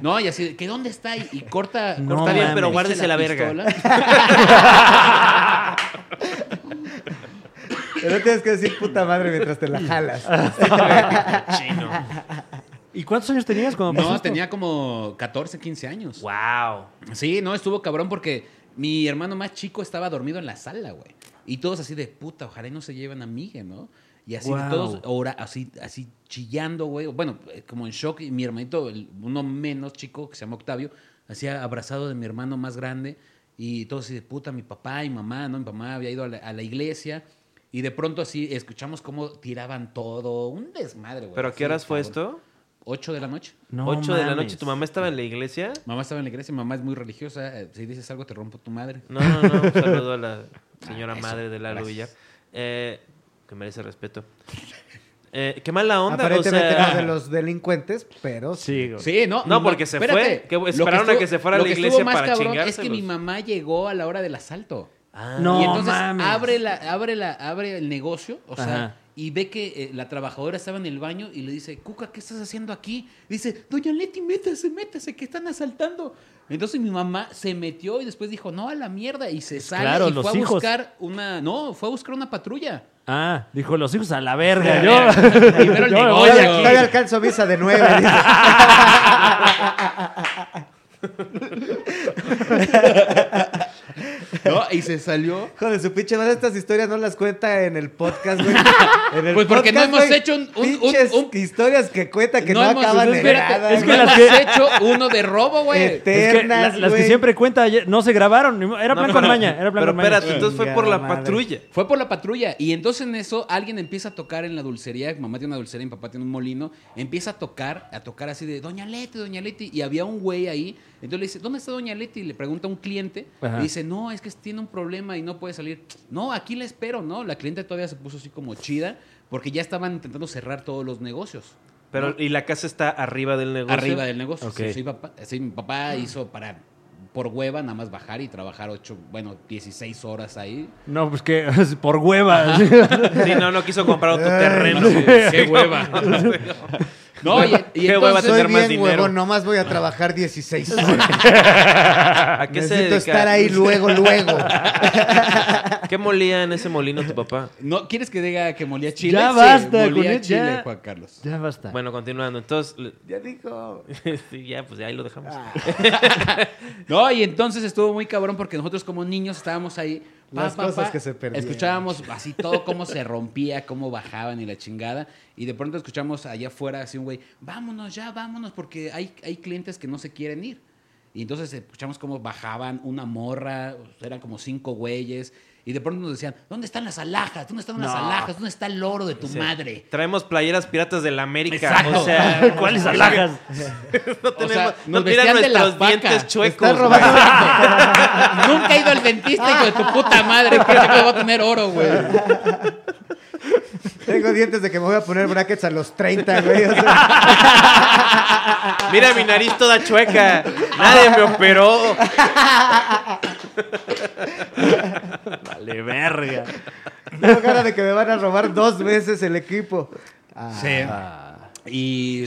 Speaker 4: No, y así, de, ¿que dónde está? Y, y corta,
Speaker 1: No
Speaker 4: corta
Speaker 1: bien, pero
Speaker 4: dice
Speaker 2: guárdese la verga.
Speaker 4: pistola.
Speaker 3: Pero tienes que decir puta madre mientras te la jalas.
Speaker 2: Chino.
Speaker 1: ¿Y cuántos años tenías cuando pasó
Speaker 4: No,
Speaker 1: esto?
Speaker 4: tenía como 14, 15 años.
Speaker 2: wow.
Speaker 4: Sí, no, estuvo cabrón porque mi hermano más chico estaba dormido en la sala, güey. Y todos así de puta, ojalá y no se lleven a Miguel, ¿no? Y así
Speaker 1: Guau.
Speaker 4: todos ora- así, así chillando, güey. Bueno, eh, como en shock. Y mi hermanito, el- uno menos chico, que se llama Octavio, así abrazado de mi hermano más grande. Y todos así de puta, mi papá y mamá, ¿no? Mi mamá había ido a la, a la iglesia. Y de pronto así escuchamos cómo tiraban todo. Un desmadre, güey.
Speaker 2: ¿Pero a
Speaker 4: así,
Speaker 2: qué horas fue
Speaker 4: cabrón.
Speaker 2: esto?
Speaker 4: 8 de la noche.
Speaker 1: No
Speaker 2: 8 de la
Speaker 1: mames.
Speaker 2: noche, tu mamá estaba en la iglesia.
Speaker 4: Mamá estaba en la iglesia, mamá es muy religiosa. eh, Si dices algo, te rompo tu madre.
Speaker 2: No, no, no. Un saludo a la señora
Speaker 4: Ah, eso.
Speaker 2: madre de la
Speaker 4: Gracias.
Speaker 2: Villa. Eh, que merece respeto. Eh, qué mala onda, o
Speaker 3: Aparentemente
Speaker 2: sea-
Speaker 3: no de los delincuentes, pero sí.
Speaker 1: Sí, güey.
Speaker 4: Sí, no.
Speaker 2: No,
Speaker 4: mi
Speaker 2: porque
Speaker 4: ma-
Speaker 2: se fue. Que esperaron a que se fuera a
Speaker 4: lo
Speaker 2: la
Speaker 4: que estuvo
Speaker 2: iglesia
Speaker 4: más
Speaker 2: para
Speaker 4: cabrón Es que
Speaker 2: chingárselos.
Speaker 4: mi mamá llegó a la hora del asalto.
Speaker 2: Ah,
Speaker 1: No
Speaker 4: y entonces
Speaker 1: mames.
Speaker 4: abre la, abre la, abre el negocio, o sea,
Speaker 1: Ajá.
Speaker 4: y ve que eh, la trabajadora estaba en el baño y le dice, Cuca, ¿qué estás haciendo aquí? Dice, Doña Leti, métase, métase, que están asaltando. Entonces mi mamá se metió y después dijo, no, a la mierda, y se sale
Speaker 1: Claro,
Speaker 4: y
Speaker 1: los
Speaker 4: fue a
Speaker 1: hijos.
Speaker 4: buscar una, no, fue a buscar una patrulla.
Speaker 1: Ah, dijo los hijos a la verga. Yo,
Speaker 4: Primero el
Speaker 1: yo me voy
Speaker 4: negocio.
Speaker 1: de
Speaker 3: Todavía,
Speaker 1: aquí.
Speaker 3: todavía alcanzo visa de nueve. dice.
Speaker 4: ¿no? Y se salió.
Speaker 3: Hijo de su pinche madre, estas historias no las cuenta en el podcast, güey. En el
Speaker 4: Pues porque no
Speaker 3: podcast,
Speaker 4: hemos
Speaker 3: güey,
Speaker 4: hecho un- un- un-
Speaker 3: pinches
Speaker 4: un-
Speaker 3: historias que cuenta que no,
Speaker 4: hemos-
Speaker 3: acaban de
Speaker 4: espérate,
Speaker 3: nada.
Speaker 4: Es que
Speaker 3: güey.
Speaker 4: no
Speaker 1: las
Speaker 4: hemos hecho uno de robo, güey.
Speaker 3: Este-
Speaker 1: Es que la-
Speaker 3: Piernas,
Speaker 1: las que
Speaker 3: güey.
Speaker 1: siempre cuenta ayer no se grabaron. ni mo- Era
Speaker 2: No,
Speaker 1: plan
Speaker 2: pero-
Speaker 1: con maña. Era plan
Speaker 2: Pero
Speaker 1: con maña.
Speaker 2: espérate, entonces fue por la
Speaker 3: Chingada madre.
Speaker 2: patrulla.
Speaker 4: Fue por la patrulla. Y entonces en eso alguien empieza a tocar en la dulcería. Mi Mamá tiene una dulcería, mi papá tiene un molino. Empieza a tocar, a tocar así de Doña Leti, Doña Leti. Y había un güey ahí. Entonces le dice, ¿dónde está Doña Leti? Y le pregunta a un cliente.
Speaker 1: Ajá.
Speaker 4: Y dice, no, es que tiene un problema y no puede salir. No, aquí la espero, ¿no? La cliente todavía se puso así como chida porque ya estaban intentando cerrar todos los negocios.
Speaker 2: Pero, ¿y la casa está arriba del negocio? Ah.
Speaker 4: Arriba del negocio.
Speaker 1: Ok.
Speaker 4: Sí, sí, papá, sí, mi papá hizo para, por hueva, nada más bajar y trabajar ocho, bueno, 16 horas ahí.
Speaker 1: No, pues que por hueva.
Speaker 2: Sí, no, no quiso comprar otro terreno.
Speaker 4: Sí, qué hueva. No, y, y
Speaker 2: Qué hueva
Speaker 4: entonces,
Speaker 2: tener
Speaker 3: Soy
Speaker 2: más
Speaker 3: bien
Speaker 2: dinero.
Speaker 3: huevón, nomás voy a trabajar 16 horas.
Speaker 2: ¿A qué se
Speaker 3: Necesito
Speaker 2: dedica?
Speaker 3: estar ahí luego, luego.
Speaker 2: ¿Qué molía en ese molino tu papá?
Speaker 4: no, ¿quieres que diga que molía chile?
Speaker 1: Ya basta,
Speaker 4: molía
Speaker 1: Julián,
Speaker 4: chile,
Speaker 1: ya.
Speaker 4: Juan Carlos.
Speaker 1: ya basta.
Speaker 2: Bueno, continuando. Entonces, le-
Speaker 3: Ya dijo.
Speaker 2: sí, ya, pues ahí lo dejamos.
Speaker 3: Ah.
Speaker 4: No, y entonces estuvo muy cabrón porque nosotros como niños estábamos ahí. pa,
Speaker 3: Las
Speaker 4: pa,
Speaker 3: cosas
Speaker 4: pa,
Speaker 3: que se perdían.
Speaker 4: Escuchábamos así todo cómo se rompía, cómo bajaban y la chingada. Y de pronto escuchamos allá afuera así un güey, vámonos ya, vámonos, porque hay, hay clientes que no se quieren ir. Y entonces escuchamos cómo bajaban una morra, eran como cinco güeyes. Y de pronto nos decían, ¿dónde están las alhajas? ¿Dónde están las
Speaker 1: No.
Speaker 4: alhajas? ¿Dónde está el oro de tu
Speaker 2: Sí.
Speaker 4: madre?
Speaker 2: Traemos playeras piratas de la América.
Speaker 4: Exacto.
Speaker 2: O sea,
Speaker 1: ¿Cuáles alhajas?
Speaker 2: no
Speaker 4: O sea,
Speaker 2: tenemos. no
Speaker 4: nos
Speaker 2: tiran
Speaker 4: vestían de la
Speaker 2: nuestros
Speaker 4: vaca.
Speaker 2: dientes chuecos.
Speaker 3: Estás robando.
Speaker 4: Nunca he ido al dentista, hijo de tu puta madre. ¿Qué te va a tener oro, güey?
Speaker 3: Tengo dientes de que me voy a poner brackets a los 30, güey. o sea,
Speaker 2: güey. Mira mi nariz toda chueca. Nadie me operó.
Speaker 1: Vale, verga.
Speaker 3: tengo cara de que me van a robar dos veces el equipo. Ah,
Speaker 4: Sí. Y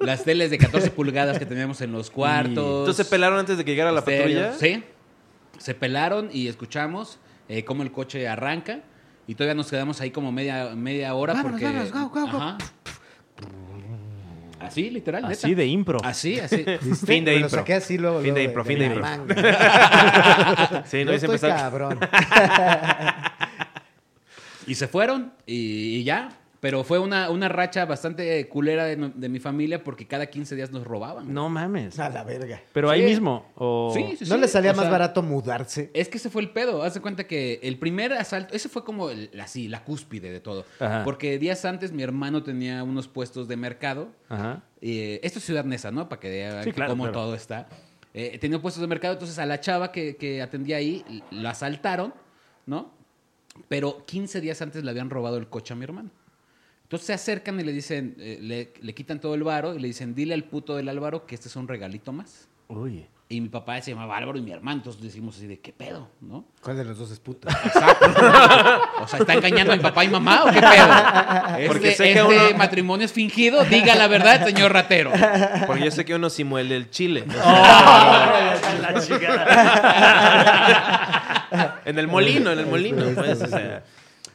Speaker 4: las teles de 14 pulgadas que teníamos en los cuartos.
Speaker 2: Entonces se pelaron antes de que llegara la patrulla.
Speaker 4: Misterios. Sí. Se pelaron y escuchamos eh, cómo el coche arranca. Y todavía nos quedamos ahí como media, media hora
Speaker 3: Vámonos,
Speaker 4: porque...
Speaker 3: vámonos, guau, guau, guau.
Speaker 4: Ajá. Así, literal,
Speaker 1: Así
Speaker 4: neta.
Speaker 1: de impro.
Speaker 4: Así, así.
Speaker 3: ¿viste?
Speaker 2: Fin de
Speaker 3: Me lo
Speaker 2: impro.
Speaker 3: saqué así luego.
Speaker 2: Fin de
Speaker 3: luego,
Speaker 2: impro,
Speaker 3: güey,
Speaker 2: fin de
Speaker 3: la
Speaker 2: impro.
Speaker 3: manga.
Speaker 2: Sí,
Speaker 3: Yo
Speaker 2: no, y se
Speaker 3: estoy
Speaker 2: empezaron-
Speaker 3: cabrón.
Speaker 4: Y se fueron y, y ya. Pero fue una, una racha bastante culera de, no- de mi familia porque cada 15 días nos robaban.
Speaker 1: No mames.
Speaker 3: A la verga.
Speaker 1: Pero ahí
Speaker 4: Sí.
Speaker 1: mismo. O...
Speaker 4: Sí, sí,
Speaker 3: ¿No
Speaker 4: sí.
Speaker 3: le salía
Speaker 4: O
Speaker 3: más
Speaker 4: sea,
Speaker 3: barato mudarse?
Speaker 4: Es que ese fue el pedo. Haz de cuenta que el primer asalto, ese fue como el- así, la cúspide de todo.
Speaker 1: Ajá.
Speaker 4: Porque días antes mi hermano tenía unos puestos de mercado.
Speaker 1: Ajá.
Speaker 4: Eh, esto es Ciudad Neza, ¿no? Para que vean
Speaker 1: Sí, claro,
Speaker 4: cómo
Speaker 1: claro.
Speaker 4: todo está. Eh, tenía puestos de mercado, entonces a la chava que, que atendía ahí la asaltaron, ¿no? Pero 15 días antes le habían robado el coche a mi hermano. Entonces se acercan y le dicen, eh, le, le quitan todo el varo y le dicen, dile al puto del Álvaro que este es un regalito más.
Speaker 1: Uy.
Speaker 4: Y mi papá se llamaba Álvaro y mi hermano, entonces decimos así de, ¿qué pedo? ¿No?
Speaker 3: ¿Cuál de los dos es puta?
Speaker 4: Exacto. O sea, ¿está engañando a mi papá y mamá o qué pedo?
Speaker 2: Porque sé
Speaker 4: Porque este,
Speaker 2: que
Speaker 4: este
Speaker 2: uno-
Speaker 4: matrimonio es fingido, diga la verdad, señor ratero.
Speaker 2: Porque yo sé que uno simuela el chile.
Speaker 4: Oh,
Speaker 1: la chingada.
Speaker 2: En el molino, en el molino. pues, o sea,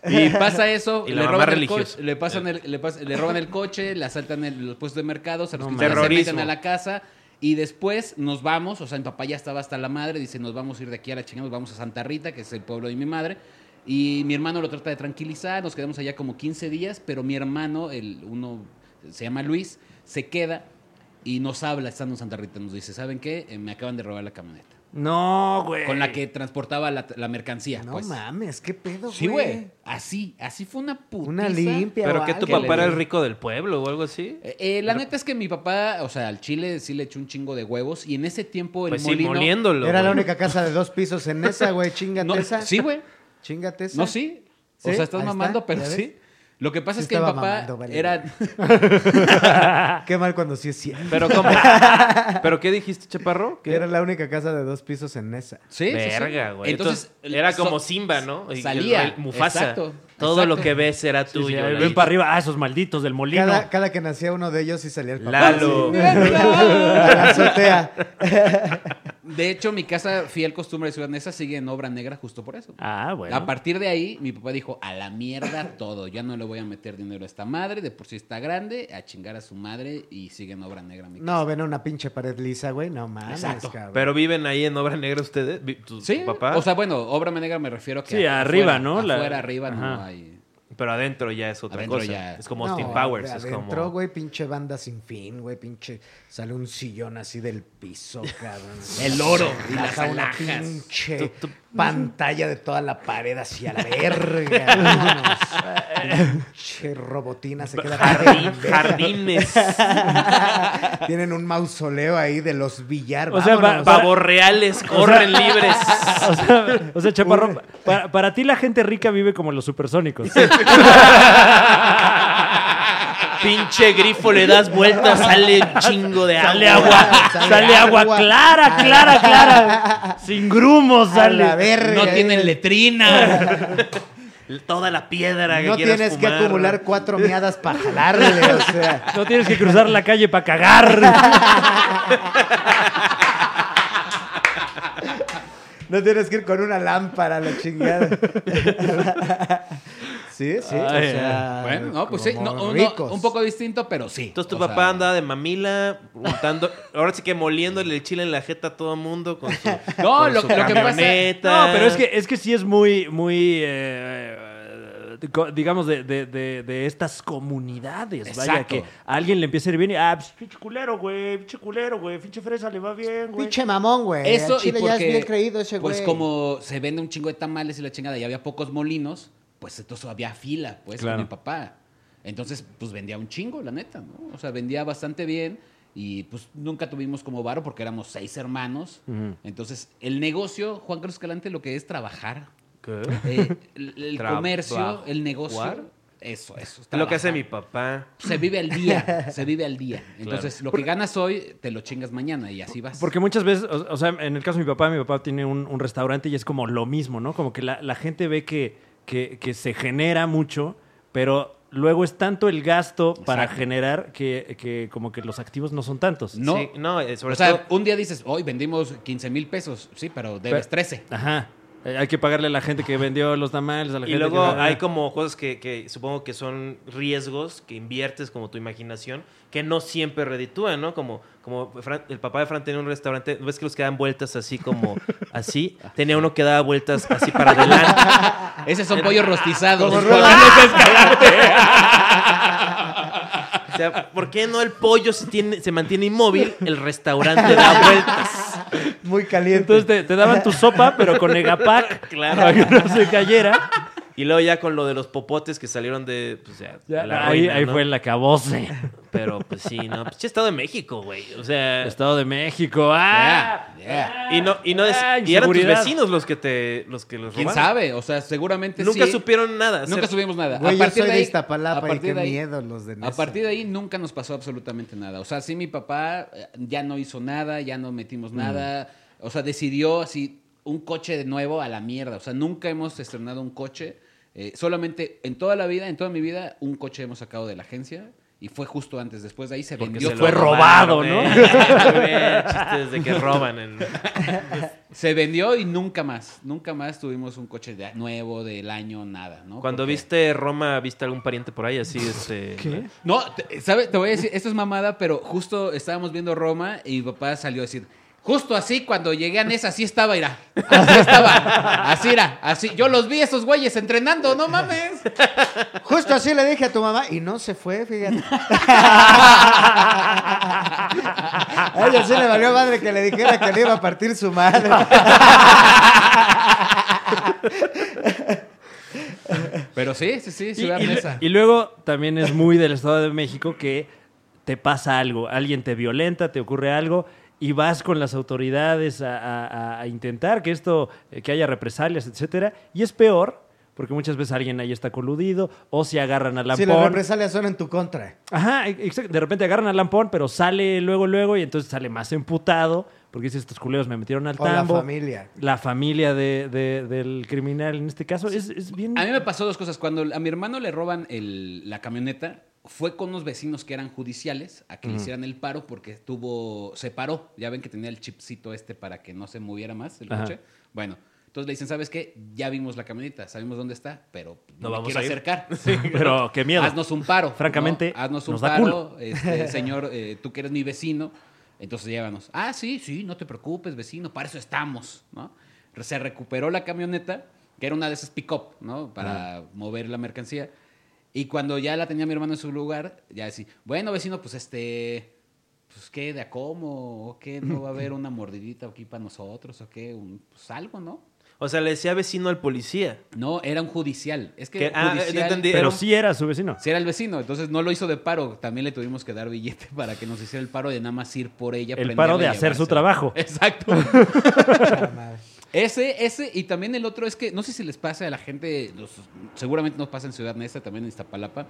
Speaker 4: Y pasa eso,
Speaker 2: Y la
Speaker 4: le
Speaker 2: mamá
Speaker 4: roban el
Speaker 2: religiosa. Eh.
Speaker 4: coche, le pasan el- le, pas- le roban el coche, le asaltan el, los puestos de mercados, a los
Speaker 1: No
Speaker 4: que
Speaker 1: mames.
Speaker 4: se meten
Speaker 2: Terrorismo.
Speaker 4: a la casa y después nos vamos, o sea, mi papá ya estaba hasta la madre, dice, nos vamos a ir de aquí a la chingada, nos vamos a Santa Rita, que es el pueblo de mi madre. Y mi hermano lo trata de tranquilizar, nos quedamos allá como 15 días, pero mi hermano, el uno se llama Luis, se queda y nos habla estando en Santa Rita, nos dice, ¿saben qué? Eh, Me acaban de robar la camioneta.
Speaker 1: No, güey.
Speaker 4: con la que transportaba la, la mercancía.
Speaker 3: No
Speaker 4: pues.
Speaker 3: mames, qué pedo,
Speaker 4: Sí, güey. Así, así fue una putiza.
Speaker 3: Una limpia.
Speaker 2: Pero
Speaker 3: o
Speaker 2: que tu
Speaker 3: algo.
Speaker 2: papá era el rico del pueblo o algo así.
Speaker 4: Eh, eh, la neta es que mi papá, o sea, al chile sí le echó un chingo de huevos y en ese tiempo el
Speaker 2: Pues sí,
Speaker 4: molino...
Speaker 2: moliéndolo.
Speaker 3: Era la
Speaker 2: güey.
Speaker 3: única casa de dos pisos en esa, güey. Chingate
Speaker 4: No,
Speaker 3: esa.
Speaker 4: sí, güey.
Speaker 3: Chingate esa.
Speaker 4: No, sí.
Speaker 3: Sí,
Speaker 4: O sea, estás
Speaker 3: ahí
Speaker 4: mamando,
Speaker 3: está,
Speaker 4: pero
Speaker 3: ¿ya ves?
Speaker 4: sí. Lo que pasa
Speaker 3: Sí
Speaker 4: es que mi
Speaker 3: estaba
Speaker 4: papá
Speaker 3: mamando, vale.
Speaker 4: era...
Speaker 3: Ah. Qué mal cuando sí es cierto.
Speaker 2: Pero ¿cómo? ¿Pero qué dijiste, Chaparro? ¿Qué?
Speaker 3: Que era la única casa de dos pisos en esa.
Speaker 4: Sí, sí, sí.
Speaker 2: Verga, güey.
Speaker 4: Entonces,
Speaker 2: Entonces, era
Speaker 4: so-
Speaker 2: como Simba, ¿no? Y
Speaker 4: salía.
Speaker 2: el- el Mufasa.
Speaker 4: Exacto,
Speaker 2: Todo
Speaker 4: exacto.
Speaker 2: lo que ves será
Speaker 1: Sí, sí,
Speaker 2: tuyo.
Speaker 1: ahí
Speaker 2: la-
Speaker 1: ven para arriba. Ah, esos malditos del molino.
Speaker 3: Cada, cada que nacía uno de ellos sí salía el papá.
Speaker 2: Lalo.
Speaker 3: A la azotea.
Speaker 4: De hecho, mi casa, fiel costumbre de Ciudad Neza, sigue en obra negra justo por eso.
Speaker 1: Ah, bueno.
Speaker 4: A partir de ahí, mi papá dijo, a la mierda todo, ya no le voy a meter dinero a esta madre, de por sí está grande, a chingar a su madre y sigue en obra negra mi
Speaker 3: No,
Speaker 4: casa.
Speaker 3: ven a una pinche pared lisa, güey. No mames,
Speaker 4: Exacto.
Speaker 3: cabrón.
Speaker 2: Pero viven ahí en Obra Negra ustedes, Vi- tu, tu
Speaker 4: Sí,
Speaker 2: papá.
Speaker 4: o sea, bueno, obra negra me refiero a que...
Speaker 1: Sí, arriba,
Speaker 4: afuera,
Speaker 1: ¿no? La-
Speaker 4: Afuera, arriba, no
Speaker 1: Ajá.
Speaker 4: hay...
Speaker 2: pero adentro ya es otra
Speaker 4: Adentro
Speaker 2: cosa.
Speaker 4: ya-
Speaker 2: Es como
Speaker 3: No,
Speaker 2: Austin Powers.
Speaker 3: de
Speaker 2: Es
Speaker 3: adentro,
Speaker 2: como.
Speaker 3: güey, pinche banda sin fin, güey, pinche... Sale un sillón así del piso, cabrón.
Speaker 4: El oro y
Speaker 3: Baja
Speaker 4: las
Speaker 3: una
Speaker 4: alhajas.
Speaker 3: pinche pantalla de toda la pared hacia la verga. vámonos. pinche robotina se queda...
Speaker 2: Jardín-
Speaker 3: pendeja.
Speaker 2: jardines.
Speaker 3: Tienen un mausoleo ahí de los billar,
Speaker 1: O sea, va-
Speaker 3: vámonos.
Speaker 1: va-
Speaker 2: Pavorreales, corren libres.
Speaker 1: O sea, o sea, Chaparro, pa- para, para ti la gente rica vive como los supersónicos.
Speaker 2: Pinche grifo, le das vueltas, sale un chingo de agua.
Speaker 1: Sale agua,
Speaker 3: Sale
Speaker 1: sale agua
Speaker 3: agua.
Speaker 1: clara, clara, clara. Sin grumos
Speaker 3: A la
Speaker 1: sale.
Speaker 3: verga. eh.
Speaker 4: No tienen letrina.
Speaker 2: Toda la piedra que
Speaker 3: No
Speaker 2: quieras
Speaker 3: tienes que
Speaker 2: fumar.
Speaker 3: acumular cuatro miadas para jalarle, o sea...
Speaker 1: No tienes que cruzar la calle para cagar.
Speaker 3: No tienes que ir con una lámpara a la chingada. sí, sí. o
Speaker 1: Ay,
Speaker 3: sea,
Speaker 4: bueno, no, pues sí,
Speaker 3: como
Speaker 4: no, no,
Speaker 3: ricos.
Speaker 4: un poco distinto, pero sí.
Speaker 2: Entonces tu
Speaker 4: o
Speaker 2: papá
Speaker 4: sea,
Speaker 2: andaba de mamila, untando, ahora sí que moliéndole el chile en la jeta a todo mundo con su,
Speaker 4: No,
Speaker 2: con
Speaker 4: lo-
Speaker 2: su
Speaker 4: lo que pasa-
Speaker 2: camioneta.
Speaker 1: No, pero es que, es que sí es muy, muy, eh, eh, co- digamos, de, de- de- de estas comunidades. Vaya,
Speaker 4: Exacto.
Speaker 1: que a alguien le empieza a ir bien y, ah, pues, pinche culero, güey, pinche culero, güey, pinche fresa le va bien, güey.
Speaker 3: Pinche mamón, güey.
Speaker 4: Eso
Speaker 3: Al Eh, Chile
Speaker 4: y
Speaker 3: ya
Speaker 4: porque,
Speaker 3: es bien creído ese güey.
Speaker 4: Pues como se vende un chingo de tamales y la chingada y había pocos molinos, pues entonces había fila, pues,
Speaker 1: Claro.
Speaker 4: con mi papá. Entonces, pues vendía un chingo, la neta, ¿no? O sea, vendía bastante bien y pues nunca tuvimos como varo porque éramos seis hermanos. Entonces, el negocio, Juan Carlos Escalante, lo que es trabajar. Eh, el el
Speaker 2: Trabajo.
Speaker 4: comercio, el negocio. Eso, eso.
Speaker 2: Lo que hace
Speaker 4: trabajar.
Speaker 2: mi papá.
Speaker 4: Se vive al día, se vive al día. Entonces, lo que ganas hoy, te lo chingas mañana y así vas.
Speaker 1: Porque muchas veces, o, o sea, en el caso de mi papá, mi papá tiene un, un restaurante y es como lo mismo, ¿no? Como que la, la gente ve que, que, que se genera mucho, pero luego es tanto el gasto para
Speaker 4: Exacto.
Speaker 1: generar que, que como que los activos no son tantos.
Speaker 4: No.
Speaker 2: Sí, no, eh, sobre
Speaker 4: o sea,
Speaker 2: todo.
Speaker 4: un día dices, hoy vendimos 15 mil pesos, sí, pero debes
Speaker 1: Pe-
Speaker 4: 13.
Speaker 1: Ajá. Eh, Hay que pagarle a la gente que vendió los tamales, a la
Speaker 2: Y
Speaker 1: gente
Speaker 2: luego
Speaker 1: que-
Speaker 2: hay como cosas que, que supongo que son riesgos que inviertes como tu imaginación, que no siempre reditúan, ¿no? Como, como Fran- el papá de Fran tenía un restaurante, ¿ves que los que dan vueltas así como así? Tenía uno que daba vueltas así para adelante.
Speaker 4: Esos son pollos rostizados.
Speaker 3: Como
Speaker 4: Juan
Speaker 3: Rola.
Speaker 4: Carlos Escalante.
Speaker 2: O sea, ¿por qué no el pollo se, tiene, se mantiene inmóvil? El restaurante da vueltas.
Speaker 3: Muy caliente.
Speaker 1: Entonces te, te daban tu sopa, pero con Egapac,
Speaker 2: Claro.
Speaker 1: para que no se cayera.
Speaker 2: Y luego ya con lo de los popotes que salieron de, pues, ya, de la
Speaker 1: ahí,
Speaker 2: ruina,
Speaker 1: ahí
Speaker 2: ¿no?
Speaker 1: fue el acabose.
Speaker 2: Pero pues sí, no. Pues, che, Estado de México, güey. O sea...
Speaker 1: Estado de México. ¡Ah!
Speaker 4: Ya, ya.
Speaker 2: Y no, y no des-
Speaker 1: Ah,
Speaker 2: y eran tus
Speaker 1: inseguridad.
Speaker 2: vecinos los que te los que los
Speaker 4: ¿Quién
Speaker 2: robaron.
Speaker 4: sabe? O sea, seguramente
Speaker 2: Nunca
Speaker 4: sí.
Speaker 2: supieron nada.
Speaker 4: Nunca
Speaker 2: Ser-
Speaker 4: subimos nada.
Speaker 3: Güey,
Speaker 4: a
Speaker 3: yo
Speaker 4: partir
Speaker 3: soy
Speaker 4: de
Speaker 3: de
Speaker 4: ahí, a
Speaker 3: Iztapalapa y
Speaker 4: partir
Speaker 3: qué
Speaker 4: de ahí-
Speaker 3: miedo los de
Speaker 4: A
Speaker 3: Nesa.
Speaker 4: partir de ahí nunca nos pasó absolutamente nada. O sea, sí, mi papá eh, ya no hizo nada, ya no
Speaker 2: Mm.
Speaker 4: metimos nada. O sea, decidió así un coche de nuevo a la mierda. O sea, nunca hemos estrenado un coche. Eh, solamente en toda la vida, en toda mi vida, un coche hemos sacado de la agencia y fue justo antes. Después de ahí se
Speaker 2: porque
Speaker 4: vendió.
Speaker 2: se lo
Speaker 1: Fue
Speaker 4: todo.
Speaker 1: robado,
Speaker 2: robaron,
Speaker 1: ¿no?
Speaker 2: ¿eh? Muy bien, Chistes de que roban. en-
Speaker 4: Se vendió y nunca más. Nunca más tuvimos un coche de- nuevo del año, nada, ¿no?
Speaker 2: Cuando
Speaker 4: Porque-
Speaker 2: viste Roma, viste algún pariente por ahí así, este. ¿Qué?
Speaker 4: No, te, ¿sabe? te voy a decir, esto es mamada, pero justo estábamos viendo Roma y mi papá salió a decir, Justo así, cuando llegué a Nesa, así estaba, Ira. Así estaba. Así era. Así. Yo los vi, esos güeyes, entrenando, no mames.
Speaker 3: Justo así le dije a tu mamá y no se fue, fíjate. A ella sí le valió madre que le dijera que le iba a partir su madre.
Speaker 4: Pero sí, sí, sí,
Speaker 1: Y,
Speaker 4: Ciudad
Speaker 1: y-
Speaker 4: Nesa.
Speaker 1: y luego también es muy del Estado de México que te pasa algo, alguien te violenta, te ocurre algo y vas con las autoridades a, a- a- a intentar que esto, eh, que haya represalias, etcétera. Y es peor porque muchas veces alguien ahí está coludido o se agarran al
Speaker 3: Si
Speaker 1: lampón.
Speaker 3: las represalias son en tu contra.
Speaker 1: Ajá, e- exacto. De repente agarran al lampón, pero sale luego, luego, y entonces sale más emputado, porque dice, estos culeros me metieron al
Speaker 3: O la
Speaker 1: tambo.
Speaker 3: familia.
Speaker 1: La familia de- de- del criminal en este caso. Es, es bien...
Speaker 4: A mí me pasó dos cosas. Cuando a mi hermano le roban el- la camioneta, fue con unos vecinos que eran judiciales a que le hicieran el paro porque estuvo, se paró. Ya ven que tenía el chipcito este para que no se moviera más el
Speaker 1: Ajá.
Speaker 4: coche. Bueno, entonces le dicen, ¿sabes qué? Ya vimos la camioneta, sabemos dónde está, pero
Speaker 2: No
Speaker 4: no me
Speaker 2: vamos
Speaker 4: quiero
Speaker 2: a ir".
Speaker 4: acercar.
Speaker 1: Pero qué miedo.
Speaker 4: Haznos un paro.
Speaker 1: Francamente,
Speaker 4: ¿no? haznos un
Speaker 1: nos da
Speaker 4: paro. este, señor, eh, tú que eres mi vecino, entonces llévanos. Ah, sí, sí, no te preocupes, vecino, para eso estamos, ¿no? Se recuperó la camioneta, que era una de esas pick-up, ¿no? Para mover la mercancía. Y cuando ya la tenía mi hermano en su lugar, ya decía, bueno, vecino, pues este, pues qué, de a cómo, o qué, no va a haber una mordidita aquí para nosotros, o qué, un, pues algo, ¿no?
Speaker 2: O sea, le decía vecino al policía.
Speaker 4: No, era un judicial. Es que
Speaker 2: Que- ah, ya
Speaker 4: judicial-
Speaker 2: entendí.
Speaker 1: Pero
Speaker 2: Era un-
Speaker 1: sí era su vecino.
Speaker 4: si era el vecino, entonces no lo hizo de paro. También le tuvimos que dar billete para que nos hiciera el paro de nada más ir por ella.
Speaker 1: El
Speaker 4: prenderla
Speaker 1: paro de
Speaker 4: y
Speaker 1: hacer su
Speaker 4: llevársela.
Speaker 1: trabajo.
Speaker 4: Exacto. ese, ese, y también el otro es que no sé si les pasa a la gente, los- seguramente nos pasa en Ciudad Nesa, también en Iztapalapa,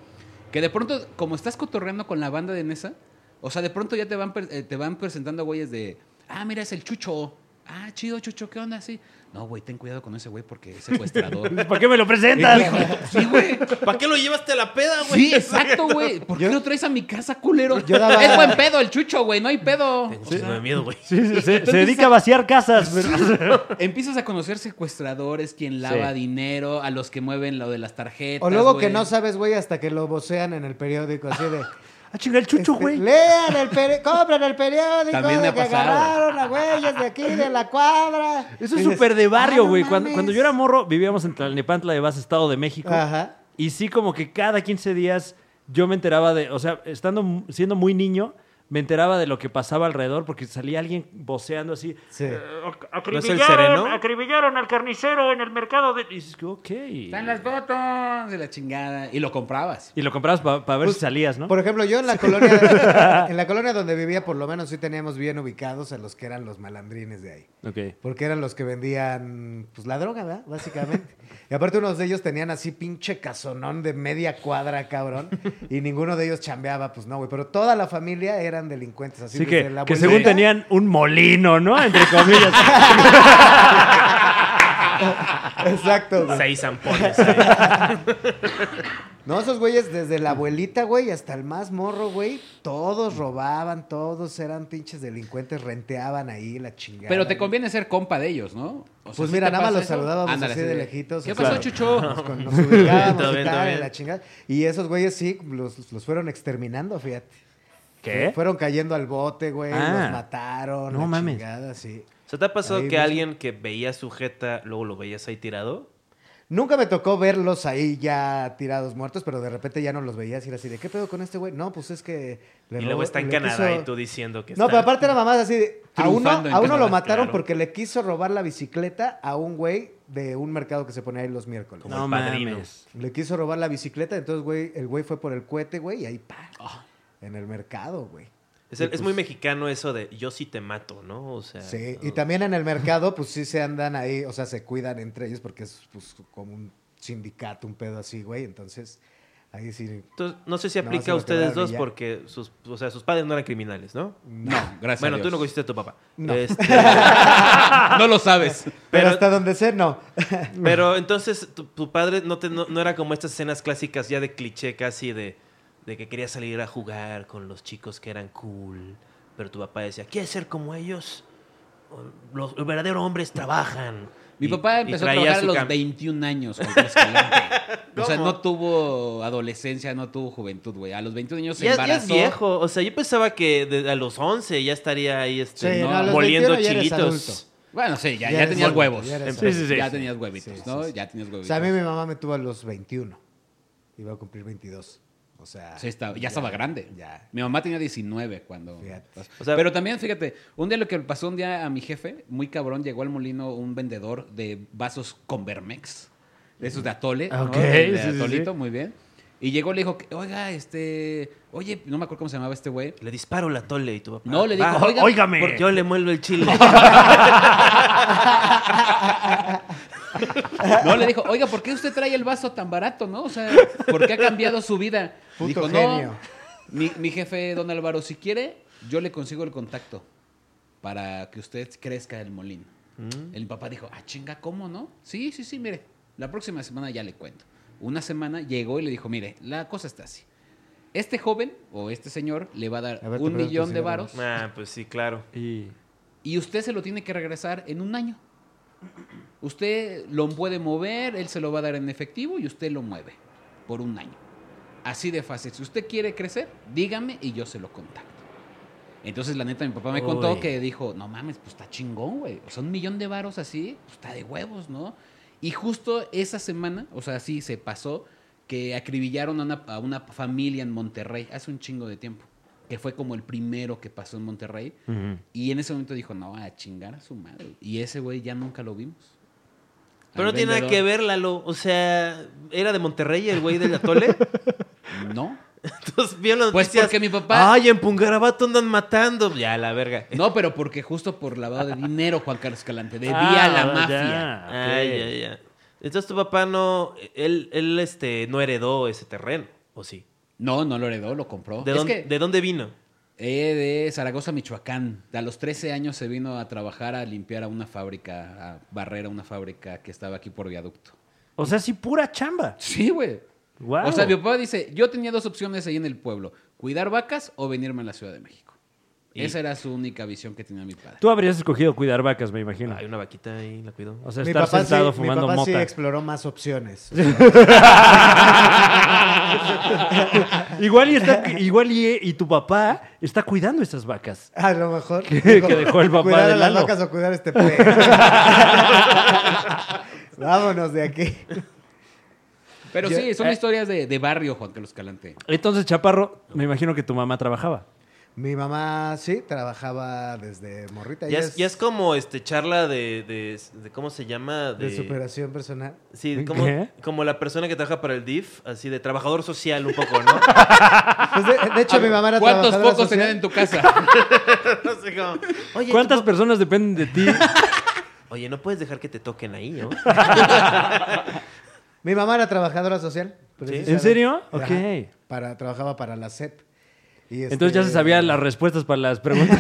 Speaker 4: que de pronto, como estás cotorreando con la banda de Nesa, o sea, de pronto ya te van, pre- eh, te van presentando güeyes de, ah, mira, es el Chucho. Ah, chido, Chucho, ¿qué onda? Sí. No, güey, ten cuidado con ese güey porque es secuestrador.
Speaker 1: ¿Por qué me lo
Speaker 4: Hijo
Speaker 1: presentas?
Speaker 4: de tu- sí, güey.
Speaker 2: ¿Para qué lo llevaste a la peda, güey?
Speaker 4: Sí, exacto, güey. ¿Por qué lo traes a mi casa, culero?
Speaker 3: Yo daba-
Speaker 4: Es buen pedo el chucho, güey. No hay pedo.
Speaker 2: Tengo un chingo de Pues, miedo, güey.
Speaker 1: Sí, sí, se, se
Speaker 4: Entonces,
Speaker 1: dedica a vaciar casas. pero-
Speaker 4: Empiezas a conocer secuestradores, quien lava dinero, a los que mueven lo de las tarjetas.
Speaker 3: O luego
Speaker 4: güey.
Speaker 3: que no sabes, güey, hasta que lo vocean en el periódico, así de...
Speaker 1: ah, chinga, el chucho,
Speaker 3: este,
Speaker 1: güey.
Speaker 3: Lean el periódico, compren el periódico
Speaker 4: También me
Speaker 3: de
Speaker 4: ha
Speaker 3: que
Speaker 4: pasado.
Speaker 3: agarraron a güeyes de aquí, de la cuadra.
Speaker 1: Eso
Speaker 3: Y
Speaker 1: es
Speaker 3: dices,
Speaker 1: súper de
Speaker 3: "Ah,
Speaker 1: barrio,
Speaker 3: no
Speaker 1: güey. cuando,
Speaker 3: mames".
Speaker 1: cuando yo era morro, vivíamos en Tlalnepantla de Base, Estado de México.
Speaker 3: Ajá.
Speaker 1: Y sí, como que cada 15 días yo me enteraba de, o sea, estando m- siendo muy niño, me enteraba de lo que pasaba alrededor porque salía alguien voceando así.
Speaker 3: Sí.
Speaker 1: "Eh, ac-
Speaker 2: ¿No es el
Speaker 1: acribillaron-
Speaker 2: sereno?
Speaker 1: acribillaron al carnicero en el mercado de... Y dices, que, ok.
Speaker 4: Están las botas de la chingada. Y lo comprabas.
Speaker 1: Y lo comprabas para ver
Speaker 3: Pues,
Speaker 1: si salías, ¿no?
Speaker 3: Por ejemplo, yo en la colonia en la colonia donde vivía, por lo menos sí teníamos bien ubicados a los que eran los malandrines de ahí.
Speaker 1: Ok.
Speaker 3: Porque eran los que vendían, pues, la droga, ¿verdad? Básicamente. Y aparte unos de ellos tenían así pinche casonón de media cuadra, cabrón. Y ninguno de ellos chambeaba, pues no, güey. Pero toda la familia eran delincuentes. Así
Speaker 1: Así que,
Speaker 3: desde pues, la
Speaker 1: que
Speaker 3: abuelita.
Speaker 1: según tenían un molino, ¿no? Entre comillas.
Speaker 3: Exacto, güey.
Speaker 2: Seis zampones ahí.
Speaker 3: No, esos güeyes, desde la abuelita, güey, hasta el más morro, güey, todos robaban, todos eran pinches delincuentes, renteaban ahí la chingada.
Speaker 4: Pero te
Speaker 3: güey.
Speaker 4: conviene ser compa de ellos, ¿no? O sea,
Speaker 3: Pues
Speaker 4: si
Speaker 3: mira,
Speaker 4: te
Speaker 3: nada más
Speaker 4: pasa
Speaker 3: los
Speaker 4: eso,
Speaker 3: saludábamos
Speaker 4: ándale,
Speaker 3: así de lejitos.
Speaker 4: ¿Qué
Speaker 3: así,
Speaker 4: pasó,
Speaker 3: claro. Nos,
Speaker 4: Chucho?
Speaker 3: con- nos ubicábamos
Speaker 2: Todo bien,
Speaker 3: y tal,
Speaker 2: todo bien.
Speaker 3: la chingada. Y esos güeyes sí, los, los fueron exterminando, fíjate.
Speaker 1: ¿Qué?
Speaker 3: Fueron cayendo al bote, güey,
Speaker 1: Ah.
Speaker 3: los mataron,
Speaker 1: No
Speaker 3: la
Speaker 1: mames.
Speaker 3: chingada, sí.
Speaker 2: ¿Se te ha pasado
Speaker 3: Ahí
Speaker 2: que
Speaker 3: ves.
Speaker 2: alguien que veía sujeta, luego lo veías ahí tirado?
Speaker 3: Nunca me tocó verlos ahí ya tirados muertos, pero de repente ya no los veías y era así de, ¿qué pedo con este güey? No, pues es que... le
Speaker 2: y luego
Speaker 3: robó-
Speaker 2: está en
Speaker 3: le
Speaker 2: Canadá
Speaker 3: quiso-
Speaker 2: y tú diciendo que
Speaker 3: No,
Speaker 2: está...
Speaker 3: pero aparte era mamada así de, A uno,
Speaker 4: Triunfando en
Speaker 3: a uno lo
Speaker 4: Canadá,
Speaker 3: mataron
Speaker 2: claro.
Speaker 3: porque le quiso robar la bicicleta a un güey de un mercado que se pone ahí los miércoles.
Speaker 2: Como el padrino.
Speaker 3: Le quiso robar la bicicleta, entonces, güey, el güey fue por el cohete, güey, y ahí, pa, en el mercado, güey.
Speaker 2: Es, el- es muy mexicano eso de yo sí te mato, ¿no? O sea...
Speaker 3: pues Sí,
Speaker 2: no.
Speaker 3: y también en el mercado, pues sí se andan ahí, o sea, se cuidan entre ellos porque es pues, como un sindicato, un pedo así, güey, entonces, ahí sí,
Speaker 2: Entonces, no sé si
Speaker 3: No,
Speaker 2: aplica
Speaker 3: se
Speaker 2: a
Speaker 3: lo
Speaker 2: ustedes
Speaker 3: quebraron y
Speaker 2: dos
Speaker 3: ya.
Speaker 2: porque sus, o sea, sus padres no eran criminales, ¿no?
Speaker 4: No, gracias.
Speaker 2: bueno,
Speaker 4: a
Speaker 2: tú no
Speaker 4: Dios.
Speaker 2: conociste a tu papá.
Speaker 3: No.
Speaker 2: Este,
Speaker 4: No lo sabes.
Speaker 3: pero,
Speaker 2: Pero-
Speaker 3: hasta donde sé, no.
Speaker 2: pero entonces tu, tu padre no, te, no, no era como estas escenas clásicas ya de cliché casi de, de que quería salir a jugar con los chicos que eran cool, pero tu papá decía, ¿quieres ser como ellos? Los verdaderos hombres trabajan.
Speaker 4: Mi
Speaker 2: Y-
Speaker 4: papá
Speaker 2: y
Speaker 4: empezó a
Speaker 2: traía
Speaker 4: trabajar a
Speaker 2: su
Speaker 4: los
Speaker 2: cam-
Speaker 4: 21 años con Luis Escalante. o sea, no tuvo adolescencia, no tuvo juventud, güey. A los 21 años se
Speaker 2: Ya, ya es
Speaker 4: embarazó.
Speaker 2: viejo. O sea, yo pensaba que de- a los 11 ya estaría ahí este,
Speaker 3: Sí,
Speaker 2: ¿no?
Speaker 3: no, a los
Speaker 2: moliendo
Speaker 3: 21 ya eres
Speaker 2: chilitos.
Speaker 4: Bueno, sí, ya,
Speaker 3: Ya
Speaker 4: ya
Speaker 3: eres
Speaker 4: tenías
Speaker 3: adulto,
Speaker 4: huevos.
Speaker 3: ya eres
Speaker 1: Sí, sí, sí.
Speaker 4: Ya tenías huevitos,
Speaker 3: Sí, sí,
Speaker 4: ¿no?
Speaker 3: sí.
Speaker 4: Ya tenías huevitos.
Speaker 3: O sea, a mí mi mamá me tuvo a los 21. Iba a cumplir 22. O sea.
Speaker 4: Sí, estaba- ya, estaba grande.
Speaker 3: Ya.
Speaker 4: Mi mamá tenía 19 cuando.
Speaker 3: Fíjate.
Speaker 2: O sea-
Speaker 4: Pero también, fíjate, un día lo que pasó un día a mi jefe, muy cabrón, llegó al molino un vendedor de vasos con Vermex, de esos de Atole. ¿no?
Speaker 1: Ok,
Speaker 4: De, de
Speaker 1: sí, sí, sí.
Speaker 4: Atolito, muy bien. Y llegó, le dijo, que, oiga, este. Oye, no me acuerdo cómo se llamaba este güey.
Speaker 2: Le disparo la tole y tu papá.
Speaker 4: No, le dijo,
Speaker 2: "Va,
Speaker 4: "Oiga,
Speaker 1: óigame".
Speaker 2: porque yo le muelvo el chile.
Speaker 4: No, le dijo, oiga, ¿por qué usted trae el vaso tan barato, no? O sea, ¿por qué ha cambiado su vida?
Speaker 3: Puto
Speaker 4: dijo,
Speaker 3: genio.
Speaker 4: no, mi, mi jefe, don Álvaro, si quiere, yo le consigo el contacto para que usted crezca el molino.
Speaker 3: Mm.
Speaker 4: El papá dijo, ah, chinga, ¿cómo, no? Sí, sí, sí, mire, la próxima semana ya le cuento. Una semana llegó y le dijo, mire, la cosa está así. Este joven o este señor le va a dar
Speaker 3: A ver, te
Speaker 4: un
Speaker 3: pregunto
Speaker 4: millón
Speaker 3: si
Speaker 4: de
Speaker 3: era
Speaker 4: varos
Speaker 2: ah, pues sí, claro.
Speaker 1: Y
Speaker 4: y usted se lo tiene que regresar en un año. Usted lo puede mover, él se lo va a dar en efectivo y usted lo mueve por un año. Así de fácil. Si usted quiere crecer, dígame y yo se lo contacto. Entonces, la neta, mi papá me contó
Speaker 1: Uy.
Speaker 4: que dijo, no mames, pues está chingón, güey. O sea, un millón de varos así, pues está de huevos, ¿no? Y justo esa semana, o sea, sí se pasó, que acribillaron a una, a una familia en Monterrey hace un chingo de tiempo. Que fue como el primero que pasó en Monterrey. Y en ese momento dijo, no, a chingar a su madre. Y ese güey ya nunca lo vimos.
Speaker 2: Pero
Speaker 4: Al
Speaker 2: no tiene nada
Speaker 4: vendedor,
Speaker 2: que ver, Lalo. O sea, era de Monterrey el güey del atole.
Speaker 4: No.
Speaker 2: Entonces vio las
Speaker 4: Pues
Speaker 2: noticias.
Speaker 4: porque mi papá-
Speaker 2: Ay, en Pungarabato andan matando. Ya, la verga.
Speaker 4: No, pero porque justo por lavado de dinero, Juan Carlos Escalante, debía
Speaker 1: Ah,
Speaker 4: a la
Speaker 1: ya,
Speaker 4: mafia.
Speaker 1: Ah, ok.
Speaker 2: Ay, ay, ay. Entonces tu papá no. Él, él este, no heredó ese terreno, ¿o sí?
Speaker 4: No, no lo heredó, lo compró.
Speaker 2: ¿De,
Speaker 4: Oh, es
Speaker 2: dónde,
Speaker 4: que
Speaker 2: ¿de dónde vino?
Speaker 4: eh, de Zaragoza, Michoacán. A los 13 años se vino a trabajar a limpiar a una fábrica, a barrer a una fábrica que estaba aquí por viaducto.
Speaker 1: O sea, sí, pura chamba.
Speaker 4: Sí, güey.
Speaker 1: Guau.
Speaker 4: O sea, mi papá dice, yo tenía dos opciones ahí en el pueblo, cuidar vacas o venirme a la Ciudad de México.
Speaker 2: Y-
Speaker 4: Esa era su única visión que tenía mi padre.
Speaker 1: Tú habrías escogido cuidar vacas, me imagino.
Speaker 2: Hay una vaquita ahí, la cuidó.
Speaker 1: Ah. O sea,
Speaker 3: Mi
Speaker 1: estar
Speaker 3: papá,
Speaker 1: sentado
Speaker 3: sí, mi
Speaker 1: fumando
Speaker 3: papá sí
Speaker 1: mota.
Speaker 3: exploró más opciones.
Speaker 1: igual y, está, igual y, y tu papá está cuidando esas vacas.
Speaker 3: A lo mejor.
Speaker 1: que dejó el papá
Speaker 3: Cuidar
Speaker 1: de
Speaker 3: a las
Speaker 1: Lalo.
Speaker 3: vacas o cuidar a este pez. Vámonos de aquí.
Speaker 4: Pero
Speaker 3: Yo-
Speaker 4: sí, son
Speaker 3: eh.
Speaker 4: historias de, de barrio, Juan Carlos Calante.
Speaker 1: Entonces, Chaparro, me imagino que tu mamá trabajaba.
Speaker 3: Mi mamá, sí, trabajaba desde morrita.
Speaker 2: Ya
Speaker 3: Ella
Speaker 2: es, ya es como este charla de, de- de- ¿cómo se llama?
Speaker 3: de superación personal.
Speaker 2: Sí, de como,
Speaker 1: ¿Qué?
Speaker 2: como la persona que trabaja para el DIF, así de trabajador social un poco, ¿no?
Speaker 3: Pues de, de hecho, mi mamá era
Speaker 4: ¿Cuántos
Speaker 3: trabajadora social.
Speaker 4: focos tenían en tu casa?
Speaker 2: No sé cómo, Oye,
Speaker 1: ¿Cuántas personas dependen de ti?
Speaker 2: tú- oye, no puedes dejar que te toquen ahí, ¿no?
Speaker 3: Mi mamá era trabajadora social. precisamente.
Speaker 1: ¿En serio?
Speaker 3: Ajá.
Speaker 1: Ok.
Speaker 3: Para, trabajaba para la SEP. Y
Speaker 1: Entonces ya
Speaker 3: este,
Speaker 1: se sabían las respuestas para las preguntas.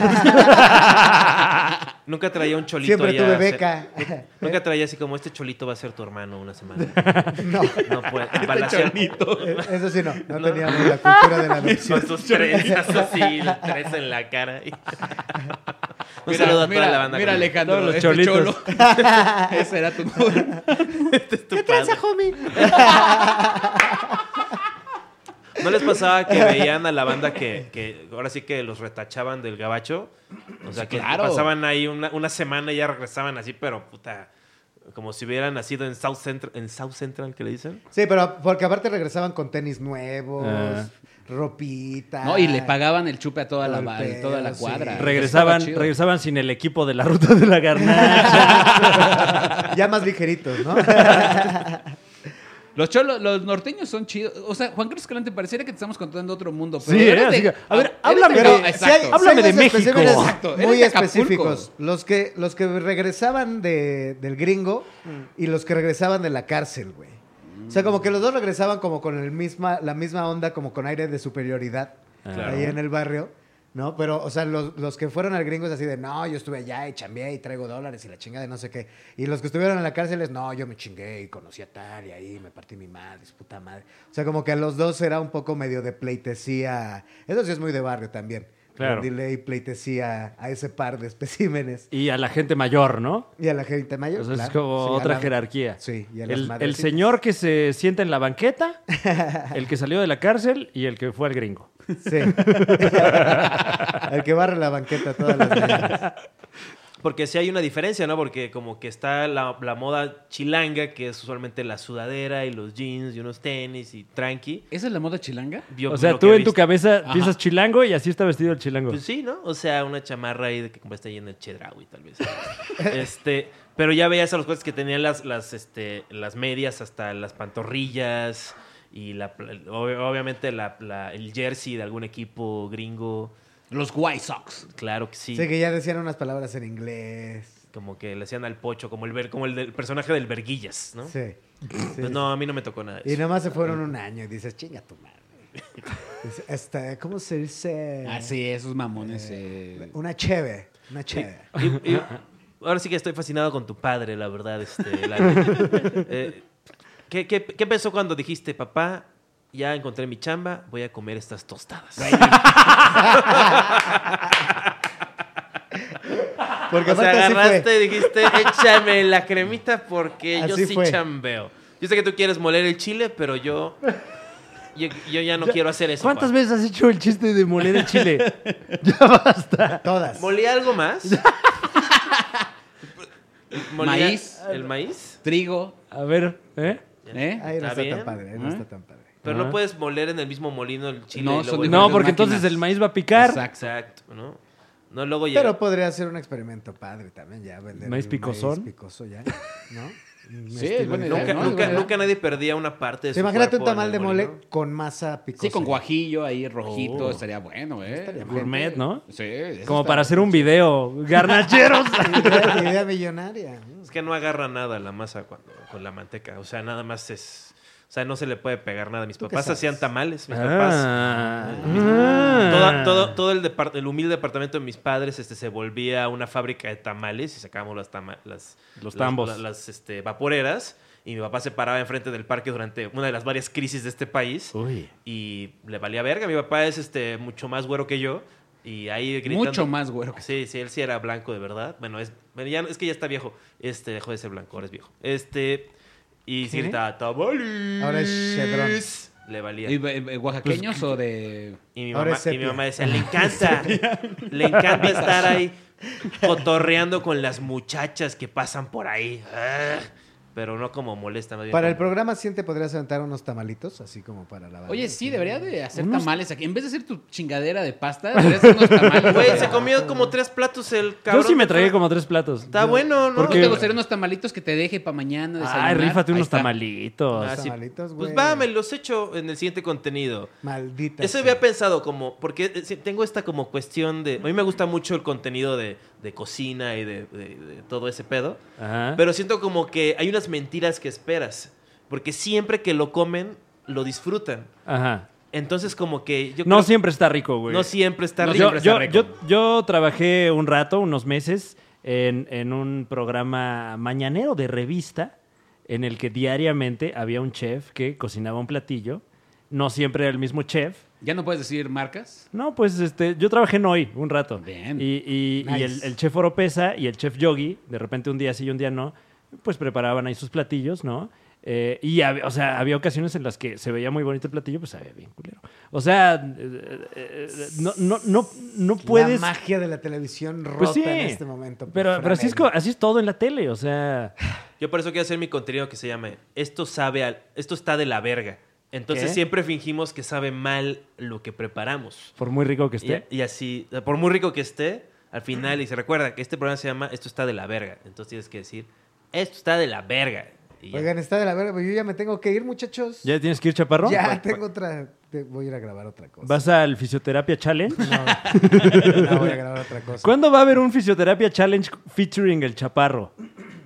Speaker 2: Nunca traía un cholito
Speaker 3: Siempre
Speaker 2: allá,
Speaker 3: tuve
Speaker 2: o sea,
Speaker 3: beca.
Speaker 2: Nunca traía así como este cholito va a ser tu hermano una semana.
Speaker 3: No, Este
Speaker 2: No puede. Para
Speaker 3: Eh, eso sí no. No, teníamos la cultura de la
Speaker 2: Con
Speaker 3: adopción.
Speaker 2: sus trenzas así, tres en la cara. y- Un saludo a toda la banda.
Speaker 4: Mira,
Speaker 2: con-
Speaker 4: Alejandro,
Speaker 1: Todos los
Speaker 4: este
Speaker 1: cholitos.
Speaker 4: cholo. Ese era tu
Speaker 2: tu padre.
Speaker 3: homie?
Speaker 2: ¿No les pasaba que veían a la banda que, que ahora sí que los retachaban del gabacho? O sea, que
Speaker 4: Claro.
Speaker 2: pasaban ahí una, una semana y ya regresaban así, pero puta, como si hubieran nacido en South Central, en South Central, que le dicen.
Speaker 3: Sí, pero porque aparte regresaban con tenis nuevos,
Speaker 1: Ah.
Speaker 3: ropita.
Speaker 4: No, y le pagaban el chupe a toda la,
Speaker 3: Todo el
Speaker 4: a toda la
Speaker 3: pedo,
Speaker 4: cuadra.
Speaker 3: sí.
Speaker 1: regresaban,
Speaker 4: Estaba chido.
Speaker 1: regresaban sin el equipo de la ruta de la garnacha.
Speaker 3: Ya más ligeritos, ¿no?
Speaker 4: Los cholos, los norteños son chidos. O sea, Juan Carlos Calante, pareciera que te estamos contando otro mundo.
Speaker 1: Sí,
Speaker 4: Pero eres
Speaker 1: ¿eh?
Speaker 4: de-
Speaker 1: Así que, a ver,
Speaker 4: eres
Speaker 1: háblame
Speaker 4: de-
Speaker 1: de-
Speaker 4: no,
Speaker 1: si
Speaker 4: exacto.
Speaker 1: hay- habla- Háblame
Speaker 3: Hay
Speaker 1: de
Speaker 3: dos especímenes
Speaker 1: México.
Speaker 4: Exacto, eres
Speaker 3: Muy
Speaker 4: de Acapulco.
Speaker 3: específicos. Los que, los que regresaban de, del gringo y los que regresaban de la cárcel, güey. O sea, como que los dos regresaban como con el misma, la misma onda, como con aire de superioridad
Speaker 4: Ah.
Speaker 1: Claro.
Speaker 3: ahí en el barrio. ¿No? Pero, o sea, los, los que fueron al gringo es así de, no, yo estuve allá y chambeé y traigo dólares y la chinga de no sé qué. Y los que estuvieron en la cárcel es, no, yo me chingué y conocí a tal y ahí me partí mi madre, es puta madre. O sea, como que a los dos era un poco medio de pleitesía. Eso sí es muy de barrio también.
Speaker 1: Claro.
Speaker 3: rendirle y pleitesía a ese par de especímenes.
Speaker 1: Y a la gente mayor, ¿no?
Speaker 3: Y a la gente mayor.
Speaker 1: O sea, Pues es
Speaker 3: claro.
Speaker 1: como
Speaker 3: Sí, a
Speaker 1: otra
Speaker 3: la-
Speaker 1: jerarquía.
Speaker 3: Sí, y a las
Speaker 1: el, el
Speaker 3: madrecitas.
Speaker 1: señor que se sienta en la banqueta, el que salió de la cárcel y el que fue al gringo.
Speaker 3: Sí. Al que barre la banqueta todas las mañanas.
Speaker 2: Porque sí hay una diferencia, ¿no? Porque como que está la, la moda chilanga, que es usualmente la sudadera y los jeans y unos tenis y tranqui.
Speaker 4: ¿Esa es la moda chilanga?
Speaker 2: Yo-
Speaker 1: o sea,
Speaker 2: lo
Speaker 1: tú
Speaker 2: que he
Speaker 1: en tu
Speaker 2: visto.
Speaker 1: cabeza
Speaker 4: Ajá.
Speaker 1: piensas chilango y así está vestido el chilango.
Speaker 2: Pues sí, ¿no? O sea, una chamarra ahí de que compraste ahí en el Chedraui, tal vez. este, pero ya veías a los cuates que tenían las, las, este, las medias hasta las pantorrillas y la, pla- ob- obviamente la- la- el jersey de algún equipo gringo.
Speaker 4: Los White Sox.
Speaker 2: Claro que sí.
Speaker 3: Sí, que ya decían unas palabras en inglés.
Speaker 2: Como que le hacían al pocho, como el, ver- como el, del personaje del Verguillas, ¿no?
Speaker 3: Sí. sí.
Speaker 2: Pues no, a mí no me tocó nada de
Speaker 3: Y
Speaker 2: eso.
Speaker 3: nomás se fueron un año y dices, chinga tu madre. Es- Este, ¿Cómo se
Speaker 1: Eh,
Speaker 3: dice?
Speaker 4: Ah, sí, esos mamones. eh,
Speaker 3: Una cheve. Una cheve.
Speaker 2: Y- y- ahora sí que estoy fascinado con tu padre, la verdad. Este, Lalo. Eh, ¿qué, qué, qué pensó cuando dijiste, papá, ya encontré mi chamba, voy a comer estas tostadas?
Speaker 3: Porque
Speaker 2: o sea,
Speaker 3: aparte así fue.
Speaker 2: agarraste y dijiste, échame la cremita porque yo
Speaker 3: Así
Speaker 2: sí
Speaker 3: fue.
Speaker 2: chambeo. Yo sé que tú quieres moler el chile, pero yo, yo, yo ya no quiero hacer eso.
Speaker 1: ¿Cuántas
Speaker 2: pa.
Speaker 1: veces has hecho el chiste de moler el chile?
Speaker 3: Todas.
Speaker 2: ¿Molí algo más? ¿Molí
Speaker 4: Maíz.
Speaker 2: ¿El maíz?
Speaker 4: Trigo,
Speaker 1: A ver, ¿eh?
Speaker 4: ¿eh?
Speaker 3: Ahí
Speaker 2: ¿Está
Speaker 3: no está
Speaker 2: bien?
Speaker 3: tan padre. ahí no
Speaker 4: ¿Eh?
Speaker 3: está tan padre.
Speaker 2: Pero
Speaker 1: Ajá.
Speaker 2: no puedes moler en el mismo molino el chile.
Speaker 4: No,
Speaker 2: y luego
Speaker 4: son
Speaker 2: el-
Speaker 1: No,
Speaker 4: diferentes
Speaker 1: porque entonces
Speaker 4: máquinas.
Speaker 1: el maíz va a picar.
Speaker 4: Exacto.
Speaker 2: Exacto, ¿no? No, luego llega.
Speaker 3: Pero podría ser un experimento padre también, ya. Vender
Speaker 1: ¿Maíz
Speaker 3: un
Speaker 1: picosón?
Speaker 3: Maíz picoso, ya. ¿No? Un
Speaker 4: Sí,
Speaker 3: estilo
Speaker 4: buena
Speaker 3: de-
Speaker 4: idea,
Speaker 2: nunca,
Speaker 4: ¿no?
Speaker 2: nunca,
Speaker 4: Igual.
Speaker 2: nunca nadie perdía una parte de su
Speaker 3: Imagínate un
Speaker 2: cuerpo en
Speaker 3: tamal
Speaker 2: el
Speaker 3: de mole
Speaker 2: molino.
Speaker 3: con masa picosa.
Speaker 4: Sí, con guajillo ahí rojito,
Speaker 1: Oh.
Speaker 4: estaría bueno, ¿eh?
Speaker 3: Estaría
Speaker 1: Gourmet, ¿no?
Speaker 4: Sí. eso
Speaker 1: Como
Speaker 4: está-
Speaker 1: para hacer un video. Garnacheros.
Speaker 3: Idea, idea millonaria. ¿no?
Speaker 2: Es que no agarra nada la masa cuando, con la manteca. O sea, nada más es. O sea, no se le puede pegar nada. Mis
Speaker 3: ¿Tú qué
Speaker 2: papás
Speaker 3: sabes?
Speaker 2: hacían tamales. Mis papás.
Speaker 1: Ah.
Speaker 2: Toda- todo todo el, depart- el humilde departamento de mis padres este, se volvía una fábrica de tamales y sacábamos las, tama- las
Speaker 1: Los
Speaker 2: las-
Speaker 1: tambos.
Speaker 2: la- Las, este, vaporeras. Y mi papá se paraba enfrente del parque durante una de las varias crisis de este país.
Speaker 1: Uy.
Speaker 2: Y le valía verga. Mi papá es este, mucho más güero que yo. Y ahí gritando.
Speaker 4: Mucho más güero. que-
Speaker 2: Sí, sí, él sí era blanco de verdad. Bueno, es, bueno, ya, es que ya está viejo. Este, dejó de ser blanco, ahora es viejo. Este, y se
Speaker 3: ¿Qué?
Speaker 2: gritaba tamales.
Speaker 3: Ahora es chedrón.
Speaker 2: Le valía.
Speaker 4: ¿Y, eh, ¿Oaxaqueños o de...?
Speaker 2: Y mi,
Speaker 3: ahora
Speaker 2: mamá,
Speaker 3: es
Speaker 2: y mi
Speaker 3: sepia.
Speaker 2: mamá decía, le encanta, le encanta estar ahí cotorreando con las muchachas que pasan por ahí. Ah, Pero no como molesta. más bien
Speaker 3: Para el
Speaker 2: como-
Speaker 3: programa 100 te podrías aventar unos tamalitos, así como para la banda.
Speaker 4: Oye, sí, debería de hacer
Speaker 1: Unos-
Speaker 4: tamales aquí. En vez de hacer tu chingadera de pasta, debería hacer unos tamales.
Speaker 2: Güey, se comió como tres platos el cabrón.
Speaker 1: Yo sí me
Speaker 2: de
Speaker 1: tragué
Speaker 2: Fran-
Speaker 1: como tres platos.
Speaker 2: Está bueno, ¿no?
Speaker 4: ¿No
Speaker 1: Porque-
Speaker 4: te gustaría unos tamalitos que te deje para mañana desayunar?
Speaker 1: Ay, rífate
Speaker 4: Ahí
Speaker 1: unos
Speaker 4: está.
Speaker 1: tamalitos.
Speaker 2: Ah, sí.
Speaker 3: Tamalitos,
Speaker 2: Pues
Speaker 3: güey.
Speaker 2: va, me los echo en el siguiente contenido.
Speaker 3: Maldita.
Speaker 2: Eso
Speaker 3: sea.
Speaker 2: había pensado como, porque eh, sí, tengo esta como cuestión de, a mí me gusta mucho el contenido de, de cocina y de, de- de todo ese pedo,
Speaker 1: Ajá.
Speaker 2: pero siento como que hay unas mentiras que esperas, porque siempre que lo comen, lo disfrutan.
Speaker 1: Ajá.
Speaker 2: Entonces como que yo
Speaker 1: No
Speaker 2: creo-
Speaker 1: siempre está rico, güey.
Speaker 2: no siempre está
Speaker 4: No
Speaker 2: rico.
Speaker 1: yo,
Speaker 4: siempre está
Speaker 1: yo-
Speaker 4: rico.
Speaker 1: yo- yo trabajé un rato, unos meses, en, en un programa mañanero de revista en el que diariamente había un chef que cocinaba un platillo. No siempre era el mismo chef.
Speaker 4: ¿Ya no puedes decir marcas?
Speaker 1: No, pues este, yo trabajé en hoy un rato.
Speaker 4: Bien.
Speaker 1: Y, y- y
Speaker 3: Nice.
Speaker 1: el, el chef Oropesa y el chef Yogi, de repente un día sí y un día no, pues preparaban ahí sus platillos, ¿no? Eh, y hab- o sea, había ocasiones en las que se veía muy bonito el platillo, pues sabía bien culero. O sea, eh, eh, eh, no, no, no, no puedes.
Speaker 3: La magia de la televisión rota
Speaker 1: Pues sí.
Speaker 3: en este momento. por
Speaker 1: Pero, pero así, es, co-
Speaker 3: Franevia.
Speaker 1: así es todo en la tele, o sea.
Speaker 2: Yo por eso quiero hacer mi contenido que se llame Esto sabe al, esto está de la verga. Entonces
Speaker 1: ¿Qué?
Speaker 2: siempre fingimos que sabe mal lo que preparamos.
Speaker 1: Por muy rico que esté.
Speaker 2: Y, y así, por muy rico que esté, al final, y se recuerda que este programa se llama Esto está de la verga. Entonces tienes que decir, esto está de la verga.
Speaker 1: eh,
Speaker 2: Y ya.
Speaker 3: Oigan, está de la verga, pero yo ya me tengo que ir, muchachos.
Speaker 1: ¿Ya tienes que ir, chaparro?
Speaker 4: Pues,
Speaker 3: Ya, tengo otra. te- Voy a ir a grabar otra cosa.
Speaker 1: ¿Vas al fisioterapia challenge?
Speaker 3: No, no, voy a grabar otra cosa.
Speaker 1: ¿Cuándo va a haber un fisioterapia challenge featuring el chaparro?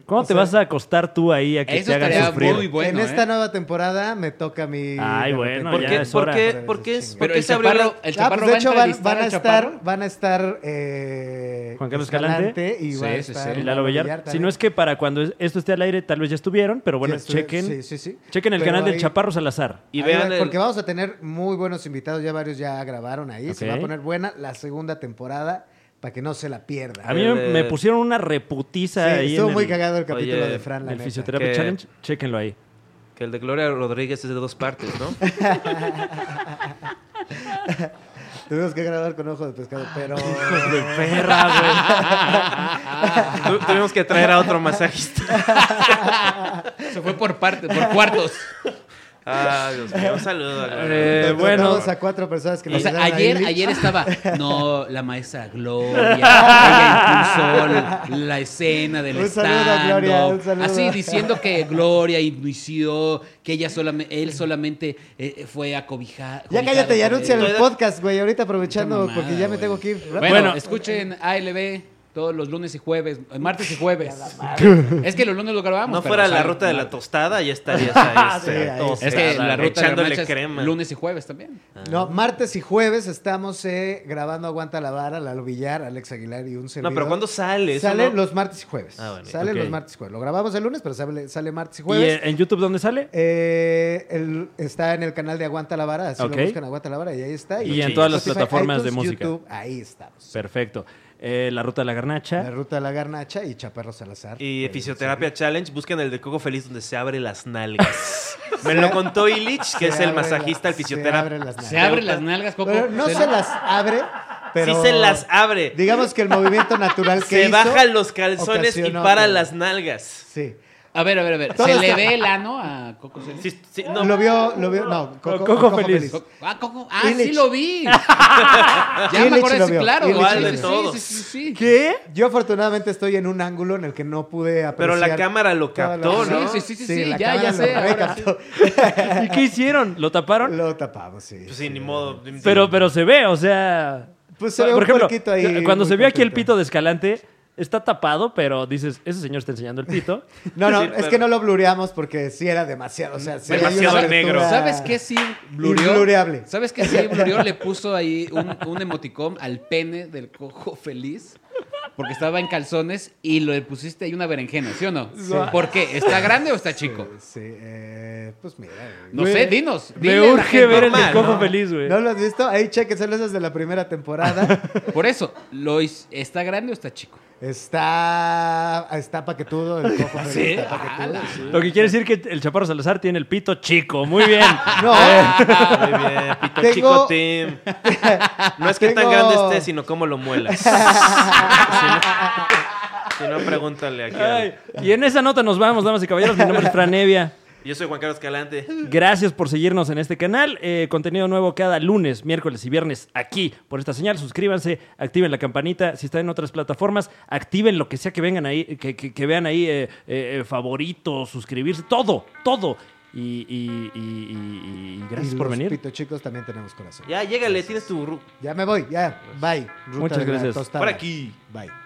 Speaker 1: ¿Cómo te
Speaker 3: sea,
Speaker 1: vas a acostar tú ahí a que
Speaker 4: eso
Speaker 1: te hagan
Speaker 4: estaría
Speaker 1: sufrir?
Speaker 4: muy bueno,
Speaker 3: en esta
Speaker 4: ¿eh?
Speaker 3: nueva temporada me toca mi.
Speaker 1: Ay,
Speaker 3: de
Speaker 1: bueno,
Speaker 2: ¿Por
Speaker 1: ya
Speaker 2: qué,
Speaker 1: es
Speaker 2: por
Speaker 1: hora.
Speaker 2: qué, por qué es- por
Speaker 3: Pero
Speaker 4: Pero
Speaker 2: qué
Speaker 4: el
Speaker 2: se abrió
Speaker 4: chaparro,
Speaker 2: la-
Speaker 4: el
Speaker 3: Ah,
Speaker 4: chaparro
Speaker 3: pues de hecho
Speaker 4: va a
Speaker 3: van,
Speaker 4: entrevistar
Speaker 3: van a
Speaker 4: al chaparro.
Speaker 3: estar, van a estar eh,
Speaker 1: Juan Carlos Escalante.
Speaker 3: y va
Speaker 4: Sí,
Speaker 3: a
Speaker 4: sí,
Speaker 3: estar
Speaker 4: sí.
Speaker 1: Y Lalo Bellar. Si
Speaker 3: también.
Speaker 1: no es que para cuando es- esto esté al aire, tal vez ya estuvieron, pero bueno,
Speaker 3: Ya estuve-
Speaker 1: chequen.
Speaker 3: sí, sí, sí.
Speaker 1: Chequen el
Speaker 3: Pero
Speaker 1: canal del
Speaker 3: ahí-
Speaker 1: Chaparro Salazar.
Speaker 2: Y
Speaker 3: Ahí
Speaker 2: vean
Speaker 3: va-
Speaker 2: el-
Speaker 3: Porque vamos a tener muy buenos invitados, ya varios ya grabaron ahí. Se
Speaker 1: Ok.
Speaker 3: va a poner buena la segunda temporada para que no se la pierda.
Speaker 1: A mí me,
Speaker 2: El, eh,
Speaker 1: me pusieron una
Speaker 3: Sí,
Speaker 1: reputiza ahí
Speaker 3: estuvo
Speaker 1: en
Speaker 3: muy
Speaker 1: el,
Speaker 3: cagado el capítulo
Speaker 2: Oye,
Speaker 3: de Fran,
Speaker 1: en
Speaker 3: la
Speaker 1: el
Speaker 3: neta.
Speaker 1: Fisioterapia
Speaker 2: Que-
Speaker 1: Challenge. Chequenlo ahí.
Speaker 2: que el de Gloria Rodríguez es de dos partes, ¿no?
Speaker 3: Tuvimos que grabar con ojo de pescado, pero...
Speaker 1: De perra,
Speaker 2: Tu- Tuvimos que traer a otro masajista.
Speaker 4: Se fue por parte, por cuartos.
Speaker 2: Ah, Dios mío, un saludo. a Gloria.
Speaker 1: Eh,
Speaker 3: Contratamos
Speaker 1: bueno.
Speaker 3: a cuatro personas que
Speaker 4: O
Speaker 3: nos
Speaker 4: sea,
Speaker 3: ayudaron
Speaker 4: ayer,
Speaker 3: ahí.
Speaker 4: ayer estaba, no, la maestra Gloria, ella impulsó la escena del
Speaker 3: Un saludo a Gloria,
Speaker 4: stand-up.
Speaker 3: un saludo.
Speaker 4: Así diciendo que Gloria inició, que ella solamente, él solamente eh, fue acobijado.
Speaker 3: Ya cállate, ya anuncia
Speaker 2: Estoy
Speaker 3: el
Speaker 2: de-
Speaker 3: podcast, güey. Ahorita aprovechando
Speaker 4: Puta mamada,
Speaker 3: porque ya me
Speaker 4: güey.
Speaker 3: tengo que ir.
Speaker 4: Bueno,
Speaker 1: Bueno.
Speaker 4: escuchen ALB todos los lunes y jueves, eh, martes y jueves. es que los lunes lo grabamos.
Speaker 2: no
Speaker 4: pero
Speaker 2: fuera la
Speaker 4: sale-
Speaker 2: ruta de la tostada, ya estarías ahí.
Speaker 3: Sí,
Speaker 2: este,
Speaker 3: ahí
Speaker 4: Es que
Speaker 2: tostada,
Speaker 4: la ruta de la
Speaker 2: echándole
Speaker 4: marcha es
Speaker 2: crema.
Speaker 4: lunes y jueves también.
Speaker 3: No, martes y jueves estamos eh, grabando Aguanta la Vara, Lalo Villar, Alex Aguilar y un servidor.
Speaker 2: No, pero ¿cuándo sale? Eso
Speaker 3: Sale
Speaker 2: no-
Speaker 3: los martes y jueves.
Speaker 2: Ah, bueno,
Speaker 3: sale
Speaker 1: ok.
Speaker 3: los martes y jueves. Lo grabamos el lunes, pero sale, sale martes y
Speaker 1: güey. ¿Y
Speaker 3: jueves.
Speaker 1: en en YouTube dónde sale?
Speaker 3: Eh, el- está en el canal de Aguanta la Vara, así
Speaker 1: Ok.
Speaker 3: lo buscan Aguanta la Vara y ahí está.
Speaker 1: Y
Speaker 2: en todas
Speaker 1: las plataformas de música.
Speaker 3: YouTube, ahí estamos.
Speaker 1: Perfecto. Eh, la Ruta de la
Speaker 3: La
Speaker 1: Garnacha.
Speaker 3: ruta de la garnacha y Chaparro Salazar.
Speaker 2: Y
Speaker 3: Eh,
Speaker 2: Fisioterapia Challenge, busquen el de Coco Feliz donde se abre las nalgas. Me lo contó Illich, que
Speaker 3: se
Speaker 2: es el
Speaker 3: abre
Speaker 2: masajista, el
Speaker 3: la- Se abre
Speaker 2: fisioterapeuta.
Speaker 3: las
Speaker 4: Se
Speaker 3: nalgas.
Speaker 4: abren las nalgas, Coco.
Speaker 3: Pero no
Speaker 4: Se-
Speaker 3: se las abre, pero.
Speaker 2: Sí se las abre.
Speaker 3: Digamos que el movimiento natural que
Speaker 2: Se
Speaker 3: hizo
Speaker 2: bajan los calzones y
Speaker 3: ocasionó
Speaker 2: para
Speaker 3: que-
Speaker 2: las nalgas.
Speaker 3: Sí.
Speaker 4: A ver, a ver, a ver.
Speaker 3: Todo
Speaker 4: ¿Se
Speaker 3: está-
Speaker 4: le ve el ano a Coco Celis?
Speaker 2: Sí, sí, no.
Speaker 3: Lo vio, lo vio, no, Coco,
Speaker 1: Coco
Speaker 3: Coco
Speaker 1: Feliz.
Speaker 3: Feliz.
Speaker 4: Co- Ah, Coco. Ah,
Speaker 3: Illich.
Speaker 4: sí lo vi. ya
Speaker 3: Illich
Speaker 4: me acordé,
Speaker 3: lo
Speaker 4: sí,
Speaker 3: vio,
Speaker 4: claro.
Speaker 3: Illich
Speaker 2: lo
Speaker 4: Sí, sí,
Speaker 2: vio.
Speaker 4: sí, sí, sí, sí.
Speaker 1: ¿Qué?
Speaker 3: Yo afortunadamente estoy en un ángulo en el que no pude apreciar.
Speaker 2: Pero la cámara lo
Speaker 3: toda la-
Speaker 2: captó,
Speaker 4: Sí,
Speaker 2: ¿no?
Speaker 4: sí, sí, sí, sí,
Speaker 3: la
Speaker 4: ya,
Speaker 3: cámara
Speaker 4: ya
Speaker 3: lo
Speaker 4: sé, ahora
Speaker 3: recaptó.
Speaker 1: ¿Y qué hicieron? ¿Lo taparon?
Speaker 3: Lo tapamos, sí.
Speaker 2: Pues sí, ni modo. ni-
Speaker 1: Pero, pero se ve, o sea.
Speaker 3: Pues se ve un puerquito ahí
Speaker 1: cuando
Speaker 3: muy
Speaker 1: se vio aquí el
Speaker 3: contento.
Speaker 1: pito de Escalante, está tapado, pero dices, ese señor está enseñando el pito.
Speaker 3: No, no,
Speaker 2: Sí,
Speaker 3: es
Speaker 2: pero-
Speaker 3: que no lo blureamos porque sí era demasiado, o sea, sí hay una
Speaker 2: Demasiado
Speaker 3: abertura-
Speaker 2: negro.
Speaker 4: ¿Sabes qué sí blurió?
Speaker 3: Inblureable.
Speaker 4: ¿Sabes qué sí blurió? Le puso ahí un, un emoticón al pene del cojo feliz. Porque estaba en calzones y le pusiste ahí una berenjena, ¿sí o no? ¿Por qué? ¿Está grande o está chico?
Speaker 3: Sí, eh, pues mira. güey.
Speaker 4: No sé, dinos. dile a
Speaker 1: Me
Speaker 4: la
Speaker 1: urge
Speaker 4: gente.
Speaker 1: ver el de
Speaker 2: normal,
Speaker 1: cojo
Speaker 2: ¿no?
Speaker 1: feliz, güey.
Speaker 3: ¿No lo has visto? Ahí chequen, son esas de la primera temporada.
Speaker 4: Por eso, lo hiz- ¿está grande o está chico?
Speaker 3: está, está paquetudo el cojo. Feliz, está paquetudo, sí.
Speaker 1: Lo que quiere decir que el Chaparro Salazar tiene el pito chico. Muy bien.
Speaker 3: No,
Speaker 4: Ah,
Speaker 3: eh.
Speaker 2: Ah, Muy bien, pito
Speaker 3: Tengo-
Speaker 2: chico Tim. No es que tan
Speaker 3: Tengo-
Speaker 2: grande esté, sino cómo lo muelas. si, no, si no, pregúntale aquí. al-
Speaker 1: Ay, y en esa nota nos vamos, damas y caballeros. Mi nombre es Fran Evia.
Speaker 2: Yo soy Juan Carlos Calante.
Speaker 1: Gracias por seguirnos en este canal. Eh, contenido nuevo cada lunes, miércoles y viernes aquí por esta señal. Suscríbanse, activen la campanita. Si están en otras plataformas, activen lo que sea que vengan ahí, que, que- que vean ahí, eh, eh, eh, favoritos, suscribirse, todo, todo. Y, y- y- y- y gracias
Speaker 3: Y
Speaker 1: por
Speaker 3: los
Speaker 1: venir.
Speaker 3: Pito chicos también tenemos corazón.
Speaker 2: Ya, llégale, tienes tu... ru-
Speaker 3: Ya me voy, ya. Bye. Ruta
Speaker 1: Muchas
Speaker 3: de la
Speaker 1: gracias.
Speaker 3: tostada.
Speaker 2: Por aquí.
Speaker 3: Bye.